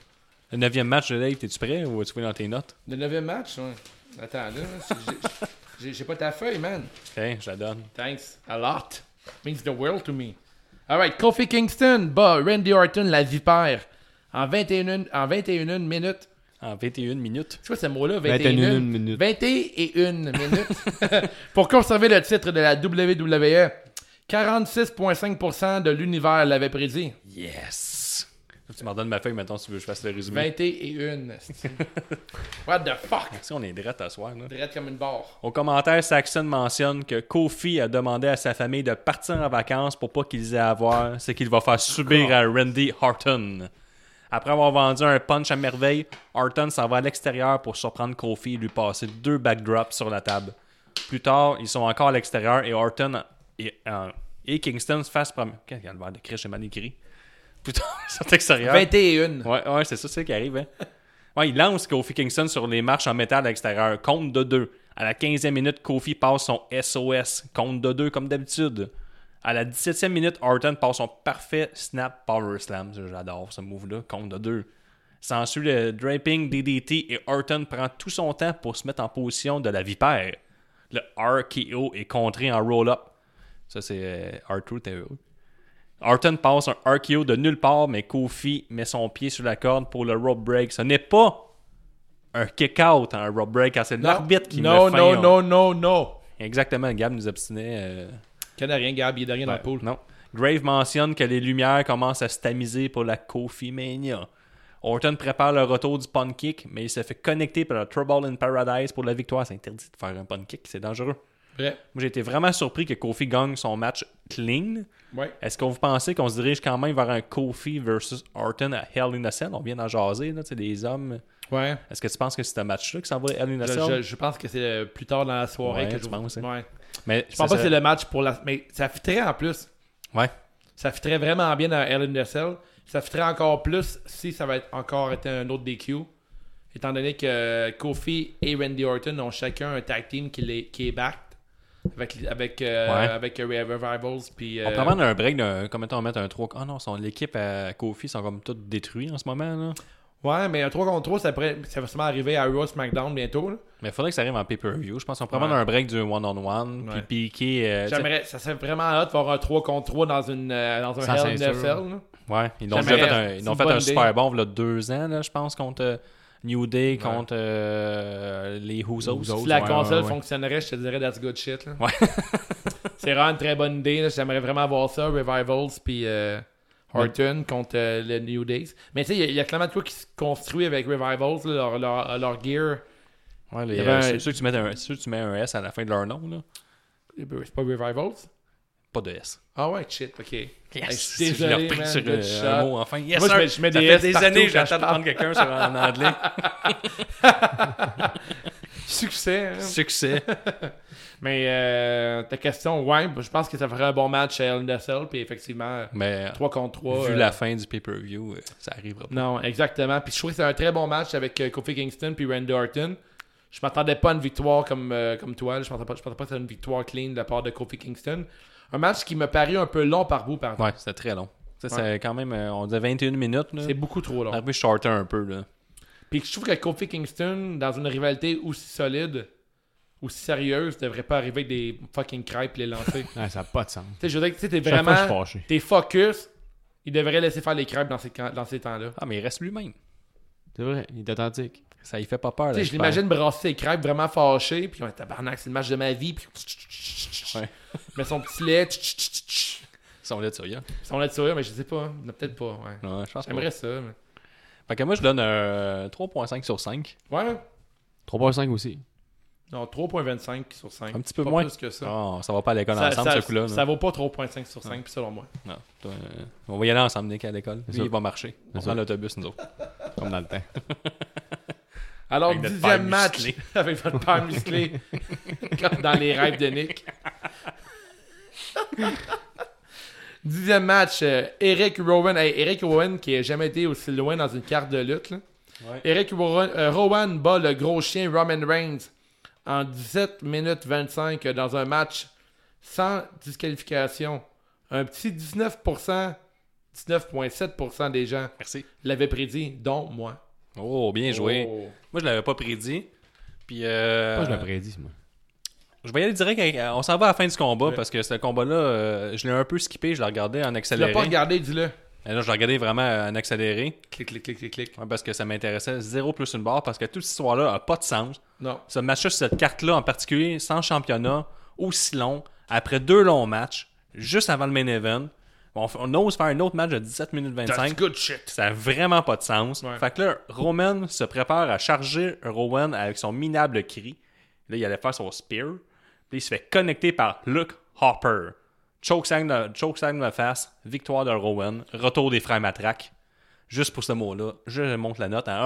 S2: Le neuvième match, Dave, t'es-tu prêt ou as-tu vu dans tes notes
S1: Le neuvième match ouais. Attends, là, j'ai- j'ai j'ai pas ta feuille, man.
S2: Ok, je la donne.
S1: Thanks a lot. Means the world to me. Alright, Kofi Kingston bat Randy Orton la vipère en 21, en 21 minutes.
S2: En 21 minutes.
S1: C'est quoi ce mot-là?
S3: 21 minutes.
S1: 21 minutes. pour conserver le titre de la E, WWE. 46,5% de l'univers l'avait prédit.
S2: Yes Tu m'en donnes ma feuille maintenant si tu veux que je fasse le résumé.
S1: 21. c'est-tu. What the fuck?
S2: Ben, Si on est direct à soir, là.
S1: Direct comme une barre.
S2: Au commentaire, Saxon mentionne que Kofi a demandé à sa famille de partir en vacances pour pas qu'ils aient à voir ce qu'il va faire subir à Randy Orton. Après avoir vendu un punch à merveille, Orton s'en va à l'extérieur pour surprendre Kofi et lui passer deux backdrops sur la table. Plus tard, ils sont encore à l'extérieur et Orton et, euh, et Kingston se fassent prom- Qu'est-ce qu'il y a le verre de Chris, j'ai mal écrit. Plus tard, ils sont extérieurs.
S1: 21.
S2: Ouais, ouais, c'est ça, c'est ça qui arrive. Hein. Ouais, il lance Kofi Kingston sur les marches en métal à l'extérieur. Compte de 2. À la 15e minute, Kofi passe son SOS. Compte de 2 comme d'habitude. À la 17e minute, Orton passe son parfait snap power slam. Ça, J'adore ce move-là. Compte de 2. S'ensuit le draping DDT et Orton prend tout son temps pour se mettre en position de la vipère. Le RKO est contré en roll-up. Ça, c'est euh, R-Truth et eux. Orton passe un RKO de nulle part, mais Kofi met son pied sur la corde pour le rope break. Ce n'est pas un kick-out, un rope break, car c'est l'arbitre qui
S1: Non,
S2: met fin hein.
S1: non,
S2: au-
S1: non, non, non.
S2: Exactement, Gab nous obstinait. euh,
S1: Canadien, Gab, il est derrière dans le pool.
S2: non. Grave mentionne que les lumières commencent à se tamiser pour la Kofi Mania. Orton prépare le retour du punt kick, mais il se fait connecter par le Trouble in Paradise pour la victoire. C'est interdit de faire un punt kick, c'est dangereux.
S1: Vrai.
S2: Moi, j'ai été vraiment surpris que Kofi gagne son match clean.
S1: Ouais.
S2: Est-ce qu'on vous pensez qu'on se dirige quand même vers un Kofi versus Orton à Hell in a Cell? On vient d'en jaser, là, tu sais, des hommes.
S1: Ouais.
S2: Est-ce que tu penses que c'est un match-là qui s'en va à Hell in a
S1: Je,
S2: Cell?
S1: je- je pense que c'est euh, plus tard dans la soirée
S2: Ouais,
S1: que
S2: tu
S1: je
S2: penses, hein?
S1: Ouais.
S2: Mais
S1: Je pense pas que c'est le match pour la. Mais ça fitterait en plus.
S2: Ouais.
S1: Ça fitterait vraiment bien dans Hell in a Cell. Ça fitterait encore plus si ça va être encore été un autre DQ. Étant donné que euh, Kofi et Randy Orton ont chacun un tag team qui, les, qui est backed avec, avec, euh,
S2: Ouais.
S1: avec euh, Revivals. Puis,
S2: On
S1: euh,
S2: peut prendre un break de comment on mettre un 3 Ah non, son l'équipe à Kofi sont comme toutes détruites en ce moment là.
S1: Ouais, mais un 3 contre 3, ça, pourrait- ça va sûrement arriver à Raw SmackDown bientôt. là.
S2: Mais il faudrait que ça arrive en pay-per-view. Je pense qu'on peut
S1: Ouais.
S2: prendre un break du one-on-one
S1: Ouais.
S2: puis piquer euh,
S1: J'aimerais, ça serait vraiment hot de voir un 3 contre 3 dans, une, euh, dans un
S3: Sans
S1: Hell in a
S3: ceinture.
S1: Cell. là.
S2: Ouais, ils l'ont
S1: J'aimerais-
S2: déjà fait un, ils
S1: c'est une
S2: l'ont fait un
S1: bonne
S2: super
S1: idée.
S2: bon, il deux ans, là, je pense, contre euh, New Day, contre euh, les Hoosos.
S1: Si la
S3: ouais,
S1: console
S3: ouais, ouais.
S1: fonctionnerait, je te dirais that's good shit. là.
S2: Ouais.
S1: C'est vraiment une très bonne idée. là. J'aimerais vraiment voir ça, Revivals puis euh, Horton contre euh, le New Days. Mais tu sais, il y a- il y, a clairement de quoi qui se construit avec Revivals, là, leur, leur, leur gear. Euh,
S2: Ouais,
S1: Il
S2: les-
S1: y avait
S2: euh,
S1: un-
S2: C'est sûr que tu mets un, c'est sûr que tu mets un S à la fin de leur nom, là.
S1: C'est pas Revivals?
S2: Pas de S.
S1: Ah ouais, shit, ok. Hey, je suis
S2: Je l'ai
S1: désolé,
S2: repris
S1: man,
S2: sur
S1: good
S2: euh, un
S1: shot.
S2: mot, enfin. Yes,
S1: Moi, je
S2: sir.
S1: mets- je mets
S2: ça
S1: des
S2: fait
S1: S
S2: des
S1: partout
S2: années
S1: quand
S2: que j'attends
S1: je
S2: de prendre quelqu'un sur en anglais.
S1: Succès. hein.
S2: Succès.
S1: Mais euh, ta question, ouais, bah, je pense que ça ferait un bon match à Hell in a Cell, puis effectivement,
S2: Mais
S1: 3 contre 3.
S2: Ben, vu
S1: euh,
S2: la fin du pay-per-view, euh, ça arrivera pas.
S1: Non, exactement. Puis je trouvais que c'est un très bon match avec euh, Kofi Kingston puis Randy Orton. Je m'attendais pas à une victoire comme, euh, comme toi. là. Je pensais pas, je pensais pas que c'était une victoire clean de la part de Kofi Kingston. Un match qui me paraît un peu long par bout, par
S2: Ouais, c'était très long. Ça, c'est quand même, euh, on disait 21 minutes, là.
S1: C'est beaucoup trop
S3: Ah.
S1: long.
S2: un peu shorter un peu, là.
S1: Puis je trouve que Kofi Kingston, dans une rivalité aussi solide, aussi sérieuse, devrait pas arriver avec des fucking crêpes et les lancer. tu
S3: Ah, ça n'a pas de sens.
S1: sais, je veux dire que tu sais, t'es
S3: Chaque fois, je suis
S1: vraiment.
S3: fâché.
S1: T'es focus. Il devrait laisser faire les crêpes dans ces, camps- dans ces temps-là.
S2: Ah, mais il reste lui-même.
S3: C'est vrai, il est authentique.
S2: Ça il fait pas peur, là,
S1: Tu sais, je
S2: j'espère.
S1: l'imagine brasser les crêpes vraiment fâché, puis ouais, tabarnak, c'est le match de ma vie, puis
S2: Ouais.
S1: met son petit lait, tch, tch, tch, tch.
S2: Ils sont là dessus, hein.
S1: Ils sont là dessus mais je sais pas, Il y en a peut-être pas, ouais.
S2: Non, je pense pas.
S1: J'aimerais ça, mais...
S2: Fait que moi, je donne euh, un 3.5 sur 5.
S1: Ouais,
S3: 3.5 aussi.
S1: non, 3.25 sur 5.
S2: Un petit peu
S1: Pas
S2: moins.
S1: plus que ça.
S2: Oh, ça va pas à l'école
S1: ça,
S2: ensemble,
S1: ça-
S2: ce coup-là. là.
S1: ça vaut pas 3.5 sur 5, puis selon moi.
S2: Non. Toi, euh, on va y aller ensemble, Nick, à l'école. Lui,
S3: ça.
S2: il va marcher. On
S3: ça.
S2: prend l'autobus, nous autres.
S3: Comme dans le temps.
S1: Alors,
S2: Avec notre
S1: dixième
S2: père
S1: match
S2: musclé.
S1: avec votre père musclé, comme dans les rêves de Nick. dixième match, euh, Eric Rowan. Hey, Eric Rowan qui n'a jamais été aussi loin dans une carte de lutte. là. Eric Rowan, euh, Rowan bat le gros chien Roman Reigns en 17 minutes 25 euh, dans un match sans disqualification. Un petit 19%, 19,7% des gens
S2: Merci.
S1: l'avaient prédit, dont moi.
S2: Oh, bien joué.
S1: Oh.
S2: Moi, je l'avais pas prédit. Puis, euh,
S3: Moi, je l'ai prédit, moi.
S2: je vais y aller direct. avec- euh, On s'en va à la fin du combat parce que ce combat-là, euh, je l'ai un peu skippé. Je l'ai regardé en
S1: Tu l'as
S2: accéléré.
S1: pas regardé, dis-le.
S2: Mais là, je l'ai regardé vraiment euh, en accéléré
S1: Clic, clic, clic, clic, clic.
S2: ouais, parce que ça m'intéressait. Zéro plus une barre parce que toute cette histoire-là a pas de sens.
S1: Non.
S2: Ce match-là, sur cette carte-là en particulier, sans championnat, aussi long, après deux longs matchs, juste avant le main event, on, f- on ose faire un autre match de 17 minutes 25.
S1: good shit.
S2: Ça n'a vraiment pas de sens.
S1: Ouais.
S2: Fait que là, Roman se prépare à charger Rowan avec son minable cri. Là, il allait faire son spear. Puis il se fait connecter par Luke Hopper. Chokeslam de, chokeslam de la face, victoire de Rowan, retour des frères Matraque. Juste pour ce mot-là, je monte la note à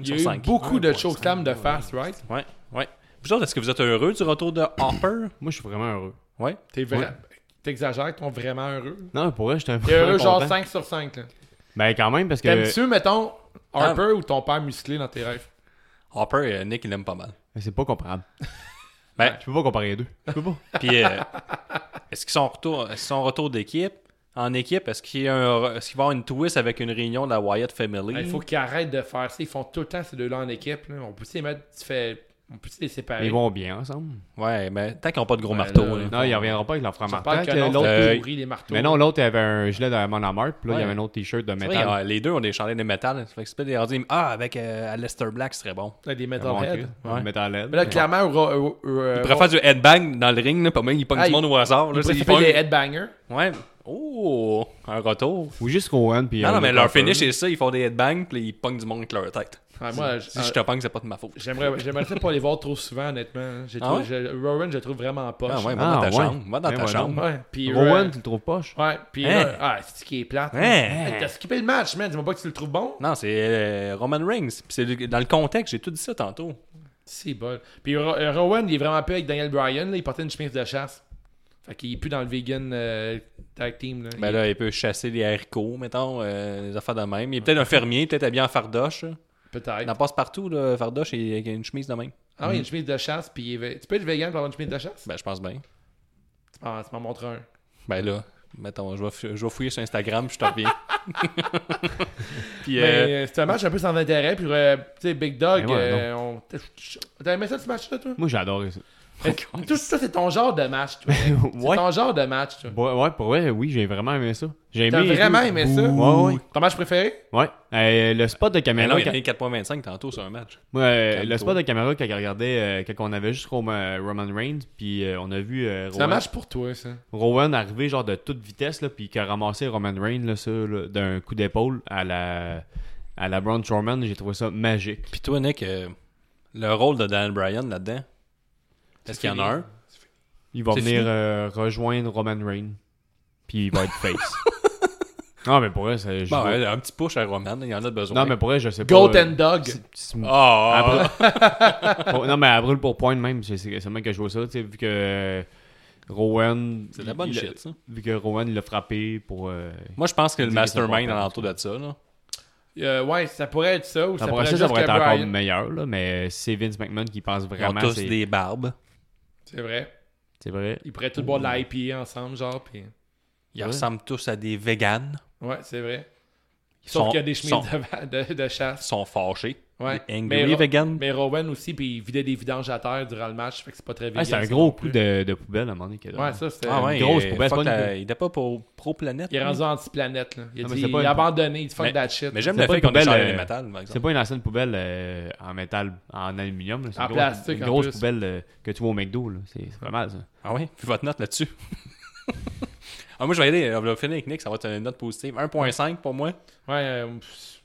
S1: Il y
S2: sur
S1: a eu
S2: 5.
S1: beaucoup de chokeslam de face, right?
S2: Ouais, ouais. Vous autres, est-ce que vous êtes heureux du retour de Hopper?
S3: Moi, je suis vraiment heureux.
S2: Ouais.
S1: T'es vrai... T'exagères, t'es vraiment heureux.
S3: Non, mais pour vrai, j'étais un peu
S1: T'es heureux genre
S3: content.
S1: 5 sur 5. Là.
S3: Ben, quand même, parce que.
S1: T'aimes-tu, mettons,
S2: Ah.
S1: Harper ou ton père musclé dans tes rêves?
S2: Hopper, euh, Nick, il aime pas mal.
S3: Mais C'est pas comparable.
S2: Ben-
S3: tu peux pas comparer les deux. Tu peux pas.
S2: Puis, euh, est-ce qu'ils sont retour, est-ce son retour d'équipe, en équipe, est-ce qu'il, y a un re- est-ce qu'il va y avoir une twist avec une réunion de la Wyatt Family?
S1: Il faut qu'ils arrêtent de faire ça. Ils font tout le temps ces deux-là en équipe. là. On peut s'y mettre. Tu fais... On peut s'y les séparer.
S3: Ils vont bien ensemble.
S2: Ouais, mais tant qu'ils n'ont pas de gros
S1: Ouais,
S2: marteau.
S1: là,
S2: là.
S3: Non, ils reviendront pas avec leur frère
S1: J'espère
S3: Martin.
S1: que
S3: que
S1: non,
S3: l'autre-
S1: t'as
S2: euh,
S1: pourri les marteaux.
S3: Mais non, l'autre il avait un gilet de Monamart, puis là, il y
S2: Ouais.
S3: avait un autre t-shirt de
S2: C'est vrai,
S3: métal.
S2: euh, les deux ont des chandelles de métal. Ça fait que c'est pas des ordis, Ah, avec euh, Aleister Black, ce serait bon.
S1: Là, des
S3: Bon,
S1: metalheads.
S3: ok. Ouais, Metalhead.
S1: Mais là,
S3: Ouais.
S1: clairement, Ro- euh, euh,
S2: Il
S1: Ro-
S2: préfère du headbang dans le ring, là, pas même, il pogne
S1: Ah,
S2: du monde au hasard.
S1: il
S2: Là,
S1: préfère
S2: il pogne-
S1: des headbangers.
S2: Ouais. Oh, un retour.
S3: Ou juste Rowan, puis.
S2: Non,
S3: euh,
S2: non, mais
S3: Luke
S2: leur
S3: Harper.
S2: finish, c'est ça. Ils font des headbangs, puis ils pognent du monde avec leur tête.
S1: Ouais, moi,
S2: si
S1: je- euh,
S2: je te pogne, c'est pas de ma faute.
S1: J'aimerais, j'aimerais ça pas les voir trop souvent, honnêtement. J'ai
S2: Ah
S1: trouvé-
S2: ouais?
S1: je- Rowan, je le trouve vraiment poche.
S2: Ah ouais, va
S3: Ah,
S2: dans ta
S3: ouais.
S2: chambre. Va dans
S3: Ben,
S2: ta
S3: ouais,
S2: chambre.
S1: Ouais, Puis
S3: Rowan,
S1: Ro-
S3: tu le trouves poche?
S1: Ouais, puis
S2: Hein?
S1: Ro- ah, c'est qui est plate.
S2: Hein?
S1: man. T'as skippé le match, man. Dis-moi pas que tu le trouves bon.
S2: Non, c'est euh, Roman Reigns. Puis c'est le- dans le contexte, j'ai tout dit ça tantôt.
S1: C'est bon. Puis Ro- euh, Rowan, il est vraiment peu avec Daniel Bryan. Là, il portait une chemise de chasse. Fait qu'il est plus dans le vegan euh, tag team. Là.
S2: Ben
S1: Il-
S2: là, il peut chasser les haricots, mettons, euh, les affaires de même. Il est peut-être un fermier, peut-être habillé en fardoche. là. Il
S1: Peut-être.
S2: en passe partout, là, fardoche, il il a une chemise de même.
S1: Ah oui, une chemise de chasse. Puis il est ve- tu peux être vegan pour avoir une chemise de chasse?
S2: Ben, je pense bien.
S1: Tu m'en- tu m'en montres un.
S2: Ben là, mettons, je vais, fou- je vais fouiller sur Instagram, puis je te reviens. puis, euh,
S1: Mais euh, c'est un match un peu sans intérêt. Puis, euh, tu sais, Big Dog,
S3: Ben ouais, Oh
S1: euh, on- t'as- t'as aimé ça ce match-là, toi?
S3: Moi, j'adore ça.
S1: Mais Tout ça, c'est ton genre de match, toi. C'est
S3: ouais.
S1: ton genre de match, toi.
S3: Ouais, ouais, pour vrai, oui, j'ai vraiment aimé ça. J'ai aimé.
S1: T'as
S3: les
S1: vraiment
S3: deux.
S1: aimé ça?
S3: Ouais, ouais.
S1: Ton match préféré?
S3: Ouais. Euh, le spot de
S2: mais là,
S3: caméra.
S2: il y
S3: quand-
S2: en a eu 4.25 tantôt sur un match.
S3: Moi, euh,
S2: Calme-toi.
S3: le spot de caméra quand on regardait, euh, quand on avait juste Roman, Roman Reigns, puis euh, on a vu euh,
S1: C'est un
S3: Rowan,
S1: match pour toi, ça.
S3: Rowan arriver genre de toute vitesse, là, puis qu'il a ramassé Roman Reigns là, ça, là, d'un coup d'épaule à la, à la Braun Strowman, j'ai trouvé ça magique.
S2: Puis toi, Nick, euh, le rôle de Dan Bryan là-dedans, est-ce qu'il y en a un?
S3: Il va
S2: C'est
S3: venir
S2: fini.
S3: euh, rejoindre Roman Reigns, puis il va être face. non, mais pour vrai, ça, je
S2: Bon,
S3: vois-
S2: Bah, Ben, ouais, un petit push à Roman, il y en a besoin.
S3: Non, mais pour vrai, je sais pas.
S1: Golden
S3: euh,
S1: Dog.
S3: si- si-
S2: Ah!
S3: pour- non, mais elle brûle pour point même, c'est c'est seulement que je vois ça, tu sais, vu que euh, Rowan.
S2: C'est de la bonne
S3: il-
S2: shit, ça.
S3: Vu que Rowan l'a frappé pour. euh,
S2: Moi, je pense que le
S3: Dis que c'est
S2: mastermind
S3: pas
S2: dans l'entour de ça, là.
S1: Euh, ouais, ça pourrait être ça ou ça,
S3: Ça
S1: pourrait
S3: pourrait, ça,
S1: être
S3: ça
S1: juste
S3: pourrait
S1: que
S3: être encore
S1: Bryan.
S3: meilleur, là, mais c'est Vince McMahon qui pense
S2: Ils ont
S3: vraiment.
S2: tous
S3: c'est-
S2: des barbes.
S1: C'est vrai.
S3: C'est vrai.
S1: Ils pourraient tous boire de la IPA ensemble, genre. Puis...
S2: Ils ressemblent tous à des véganes.
S1: Ouais, c'est vrai.
S2: Ils
S1: Sauf
S2: sont-
S1: qu'il y a des chemises
S2: sont-
S1: de, de- de
S2: Ils
S1: chasse.
S2: sont fâchés.
S1: Ouais.
S2: Des angry
S1: mais, Ro-
S2: vegan.
S1: mais Rowan aussi, puis il vidait des vidanges à terre durant le match. Fait que c'est pas très vegan.
S3: Ah, c'est un
S1: ça
S3: gros
S1: non
S3: coup
S1: plus.
S3: de, de poubelle à un moment donné. qu'il a
S1: Ouais,
S3: donné.
S1: ça, c'était.
S2: Ah ouais,
S3: une grosse
S2: euh,
S3: poubelle,
S2: fuck
S3: c'est pas une-
S2: la- Il était pas pour pro-planète.
S1: Il est
S2: lui.
S1: rendu anti-planète, là. Il a
S3: Non, mais
S1: dit,
S3: c'est pas
S1: il
S3: une-
S1: a abandonné, il dit fuck
S2: Mais-
S1: that shit.
S2: Mais j'aime
S3: C'est
S2: le
S3: pas
S2: fait
S3: une
S2: qu'on ait
S3: poubelle,
S2: changé
S3: euh,
S2: les métal, par
S3: C'est
S2: exemple.
S3: pas une ancienne poubelle euh, en métal, en aluminium. là. C'est
S1: En
S3: une grosse-
S1: plastique,
S3: Une
S1: en
S3: grosse
S1: plus.
S3: poubelle euh, que tu vois au McDo. là. C'est c'est pas mal, ça.
S2: Ah ouais, puis votre note là-dessus. ah, moi, je vais aller. On va finir avec Nick, ça va être une note positive. 1.5 pour moi.
S1: Ouais, euh, pff,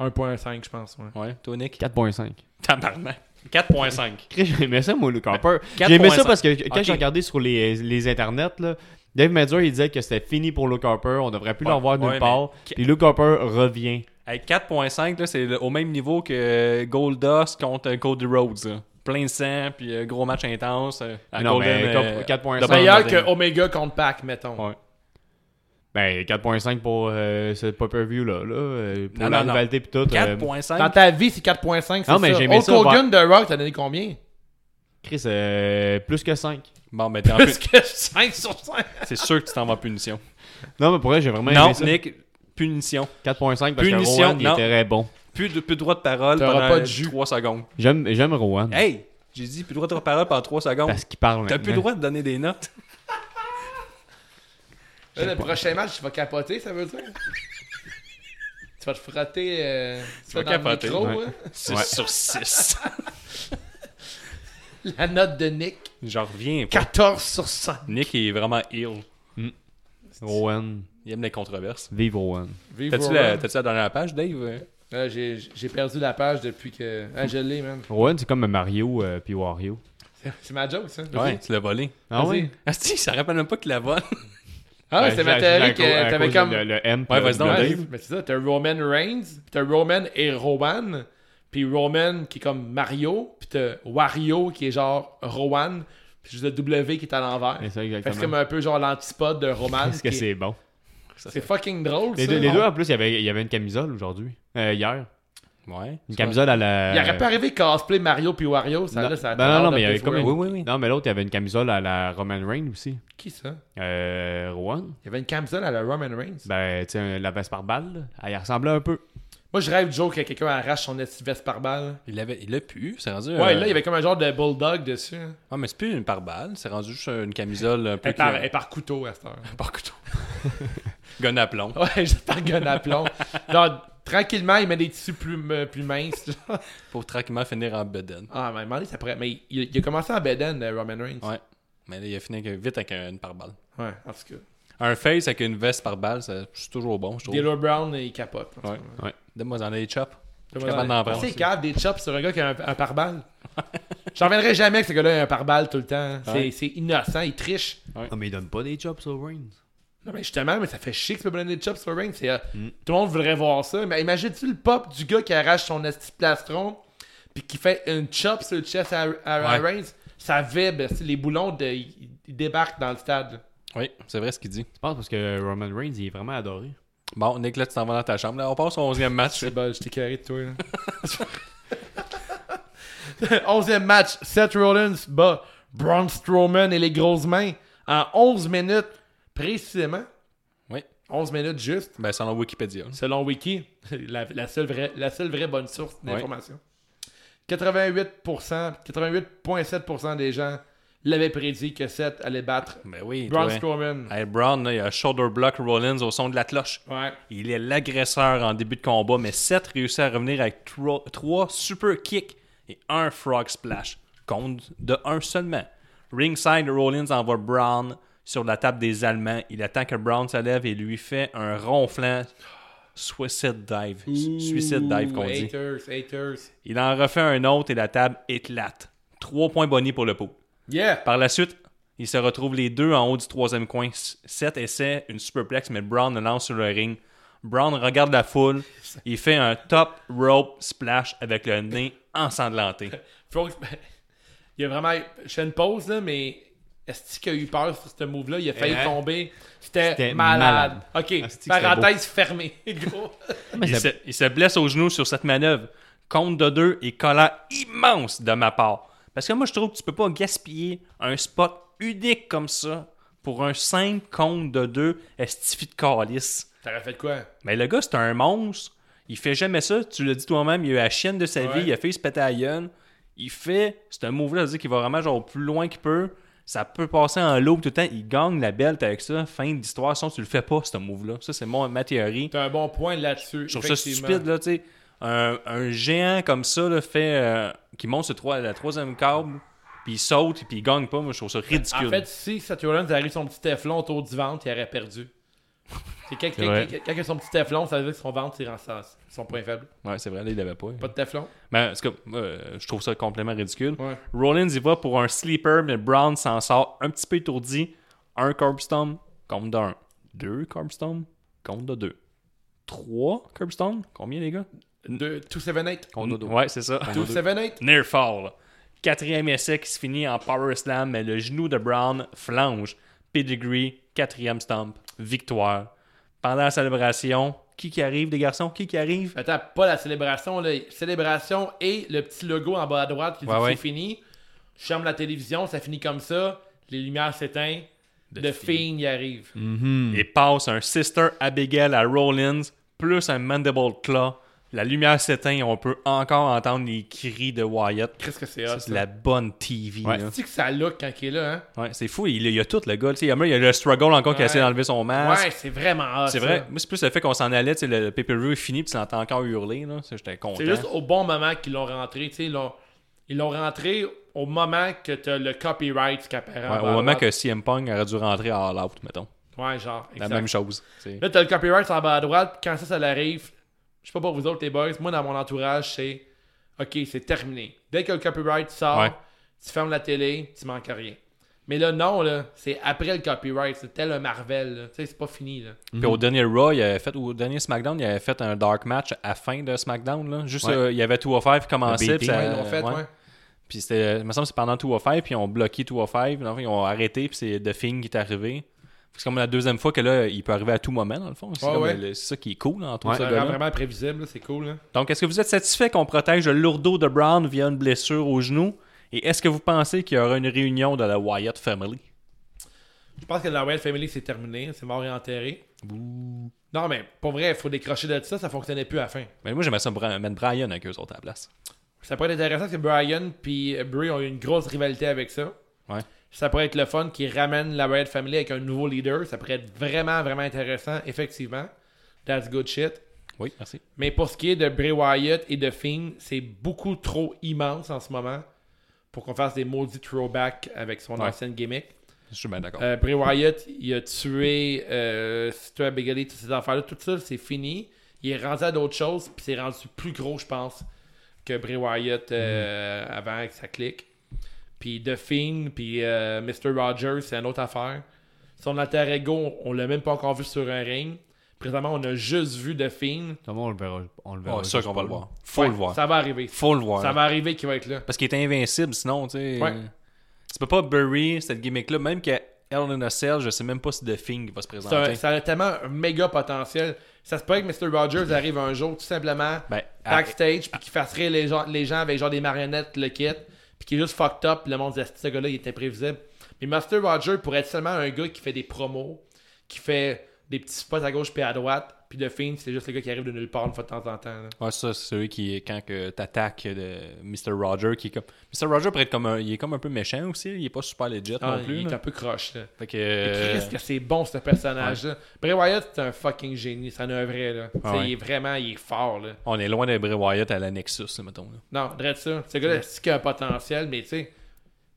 S1: 1.5, je pense, ouais.
S2: Ouais, toi, Nick.
S3: 4.5.
S2: Tabarnak. 4.5.
S3: Chris, J'aimais ça, moi, Luke Harper.
S2: Ben,
S3: J'aimais ça
S2: 4.5.
S3: parce que quand
S2: Ok.
S3: j'ai regardé sur les, les internets, là, Dave Medur, il disait que c'était fini pour Luke Harper. On devrait plus
S2: Ouais,
S3: l'avoir
S2: ouais,
S3: nulle
S2: mais-
S3: part. Puis Luke Harper revient.
S2: Hey, 4.5, là, c'est le- au même niveau que euh, Goldust contre euh, Cody Rhodes. là. Plein de sang, puis euh, gros match intense. euh, à
S3: Non,
S2: Golden,
S3: mais
S2: euh,
S3: 4.5.
S2: Double
S1: Meilleur
S2: Nothing.
S1: que Omega contre Pac, mettons.
S3: Ouais. Ben, 4.5 pour euh, ce pay-per-view là, là euh, pour
S2: Non,
S3: la
S2: non, non.
S3: rivalité pis tout. euh,
S2: 4.5.
S1: Dans ta vie, c'est 4.5, c'est
S3: Non, mais
S1: ça.
S3: j'aimais
S1: Hulk
S3: ça,
S1: Hogan de Rock, t'as donné combien?
S3: Chris, euh, plus que 5.
S2: Bon, ben, t'es en
S1: Plus
S2: pu-
S1: que 5 sur 5.
S2: c'est sûr que tu t'en vas en punition.
S3: Non, mais pour vrai, j'ai vraiment
S2: Non,
S3: aimé ça.
S2: Nick, punition.
S3: 4.5 parce que
S2: Punition,
S3: Rowan, il
S2: non.
S3: était très bon.
S2: Plus de, plus de droit de parole
S1: T'auras
S2: pendant
S1: pas de jus.
S2: 3 secondes.
S3: J'aime j'aime Rowan
S2: Hey, j'ai dit plus de droit de parole pendant 3 secondes.
S3: parce qu'il parle
S2: T'as plus le
S3: maintenant.
S2: droit de donner des notes.
S1: Là, le prochain match, tu vas capoter, ça veut dire? tu vas te frotter. euh, tu
S2: vas
S1: vas capoter.
S2: capoter,
S3: ouais.
S1: hein?
S2: Six sur 6.
S1: La note de Nick,
S2: J'en reviens. pas.
S1: 14 sur 100.
S2: Nick est vraiment ill.
S3: Rowan,
S2: Il aime les controverses.
S3: vive Rowan.
S1: Vive
S2: T'as-tu la,
S1: Rowan.
S2: t'as-tu la dernière page, Dave? Euh,
S1: Là, j'ai j'ai perdu la page depuis que. Ah, je l'ai, man.
S3: Rowan, c'est comme Mario euh, puis Wario.
S1: C'est- C'est ma joke, ça.
S2: Ouais, tu l'as volé.
S3: Ah
S1: Vas-y.
S3: ouais?
S2: Asti, ça rappelle même pas qu'il la vole.
S1: Ah, ouais,
S3: Ben,
S1: c'est ma
S3: j'ai-
S1: théorie
S3: j'ai-
S1: que
S3: à cause- à
S1: t'avais
S3: cause
S1: comme.
S3: Le, le M
S2: Ouais, vas-y donc,
S1: Ouais,
S2: Dave.
S1: j'ai- mais c'est ça, t'as Roman Reigns, pis t'as Roman et Rowan, puis Roman qui est comme Mario, puis t'as Wario qui est genre Rowan, puis juste le W qui est à l'envers.
S3: C'est ça,
S1: Fait que c'est comme
S3: exactement.
S1: un peu genre l'antipode de Roman.
S3: Est-ce que
S1: qui est-
S3: c'est bon?
S2: ça
S1: C'est fucking drôle,
S3: Les
S1: ça.
S3: deux, les deux, en plus, il y avait, il y avait une camisole aujourd'hui. Euh, hier.
S2: Ouais.
S3: Une camisole à la.
S1: Il aurait pas arrivé cosplay Mario puis Wario, ça,
S3: Non,
S1: là, ça a
S3: ben non,
S1: l'air
S3: non,
S1: de
S3: mais il y avait
S1: Face
S3: comme une...
S1: World.
S3: Non, mais l'autre, il y avait une camisole à la Roman Reign aussi.
S1: Qui, ça?
S3: Euh, Rowan.
S1: Il y avait une camisole à la Roman Reigns.
S3: Ben, tu sais, la veste par balle, elle y ressemblait un peu.
S1: Moi, je rêve du jour que quelqu'un arrache son esti veste par balle.
S2: Il l'avait, il l'a pu, c'est rendu.
S1: Ouais,
S2: euh,
S1: là, il y avait comme un genre de bulldog dessus. hein.
S2: Ah, mais c'est plus une par balle, c'est rendu juste une camisole un peu. euh,
S1: Et par,
S3: euh,
S2: qui-
S1: et par couteau à cette heure.
S2: par couteau. Gun à plomb.
S1: Ouais, juste par gun à plomb. Genre, tranquillement, il met des tissus plus, euh, plus minces. genre.
S2: Pour tranquillement finir en bedaine.
S1: ah, mais demandez, ça pourrait. Mais il, il a commencé à Beden, euh, Roman Reigns.
S2: Ouais. Mais là, il a fini avec- vite avec une par balle.
S1: Ouais, en tout cas.
S2: Un face avec une veste par balle, ça- c'est toujours bon, je trouve.
S1: Taylor Brown, il capote. en tout
S2: Ouais.
S1: cas.
S3: Ouais.
S2: Donne-moi en les chops. Je suis
S1: Moi,
S2: capable d'en prendre.
S1: C'est cave des chops sur un gars qui a un, un pare-balles. J'en reviendrai jamais que ce gars-là a un pare-balles tout le temps. C'est
S2: Ouais.
S1: c'est innocent, il triche.
S3: Ah, mais il donne pas des chops au Reigns.
S1: Non, mais justement, mais ça fait chier que tu peux donner des chops sur Reigns. C'est, euh,
S2: Mm.
S1: Tout le monde voudrait voir ça. Mais imagine-tu le pop du gars qui arrache son esti de plastron puis qui fait une chop sur le chest à, à- à
S2: Ouais.
S1: Reigns. Ça vibre. c'est- Les boulons, de- ils ils débarquent dans le stade.
S2: Oui, c'est vrai ce qu'il dit.
S3: Je pense parce que Roman Reigns, il est vraiment adoré.
S2: Bon, Nick, là, tu t'en vas dans ta chambre. Là, on passe au 11e match.
S1: C'est bon, je t'ai carré de toi. là. Onzième match, Seth Rollins bat Braun Strowman et les grosses mains en 11 minutes précisément.
S2: Oui.
S1: 11 minutes juste,
S2: Ben, selon Wikipédia.
S1: selon Wiki, la, la seule, vraie, la seule vraie bonne source d'information. 88%, 88,7% des gens l'avaient prédit que Seth allait battre
S2: Ben oui.
S1: Braun
S2: toi.
S1: Strowman.
S2: Hey, Braun, là, il a shoulder block Rollins au son de la cloche.
S1: Ouais.
S2: Il est l'agresseur en début de combat, mais Seth réussit à revenir avec tro- trois super kicks et un frog splash. Compte de un seulement. Ringside, Rollins envoie Brown sur la table des Allemands. Il attend que Brown se lève et lui fait un ronflant suicide dive. Su- Suicide dive, qu'on
S1: Ouh,
S2: dit.
S1: Haters, haters.
S2: Il en refait un autre et la table éclate. Trois points bonnies pour le pot.
S1: Yeah!
S2: Par la suite, ils se retrouvent les deux en haut du troisième coin. S- Seth essaie une superplex, mais Brown le lance sur le ring. Brown regarde la foule. Il fait un top rope splash avec le nez ensanglanté.
S1: Faut que- Il a vraiment. Je fais une pause, là, mais. Est-ce qu'il a eu peur sur ce move-là? Il a failli
S3: Hein?
S1: tomber. C'était
S3: C'était
S1: malade.
S3: malade.
S1: Ok,
S3: Asti que c'était
S1: parenthèse fermée, gros.
S2: Il se, il se blesse au genou sur cette manœuvre. Compte de deux et colère immense de ma part. Parce que moi, je trouve que tu peux pas gaspiller un spot unique comme ça pour un simple compte de deux estifi de calice.
S1: T'aurais fait quoi?
S2: Mais le gars, c'est un monstre. Il fait jamais ça. Tu l'as dit toi-même, il a eu la chienne de sa
S1: Ouais.
S2: vie, il a fait se péter la gueule. Il fait, c'est un move-là, c'est-à-dire qu'il va vraiment genre plus loin qu'il peut. Ça peut passer en loop tout le temps. Il gagne la belt avec ça. Fin de l'histoire. Sinon, tu le fais pas, ce move-là. Ça, c'est mon, ma théorie.
S1: T'as un bon point là-dessus.
S2: Je trouve ça
S1: effectivement.
S2: stupide, là, tu sais. Un, un géant comme ça, là, fait. euh, qui monte sur trois- la troisième câble, puis il saute, puis il gagne pas. Moi, je trouve ça ridicule.
S1: En fait, si Seth Rollins avait eu son petit teflon autour du ventre, il aurait perdu. C'est quand, quand,
S3: vrai.
S1: quand- quand il a son petit teflon, ça veut dire que son ventre, c'est rendu- son point faible.
S2: ouais, c'est vrai, là, il l'avait pas.
S1: Pas de teflon?
S2: Mais en tout cas, euh, je trouve ça complètement ridicule.
S1: Ouais.
S2: Rollins y va pour un sleeper, mais Brown s'en sort un petit peu étourdi. Un curb stomp, compte d'un. Deux curb stomp, compte de deux. Trois curb stomp, combien les gars
S1: Deux, 278.
S2: Ouais, c'est ça.
S1: 278.
S2: Near fall. Quatrième essai qui se finit en power slam, mais le genou de Brown flange. Pedigree, quatrième stomp, victoire. Pendant la célébration, qui qui arrive, les garçons Qui qui arrive
S1: Attends, pas la célébration, là. Célébration et le petit logo en bas à droite qui dit
S2: Ouais,
S1: que
S2: ouais.
S1: c'est fini. Je ferme la télévision, ça finit comme ça. Les lumières s'éteignent. The Fiend y arrive.
S2: Mm. et passe un Sister Abigail à Rollins, plus un Mandible Claw. La lumière s'éteint et on peut encore entendre les cris de Wyatt.
S1: Qu'est-ce que c'est hot,
S2: Ça,
S1: ça?
S2: C'est la bonne TV.
S3: Ouais.
S2: là.
S1: Tu sais que ça look quand il est là, hein?
S2: Ouais, c'est fou, il, il y a tout le gars. tu sais, Il y a il y a le struggle encore qui
S1: Ouais.
S2: a essayé d'enlever son masque.
S1: ouais, c'est vraiment hot.
S2: Ah, C'est
S1: ça.
S2: vrai. Moi, c'est plus le fait qu'on s'en allait, tu sais, le pay-per-view est fini, puis tu l'entends encore hurler, là. Ça, J'étais content.
S1: C'est juste au bon moment qu'ils l'ont rentré. Tu sais, ils l'ont- ils l'ont rentré au moment que t'as le copyright qui apparaît. en
S2: Ouais,
S1: bas
S2: au
S1: à
S2: moment que
S1: droite.
S2: CM Punk aurait dû rentrer à All Out, mettons.
S1: Ouais, genre.
S2: La
S1: exact.
S2: même chose. tu sais.
S1: Là, t'as le copyright en bas à droite. Quand ça, ça l'arrive, je sais pas pour vous autres, les boys, moi, dans mon entourage, c'est OK, c'est terminé. Dès que le copyright sort,
S2: Ouais.
S1: tu fermes la télé, tu manques à rien. Mais là, non, là, c'est après le copyright. C'est tel un Marvel, là. Tu sais, c'est pas fini, là.
S2: Puis au dernier Raw, il avait fait, au dernier SmackDown, il avait fait un dark match à fin de SmackDown, là. Juste,
S3: Ouais.
S2: euh, il y avait 205 qui commençait,
S3: Le
S2: puis
S3: BT.
S2: ça-
S1: Ouais, ils l'ont fait,
S2: Ben, ouais.
S1: ouais.
S2: Puis c'était, il me semble que c'est pendant 205, puis ils ont bloqué 205, puis ils ont arrêté, puis c'est The Thing qui est arrivé. C'est comme la deuxième fois que là, il peut arriver à tout moment, dans le fond. C'est
S1: Ouais,
S2: comme,
S1: ouais.
S2: le- c'est ça qui est cool en tout
S1: Ouais,
S2: ce
S1: ça
S2: gars-là.
S1: rend vraiment prévisible, là, c'est cool. Hein?
S2: Donc, est-ce que vous êtes satisfait qu'on protège le lourdeau de Brown via une blessure au genou? Et est-ce que vous pensez qu'il y aura une réunion de la Wyatt Family?
S1: Je pense que la Royal Family, c'est terminé. C'est mort et enterré. Non, mais pour vrai, il faut décrocher de ça. Ça fonctionnait plus à la fin.
S2: Mais Ben, moi, j'aimerais ça Bra- mettre Brian avec eux autres à la place.
S1: Ça pourrait être intéressant parce que Brian puis Brie ont eu une grosse rivalité avec ça.
S2: Ouais.
S1: Ça pourrait être le fun qui ramène la Riot Family avec un nouveau leader. Ça pourrait être vraiment, vraiment intéressant, effectivement. That's good shit.
S2: Oui, merci.
S1: Mais pour ce qui est de Bray Wyatt et de Fiend, c'est beaucoup trop immense en ce moment pour qu'on fasse des maudits throwbacks avec son
S2: Ouais.
S1: ancienne gimmick.
S2: Je suis bien d'accord.
S1: Euh, Bray Wyatt, il a tué euh, Sister Abigail, toutes ces affaires-là. Tout ça, c'est fini. Il est rendu à d'autres choses, puis c'est rendu plus gros, je pense, que Bray Wyatt
S2: Mm-hmm.
S1: euh, avant que ça clique. Puis The Fiend, puis euh, Mr. Rogers, c'est une autre affaire. Son alter ego, on l'a même pas encore vu sur un ring. Présentement, on a juste vu The Fiend.
S3: Comment on le verra On le verra.
S1: Oh,
S2: Ouais, c'est sûr
S3: juste
S2: qu'on va
S3: pas,
S2: le
S3: là.
S2: voir. Faut
S1: Ouais,
S2: le voir.
S1: Ça va arriver.
S2: Faut le voir.
S1: Ça va arriver qu'il va être là.
S2: Parce qu'il est invincible, sinon, tu sais.
S1: Ouais.
S2: Tu peux pas bury cette gimmick-là, même que Hell in a Cell, je sais même pas si The Thing va se
S1: Ça,
S2: présenter.
S1: ça a tellement un méga potentiel. Ça se pourrait que Mr. Rogers arrive un jour tout simplement
S2: Ben, à-
S1: backstage puis qu'il fasse rire les gens, les gens avec genre des marionnettes, le kit, puis qu'il est juste fucked up. puis Le monde disait, ce gars-là, il était prévisible. Mais Mr. Rogers pourrait être seulement un gars qui fait des promos, qui fait des petits spots à gauche puis à droite, puis de fin, c'est juste le gars qui arrive de nulle part une fois de temps en temps. là.
S2: Ouais, ça, c'est celui qui, quand que t'attaques euh, de Mr. Roger, qui est comme. Mr. Roger pourrait être comme un. Il est comme un peu méchant aussi, il est pas super legit
S1: Ah,
S2: non plus.
S1: il est
S2: là. Euh.
S1: un peu croche. là.
S2: Fait que.
S1: Qu'est-ce que c'est bon ce personnage-là. Bray Wyatt, c'est un fucking génie, c'est un vrai. Là. Tu sais,
S2: Ah, ouais.
S1: Il est vraiment, il est fort. Là.
S2: euh, On est loin d'un Bray Wyatt à la Nexus, là, mettons. là.
S1: Non, drette ça. Ce gars-là, c'est qu'il a un potentiel, mais tu sais,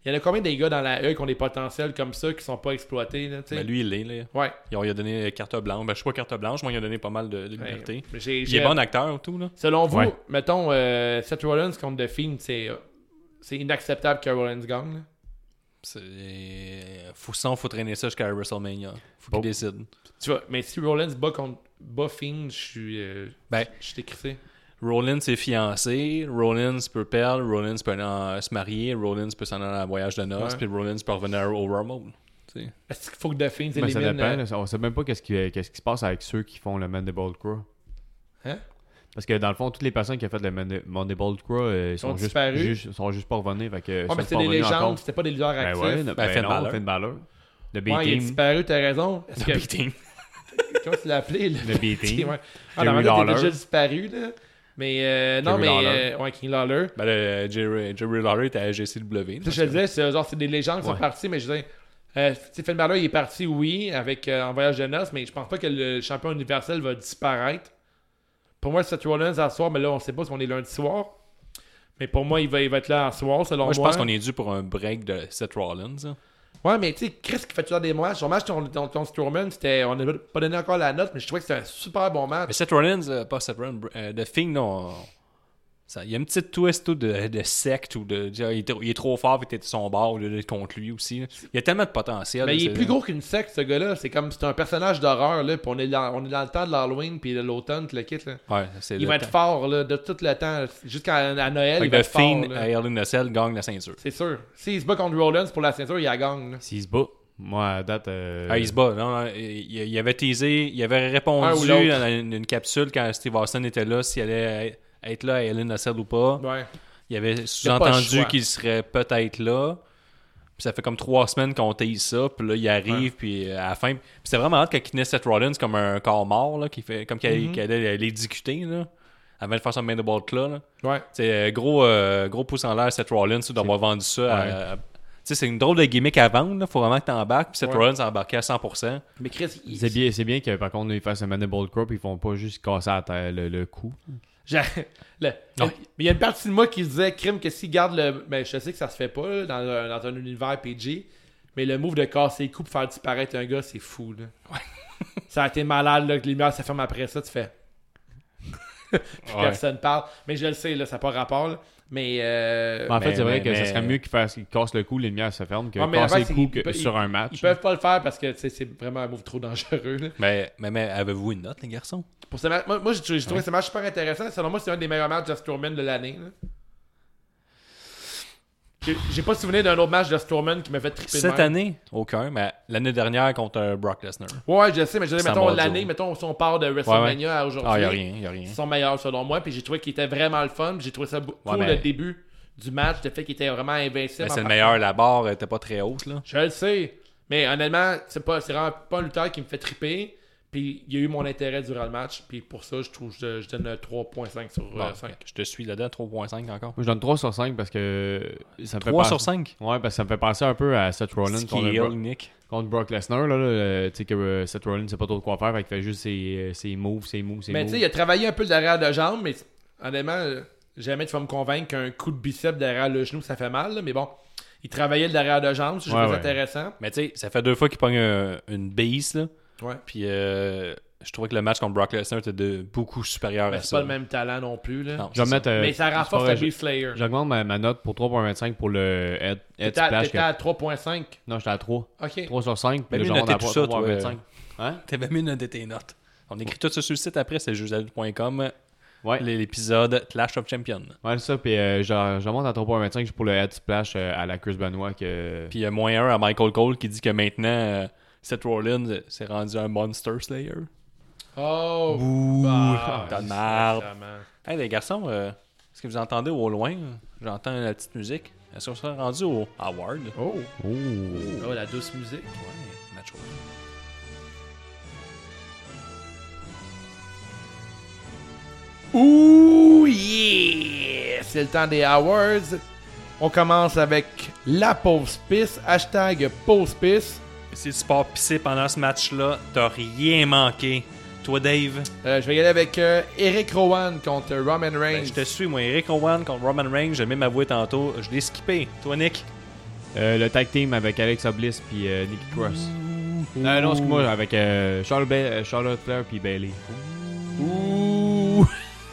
S1: il y en a combien des gars dans la E qui ont des potentiels comme ça qui sont pas exploités, là, tu sais?
S3: Ben,
S2: Mais Ben, lui, il est, là.
S1: Ouais.
S2: Il on lui a donné carte blanche. Ben, je sais pas carte blanche, moi, il a donné pas mal de, de
S1: Ouais.
S2: liberté.
S1: ben, Mais j'ai-
S2: Il
S1: j'ai-
S2: est bon acteur, tout, là.
S1: Selon vous,
S3: Ouais.
S1: mettons, euh, Seth Rollins contre The Fiend, c'est, euh, c'est inacceptable que Rollins gagne, là.
S2: C'est. Faut ça, faut traîner ça jusqu'à WrestleMania. Faut qu'il
S3: Bon.
S2: décide.
S1: Tu vois, mais si Rollins bat contre bat Fiend, je suis. euh,
S2: Ben.
S1: Je suis décrissé.
S2: Rollins est fiancé, Rollins peut perdre, Rollins peut aller en- se marier, Rollins peut s'en aller en voyage de noces,
S1: Ouais.
S2: puis Rollins peut revenir au Rumble. tu sais.
S1: Est-ce qu'il faut que The Fiend
S3: Mais Ben, ça
S1: élimine,
S3: dépend.
S1: euh,
S3: là. On sait même pas qu'est-ce qui, qu'est-ce qui se passe avec ceux qui font le Mandible Crow.
S1: Hein?
S3: Parce que dans le fond, toutes les personnes qui ont fait le Mandi- Mandible Crow euh, ils sont,
S1: Ont
S3: juste,
S1: disparu.
S3: juste- sont juste pas revenus. Fait que, ils
S1: Ouais,
S3: sont
S1: mais c'est
S3: pas
S1: des
S3: revenus
S1: légendes,
S3: encore.
S1: c'était pas des leaders
S3: Ben
S1: actifs.
S3: ouais, ben,
S2: Ben, Finn
S3: non,
S2: Balor.
S3: Finn Balor. Le
S1: Ouais, il est
S3: B-Team.
S1: disparu, t'as raison. Est-ce que,
S2: Beating.
S1: comment tu l'as appelé? Le,
S3: Le B-Team.
S1: ouais. Ah,
S3: Jerry
S1: normalement, t'es
S3: Lawler.
S1: déjà disparu, là. Mais euh, non,
S3: Jerry
S1: mais.
S3: Lawler.
S1: euh, ouais, King Lawler.
S2: Ben, le- Jerry, Jerry Lawler était à GCW.
S1: Ça, je te disais, c'est genre, c'est des légendes qui sont
S3: Ouais.
S1: parties, mais je disais, euh, tu sais, Finn Balor, il est parti, oui, avec, euh, en voyage de noces, mais je pense pas que le champion universel va disparaître. Pour moi, Seth Rollins, à soir, mais là, on sait pas si on est lundi soir. Mais pour moi, il va, il va être là à soir, selon moi.
S2: Moi, je pense qu'on est dû pour un break de Seth Rollins. hein.
S1: Ouais, mais tu sais, Chris qui fait toujours des matchs. Son match contre ton, ton Strowman, c'était. On n'a pas donné encore la note, mais je trouvais que c'était un super bon match.
S2: Mais Seth Rollins, euh, pas Seth Rollins, euh, The Thing, non. Ça, il y a une petite twist tout, de, de secte ou de. de- il, est, il est trop fort, puis t'es de son bord au lieu d'être contre lui aussi. là. Il y a tellement de potentiel.
S1: Mais
S2: là,
S1: Ben, il est
S2: c'est-
S1: plus gros qu'une secte, ce gars-là. C'est comme c'est un personnage d'horreur, là. Puis on est dans, on est dans le temps de l'Halloween, puis de l'automne, puis le kit, là.
S2: Ouais, c'est
S1: Il
S2: le
S1: va être
S2: temps.
S1: fort, là, de tout le temps. Jusqu'à à Noël,
S2: Fait
S1: il
S2: que
S1: va
S2: The
S1: être fort.
S2: Fiend
S1: là.
S2: à Hell in a Cell gagne la ceinture.
S1: C'est sûr. S'il se bat contre Rollins pour la ceinture, il la gagne, là.
S3: S'il se bat, moi, à date. euh,
S2: Ah, il se bat. Non, non, il, il avait teasé, il avait
S1: Un
S2: répondu
S1: ou l'autre.
S2: dans une, une capsule quand Steve Austin était là, s'il allait être là à Helen Cell ou pas.
S1: Ouais.
S2: Il avait
S1: le choix.
S2: sous-entendu qu'il serait peut-être là. Puis ça fait comme trois semaines qu'on tease ça. Puis là, il arrive, puis euh, à la fin... Puis c'est vraiment hâte qu'il connaisse Seth Rollins comme un corps mort, là, qui fait, comme
S1: Mm-hmm.
S2: qu'il qu'il allait l'exécuter, là, avant de faire son main de ball là.
S1: Ouais.
S2: C'est euh, gros, euh, gros pouce en l'air, Seth Rollins, d'avoir vendu ça. à-
S3: Ouais.
S2: à- tu sais, c'est une drôle de gimmick à vendre. Là. Faut vraiment que t'embarques. Puis Seth
S1: Ouais.
S2: Rollins a embarqué à 100%.
S1: Mais Chris, il...
S3: C'est bien, c'est bien que par contre, ils fassent un Mandible Crow puis ils font pas juste casser à terre le, le cou.
S1: J'a- le-
S2: Non.
S1: Mais il y a une partie de moi qui se disait, crime, que s'il garde le. Ben, je sais que ça se fait pas, là, dans, le- dans un univers PG. Mais le move de casser les coups pour faire disparaître un gars, c'est fou, là. ça a été malade, là, que les lumières se ferment après ça, tu fais. Puis
S2: Ouais.
S1: personne parle. Mais je le sais, là, ça n'a pas rapport, là. Mais. euh,
S3: en fait,
S2: mais-
S3: c'est vrai
S2: mais-
S3: que ça
S2: mais-
S3: serait mieux qu'ils fassent- qu'ils cassent le cou, les lumières se ferment, que
S1: Ouais, mais
S3: casser
S1: l'affaire,
S3: le
S1: c'est
S3: cou
S1: qu'ils
S3: que-
S1: pe-
S3: sur un match.
S1: Ils peuvent pas le faire parce que tu sais, c'est vraiment un move trop dangereux. là.
S2: Mais, mais, mais avez-vous une note, les garçons?
S1: Pour ce match, moi, moi, j'ai trou- j'ai trouvé ce match super intéressant. Selon moi, c'est un des meilleurs matchs de Strowman de l'année. là. J'ai- J'ai pas souvenir d'un autre match de Strowman qui m'a fait triper. de
S2: Cette
S1: même.
S2: année, aucun, mais l'année dernière contre euh, Brock Lesnar.
S1: Ouais, je sais, mais je dirais,
S2: Samoa
S1: mettons,
S2: Joe.
S1: l'année, mettons, si on part de WrestleMania
S2: Ouais, ouais.
S1: à aujourd'hui.
S2: Ah, y a rien, y a rien.
S1: Ils sont meilleurs selon moi, puis j'ai trouvé qu'il était vraiment le fun, puis j'ai trouvé ça beau-
S2: Ouais,
S1: cool le
S2: mais-
S1: début du match, le fait qu'il était vraiment invincible.
S2: Mais
S1: en
S2: c'est le
S1: partant.
S2: meilleur, la barre était pas très haute, là.
S1: Je le sais. Mais honnêtement, c'est pas c'est vraiment pas un lutteur qui me fait triper. Puis il y a eu mon intérêt durant le match. Puis pour ça, je trouve je, je donne un 3.5 sur euh,
S2: Bon,
S1: 5.
S2: Je te suis là-dedans, 3.5 encore.
S3: Moi, je donne 3 sur 5 parce que ça me fait
S2: 3
S3: penser-
S2: sur 5?
S3: Ouais, parce que ça me fait penser un peu à Seth Rollins
S2: Skill,
S3: contre, Brock-
S2: Nick.
S3: contre Brock Lesnar. Là, là, euh, tu sais que euh, Seth Rollins sait pas trop quoi faire, fait qu'il fait juste ses, euh, ses moves, ses moves, ses
S1: Mais tu
S3: moves.
S1: sais, il a travaillé un peu le derrière de jambe, mais honnêtement, euh, jamais tu vas me convaincre qu'un coup de bicep derrière le genou, ça fait mal. là, mais bon, il travaillait le derrière de jambe, c'est
S3: Ouais, ouais.
S1: intéressant.
S2: Mais tu sais, ça fait deux fois qu'il pogne un- une base, là.
S1: Ouais.
S2: Puis euh, je trouvais que le match contre Brock Lesnar était de, beaucoup supérieur
S1: Mais
S2: à
S1: c'est
S2: ça.
S1: pas le même talent non plus. Là.
S2: Non,
S3: Je vais
S2: c'est
S3: mettre, euh,
S1: mais ça
S3: c'est
S1: renforce
S3: pas
S1: la
S3: vrai,
S1: Beast Slayer.
S3: J'augmente ma, ma note pour 3.25 pour le head, head
S1: T'étais à
S3: splash.
S1: t'étais
S3: que-
S1: à 3.5.
S3: Non, j'étais à 3.
S1: Ok.
S3: 3 sur 5.
S2: Mais
S3: Puis là,
S2: Ben, lui,
S3: j'en
S2: notez
S3: ai
S2: tout
S3: pas
S2: ça,
S3: 3.25.
S2: toi,
S3: Hein?
S2: T'avais mis une de tes notes. On écrit tout ça sur le site après, c'est jeuxalud.com,
S3: Ouais.
S2: l'épisode Clash of Champions.
S3: Ouais, c'est ça. Puis euh, j'en j'en monte à 3.25 juste pour le head splash euh, à la Chris Benoit. Que...
S2: Puis il y a moins un à Michael Cole qui dit que maintenant, euh, Seth Rollins euh, s'est rendu un Monster Slayer.
S1: Oh, bah,
S2: T'as de marre.
S1: vraiment.
S2: Hey les garçons, euh, est-ce que vous entendez au loin? J'entends la petite musique. Est-ce qu'on sera rendu au Howard?
S1: Oh.
S3: Ouh.
S1: oh, la douce musique.
S2: Ouais, macho.
S1: Ouh yeah! C'est le temps des hours. On commence avec la pause pisse. Hashtag pause pisse.
S2: Si tu pars pisser pendant ce match-là, t'as rien manqué. Toi, Dave,
S1: Euh, je vais y aller avec euh, Eric Rowan contre Roman Reigns.
S2: ben, je te suis, moi, Eric Owen contre Roman Reigns, j'ai même avoué tantôt, je l'ai skippé. Toi, Nick,
S3: Euh, le tag team avec Alex Oblis puis euh, Nikki Cross. Non, non, excuse-moi, avec euh, Charlotte, Ba- euh, Charlotte Flair puis Bailey.
S1: Ouh!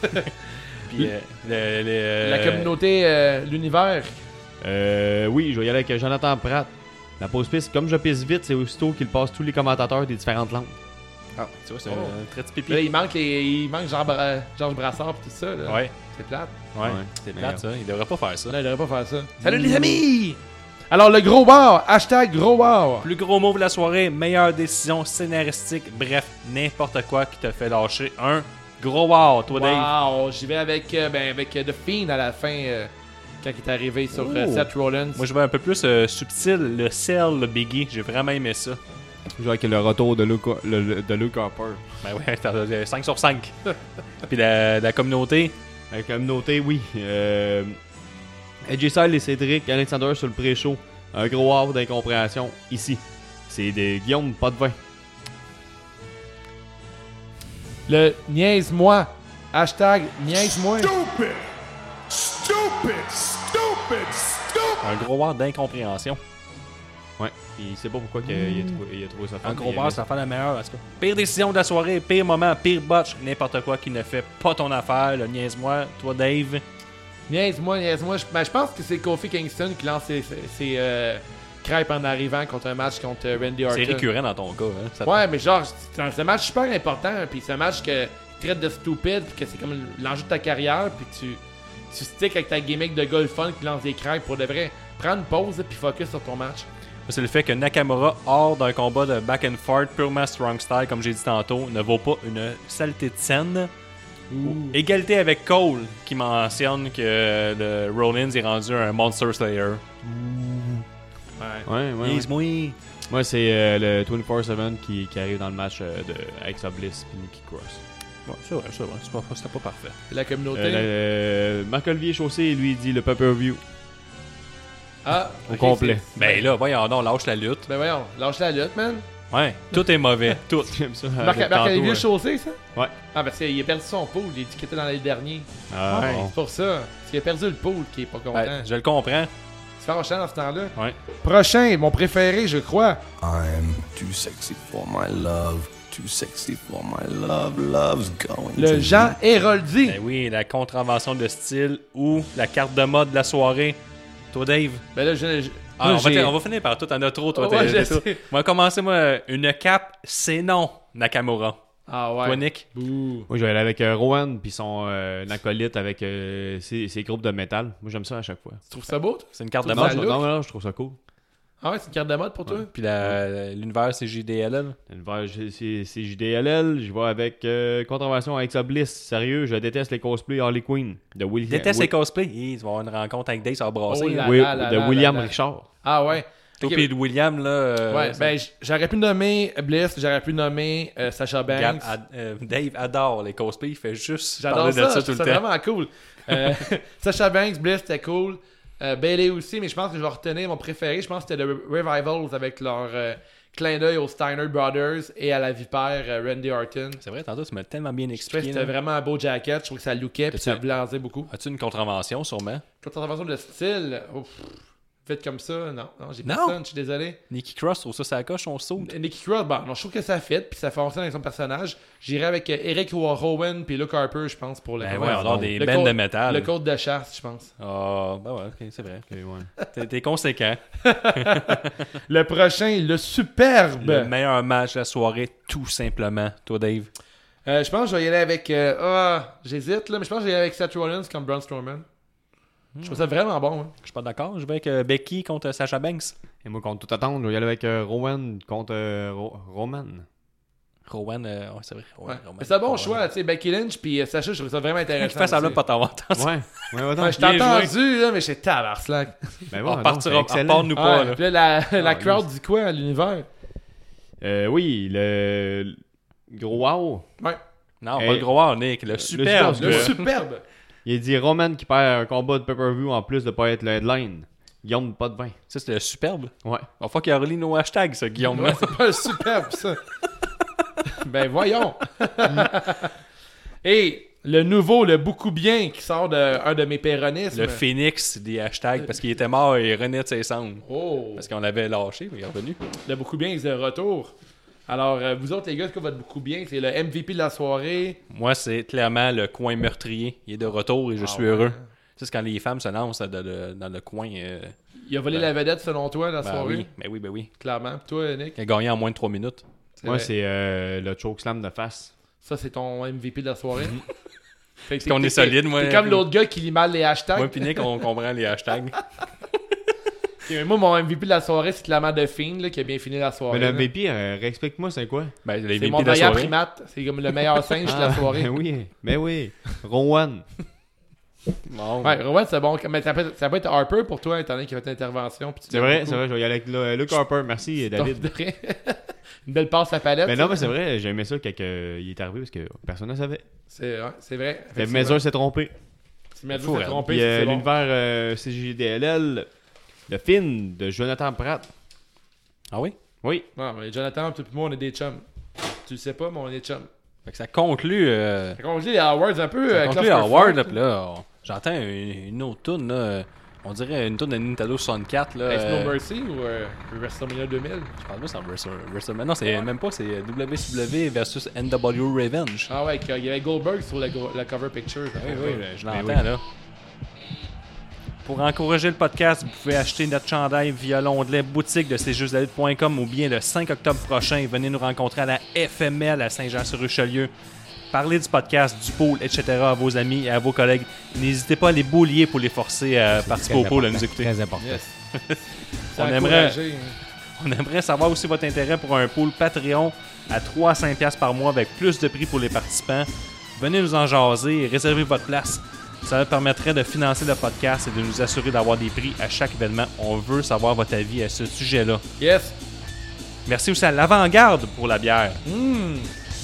S2: puis euh, le- le-
S1: La communauté, euh, l'univers.
S3: Euh, oui, je vais y aller avec Jonathan Pratt. La pause piste, comme je pisse vite, c'est aussitôt qu'il passe tous les commentateurs des différentes langues.
S2: Ah, tu vois, c'est
S1: Oh.
S2: un trait de pipi.
S1: Là, il manque, les, il manque Jean Bra- Georges Brassard et tout ça. Là.
S2: Ouais,
S1: C'est plate.
S2: ouais.
S3: Ouais.
S2: C'est plate, ça. Il devrait pas faire ça.
S1: Là, il devrait pas faire ça. Salut les amis! Alors, le gros wow! Hashtag gros wow!
S2: Plus gros mot de la soirée, meilleure décision scénaristique, bref, n'importe quoi qui te fait lâcher un gros wow, toi, Dave.
S1: Wow! J'y vais avec, euh, ben, avec euh, The Fiend à la fin euh, quand il est arrivé sur euh,
S2: Ouh.
S1: Seth Rollins.
S2: Moi, je vais un peu plus euh, subtil, le sel, le biggie, j'ai vraiment aimé ça.
S3: Je vais avec le retour de Luke, le- le- de Luke Harper.
S2: Ben ouais, t'as euh, 5 sur 5. Puis la, la communauté,
S3: Avec la communauté, oui. Euh, AJ Styles et Cédric, Alexander sur le pré-show. Un gros havre d'incompréhension ici. C'est des Guillaume, pas de vin.
S1: Le niaise-moi! Hashtag niaise-moi!
S6: Stupid! Stupid! Stupid! Stupid!
S2: un gros bar d'incompréhension.
S3: Ouais. Il sait pas pourquoi qu'il a- il a, trouvé, il a trouvé ça fun,
S2: Un gros
S3: mais il
S2: bar,
S3: aimait
S2: ça fait la meilleure. en tout cas. Pire décision de la soirée, pire moment, pire botch, n'importe quoi qui ne fait pas ton affaire. Le niaise-moi, toi, Dave.
S1: Niaise-moi, niaise-moi. Je, ben, je pense que c'est Kofi Kingston qui lance ses, ses- ses, euh, crêpes en arrivant contre un match contre euh, Randy Orton.
S2: C'est récurrent dans ton cas. Hein? Ça te-
S1: Ouais, mais genre, c'est un, c'est un match super important. hein, Puis c'est un match que traite de stupide, puis que c'est comme l'enjeu de ta carrière. Puis tu, tu sticks avec ta gimmick de golf fun qui lance des crêpes pour de vrai. Prends une pause, puis focus sur ton match.
S2: C'est le fait que Nakamura, hors d'un combat de back and forth purement strong style, comme j'ai dit tantôt, ne vaut pas une saleté de scène. Égalité avec Cole, qui mentionne que euh, le Rollins est rendu un Monster Slayer.
S1: hein.
S3: Ouais, ouais, ouais.
S2: Niaise-moi.
S3: Moi, c'est euh, le 24-7 qui, qui arrive dans le match euh, de avec sa Bliss et Nikki Cross.
S2: Ouais, c'est vrai, c'est vrai. C'est pas, c'était pas parfait.
S1: La communauté.
S3: Euh, le- Marc-Olivier Chaussé, lui, il dit le pay-per-view.
S1: Ah,
S3: Au
S1: ok,
S3: complet.
S1: c'est-
S2: Ben là, voyons donc, lâche la lutte.
S1: Ben voyons, lâche la lutte, man.
S2: Ouais, tout est mauvais, tout.
S3: J'aime ça.
S1: Marc, Marc
S3: avec tantôt,
S1: Olivier
S3: euh,
S1: Chaussé, ça
S3: Ouais.
S1: Ah, parce qu'il a perdu son pool, il a dit qu'il était dans les derniers.
S3: Ah,
S1: Ouais,
S3: bon.
S1: c'est pour ça. Parce qu'il a perdu le pool, qui est pas content.
S2: Ben, je le comprends.
S1: C'est fâchant dans ce temps-là.
S2: Ouais.
S1: Prochain, mon préféré, je crois.
S9: I'm too sexy for my love. Too sexy for my love. Love's going
S1: Le Jean Héroldi.
S2: Ben oui, la contravention de style ou la carte de mode de la soirée. Toi, Dave.
S1: Ben là, je. je-
S2: Ah,
S1: moi,
S2: on, va
S1: j'ai-
S2: te- on va finir par tout. T'en as trop, toi.
S1: Ouais,
S2: t'es-
S1: je
S2: t'es-
S1: sais.
S2: Moi, commencez-moi une cape, c'est non, Nakamura.
S1: Ah ouais.
S2: Toi, Nick?
S1: Bouh.
S3: Moi, je vais aller avec euh, Rowan puis son euh, acolyte avec euh, ses, ses groupes de métal. Moi, j'aime ça à chaque fois.
S1: Tu trouves ça beau, toi?
S2: C'est une carte de
S1: Non, Ça
S3: Non,
S2: match.
S3: je-
S1: look.
S3: non, non, je trouve ça cool.
S1: Ah ouais, c'est une carte de mode pour toi?
S2: Puis la- l'univers, c'est JDLL.
S3: L'univers, c'est- c'est c'est JDLL. Je vais avec euh, Contravention avec sa Bliss. Sérieux, je déteste les cosplays Harley Quinn de William.
S2: Déteste les cosplays. Hi, tu vas avoir une rencontre avec Dave, ça va brasser.
S1: Ben Oh là
S3: Oui,
S1: là là
S3: de
S1: là
S3: William
S1: là là.
S3: Richard.
S1: Ah ouais.
S2: Toi
S1: Ok,
S2: pis William, là. euh,
S1: ouais,
S2: ça-
S1: ben j- j'aurais pu nommer Bliss, j'aurais pu nommer euh, Sacha
S2: Gab-
S1: Banks.
S2: ad- euh, Dave adore les cosplays. Il fait juste
S1: J'adore
S2: parler
S1: ça,
S2: de ça
S1: je
S2: tout le
S1: trouve ça
S2: temps.
S1: vraiment cool. Euh, Sacha Banks, Bliss, c'était cool. Euh, Bailey aussi, mais je pense que je vais retenir mon préféré. Je pense que c'était The Re- Revivals avec leur euh, clin d'œil aux Steiner Brothers et à la vipère euh, Randy Orton.
S2: C'est vrai, tantôt, tu m'as tellement bien
S1: Je trouvais que
S2: expliqué.
S1: c'était
S2: là.
S1: vraiment un beau jacket. Je trouve que ça lookait puis ça
S2: T'as-tu-
S1: blasait beaucoup.
S2: As-tu une contravention, sûrement?
S1: Toute intervention de style, ouf, faites comme ça. Non, non, j'ai
S2: Non.
S1: personne, je suis désolé.
S2: Nikki Cross, trouve ça, sa coche, on saute.
S1: Nicky Cross, bon, non, je trouve que ça fit, puis ça fonctionne avec son personnage. J'irai avec euh, Eric Rowan puis Luke Harper, je pense, pour le
S2: Ben
S1: coach.
S2: ouais, on a des
S1: Le
S2: bandes de
S1: coach-
S2: métal.
S1: Le code de chasse, je pense.
S2: Ah, ben ouais, ok, c'est vrai. T'es- T'es conséquent.
S1: Le prochain, le superbe.
S2: Le meilleur match de la soirée, tout simplement. Toi, Dave.
S1: Euh, je pense que je vais y aller avec. euh, Ah, j'hésite, là, mais je pense que je vais y aller avec Seth Rollins comme Braun Strowman. Je trouve ça vraiment bon. hein.
S2: Je suis pas d'accord. Je vais avec euh, Becky contre Sasha Banks.
S3: Et moi, contre tout attendre, je vais y aller avec euh, Rowan contre euh, Ro- Roman.
S2: Rowan, euh, ouais, c'est vrai. Rowan,
S1: Ouais.
S2: Rowan,
S1: Mais C'est un bon
S2: Rowan.
S1: choix, tu sais, Becky Lynch puis euh, Sacha, je trouve ça vraiment
S2: Qui
S1: intéressant.
S2: fait semblant
S1: aussi.
S2: de pas t'avoir entendu.
S3: Ouais, ouais, ouais,
S1: Ouais,
S3: donc.
S1: Ah, je t'ai
S2: Bien
S1: entendu, là, mais j'étais tabarnak.
S3: Ben,
S2: On
S3: voilà,
S1: Ah,
S3: donc, c'est
S2: repartira,
S3: excellent.
S2: repart-nous pas.
S1: Ouais,
S2: là.
S1: puis là, la, la
S3: Ah,
S1: crowd dit quoi à l'univers
S3: Euh, oui, le le gros wow.
S1: Ouais.
S2: Non,
S3: Hey.
S2: pas le gros Nick. Le super.
S3: superbe.
S1: Eh. Le
S3: Ouais.
S1: superbe.
S3: Il dit Roman qui perd un combat de pay-per-view en plus de pas être le headline. Guillaume, pas de vin.
S2: Ça, c'était le superbe.
S3: Ouais.
S2: On fuck qu'il a relis nos hashtags, ça, Guillaume.
S1: Ouais, c'est pas un superbe, ça. ben voyons. Et le nouveau, le beaucoup bien qui sort de un de mes péronismes.
S2: Le phénix des hashtags, parce qu'il était mort et il renaît de ses cendres.
S1: Oh,
S2: Parce qu'on l'avait lâché, mais il est revenu.
S1: le beaucoup bien, c'est de retour. Alors, euh, vous autres, les gars, c'est quoi votre beaucoup bien? C'est le MVP de la soirée.
S2: Moi, c'est clairement le coin meurtrier. Il est de retour
S1: Ah
S2: et je suis heureux. Tu sais, c'est quand les femmes se lancent dans le, dans le coin. euh,
S1: Il a volé la vedette, selon toi, la
S2: ben
S1: soirée.
S2: oui, ben oui, ben oui.
S1: Clairement. Puis toi, Nick,
S2: Il a gagné en moins de 3 minutes.
S3: Moi,
S1: vrai.
S3: c'est euh, le chokeslam de face.
S1: ça, c'est ton MVP de la soirée.
S3: Mhm.
S1: Fait que
S2: qu'on
S1: t'es-
S2: est solide,
S1: t'es-
S2: moi.
S1: T'es
S3: hein.
S1: comme l'autre gars qui lit mal les hashtags.
S2: Moi, puis Nick, on comprend les hashtags.
S1: Et moi, mon MVP de la soirée, c'est clairement The Fiend, là, qui a bien fini la soirée.
S3: Mais
S1: là.
S3: le MVP, euh, réexplique-moi, c'est quoi
S2: Ben, les
S1: C'est
S2: VP
S1: mon
S2: de la
S1: meilleur
S2: soirée.
S1: primate. C'est comme le meilleur singe de
S3: Ah,
S1: la soirée.
S3: ben oui, mais oui. Rowan.
S2: Bon.
S1: Ouais, Rowan, c'est bon. Mais ça peut, être- ça peut être Harper pour toi, hein, étant donné qu'il a fait une intervention. puis tu
S3: C'est
S1: l'aimes
S3: vrai,
S1: beaucoup.
S3: c'est vrai, je vais y aller avec le- Luke Harper. Merci,
S1: Donc,
S3: David.
S1: de rien. Une belle passe à palette.
S3: Mais non, mais c'est vrai, j'aimais ça quand euh, il est arrivé parce que personne ne savait.
S1: C'est ouais, c'est vrai.
S3: La
S1: effectivement.
S3: mesure s'est trompée.
S1: Si Mesure
S2: Fou,
S1: s'est
S2: hein.
S1: trompé,
S3: Puis euh,
S1: c'est bon.
S3: l'univers euh, CJDLL, le film de Jonathan Pratt.
S2: Ah oui?
S3: Oui,
S1: Non, mais Jonathan, toi et moi, on est des chums. Tu le sais pas, mais on est chums.
S2: Fait que ça conclut. euh,
S1: Fait qu'on dit les awards un peu.
S2: ça
S1: euh,
S2: conclut
S1: Clusterfuck,
S2: Howard,
S1: là.
S2: là, puis là, on- j'entends une, une autre tune, là. euh, On dirait une tune de Nintendo 64, là.
S1: Est-ce
S2: euh,
S1: No Mercy ou euh, WrestleMania 2000
S2: je pense pas c'est en Wrestle- WrestleMania. Non, c'est même pas, c'est WCW versus NW Revenge.
S1: Ah ouais, qu'il y avait Goldberg sur la, la cover picture. ça fait
S2: Oui, ben,
S1: peur.
S2: je l'entends, là. Pour encourager le podcast, vous pouvez acheter notre chandail via l'onglet boutique de cjusdavid.com ou bien le 5 octobre prochain, venez nous rencontrer à la FML à Saint-Jean-sur-Richelieu. Parlez du podcast, du pool, etc. à vos amis et à vos collègues. N'hésitez pas à les boulier pour les forcer à participer au pool, à nous écouter.
S3: très important.
S1: Yes. C'est
S2: On aimerait-
S1: encouragé, hein.
S2: On aimerait savoir aussi votre intérêt pour un pool Patreon à 300$ par mois avec plus de prix pour les participants. Venez nous en jaser et réservez votre place. Ça nous permettrait de financer le podcast et de nous assurer d'avoir des prix à chaque événement. On veut savoir votre avis à ce sujet-là.
S1: Yes.
S2: Merci aussi à l'avant-garde pour la bière.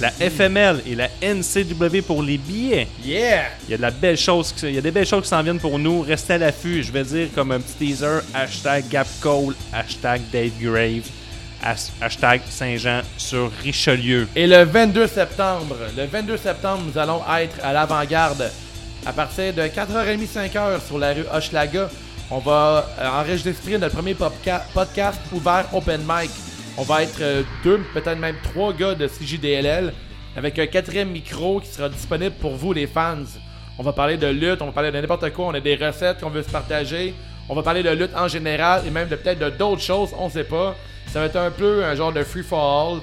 S2: La FML et la NCW pour les billets.
S1: Yeah.
S2: Il y a de la belle chose qui- il y a des belles choses qui s'en viennent pour nous. Restez à l'affût. Je vais dire comme un petit teaser hashtag Gap Cole, hashtag Dave Grave, has- hashtag Saint-Jean sur Richelieu.
S1: Et le 22 septembre, le 22 septembre, nous allons être à l'avant-garde à partir de 4h30, 5h sur la rue Hochelaga. On va euh, enregistrer notre premier popca- podcast ouvert open mic. On va être euh, deux, peut-être même trois gars de CJDLL avec un quatrième micro qui sera disponible pour vous, les fans. On va parler de lutte, on va parler de n'importe quoi, on a des recettes qu'on veut se partager. On va parler de lutte en général et même de peut-être de d'autres choses, on sait pas. Ça va être un peu un genre de free for all.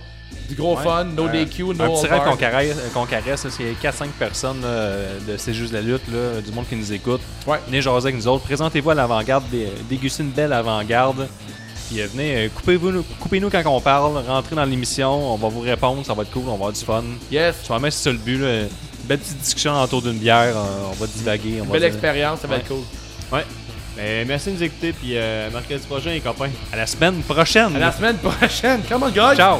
S1: Du gros
S2: Ouais.
S1: fun, no
S2: Un-
S1: DQ, no
S2: Un petit
S1: hold
S2: rang qu'on
S1: bars.
S2: caresse, euh, qu'on caresse, là, s'il y a 4-5 personnes là, de C'est juste la lutte, là, du monde qui nous écoute,
S1: Ouais.
S2: venez jaser avec nous autres, présentez-vous à l'avant-garde, dé- dégustez une belle avant-garde, puis euh, venez, euh, coupez-vous- coupez-nous quand on parle, rentrez dans l'émission, on va vous répondre, ça va être cool, on va avoir du fun.
S1: Yes,
S2: Souvent, même si c'est ça le but, là, une belle petite discussion autour d'une bière, euh, on va divaguer. On va
S1: belle
S2: dire-
S1: expérience, ça va être cool.
S3: Ouais. Mais merci de nous écouter, puis euh, mercredi prochain, les copains.
S2: À la semaine prochaine!
S1: À la semaine prochaine. Come on, guys.
S2: Ciao!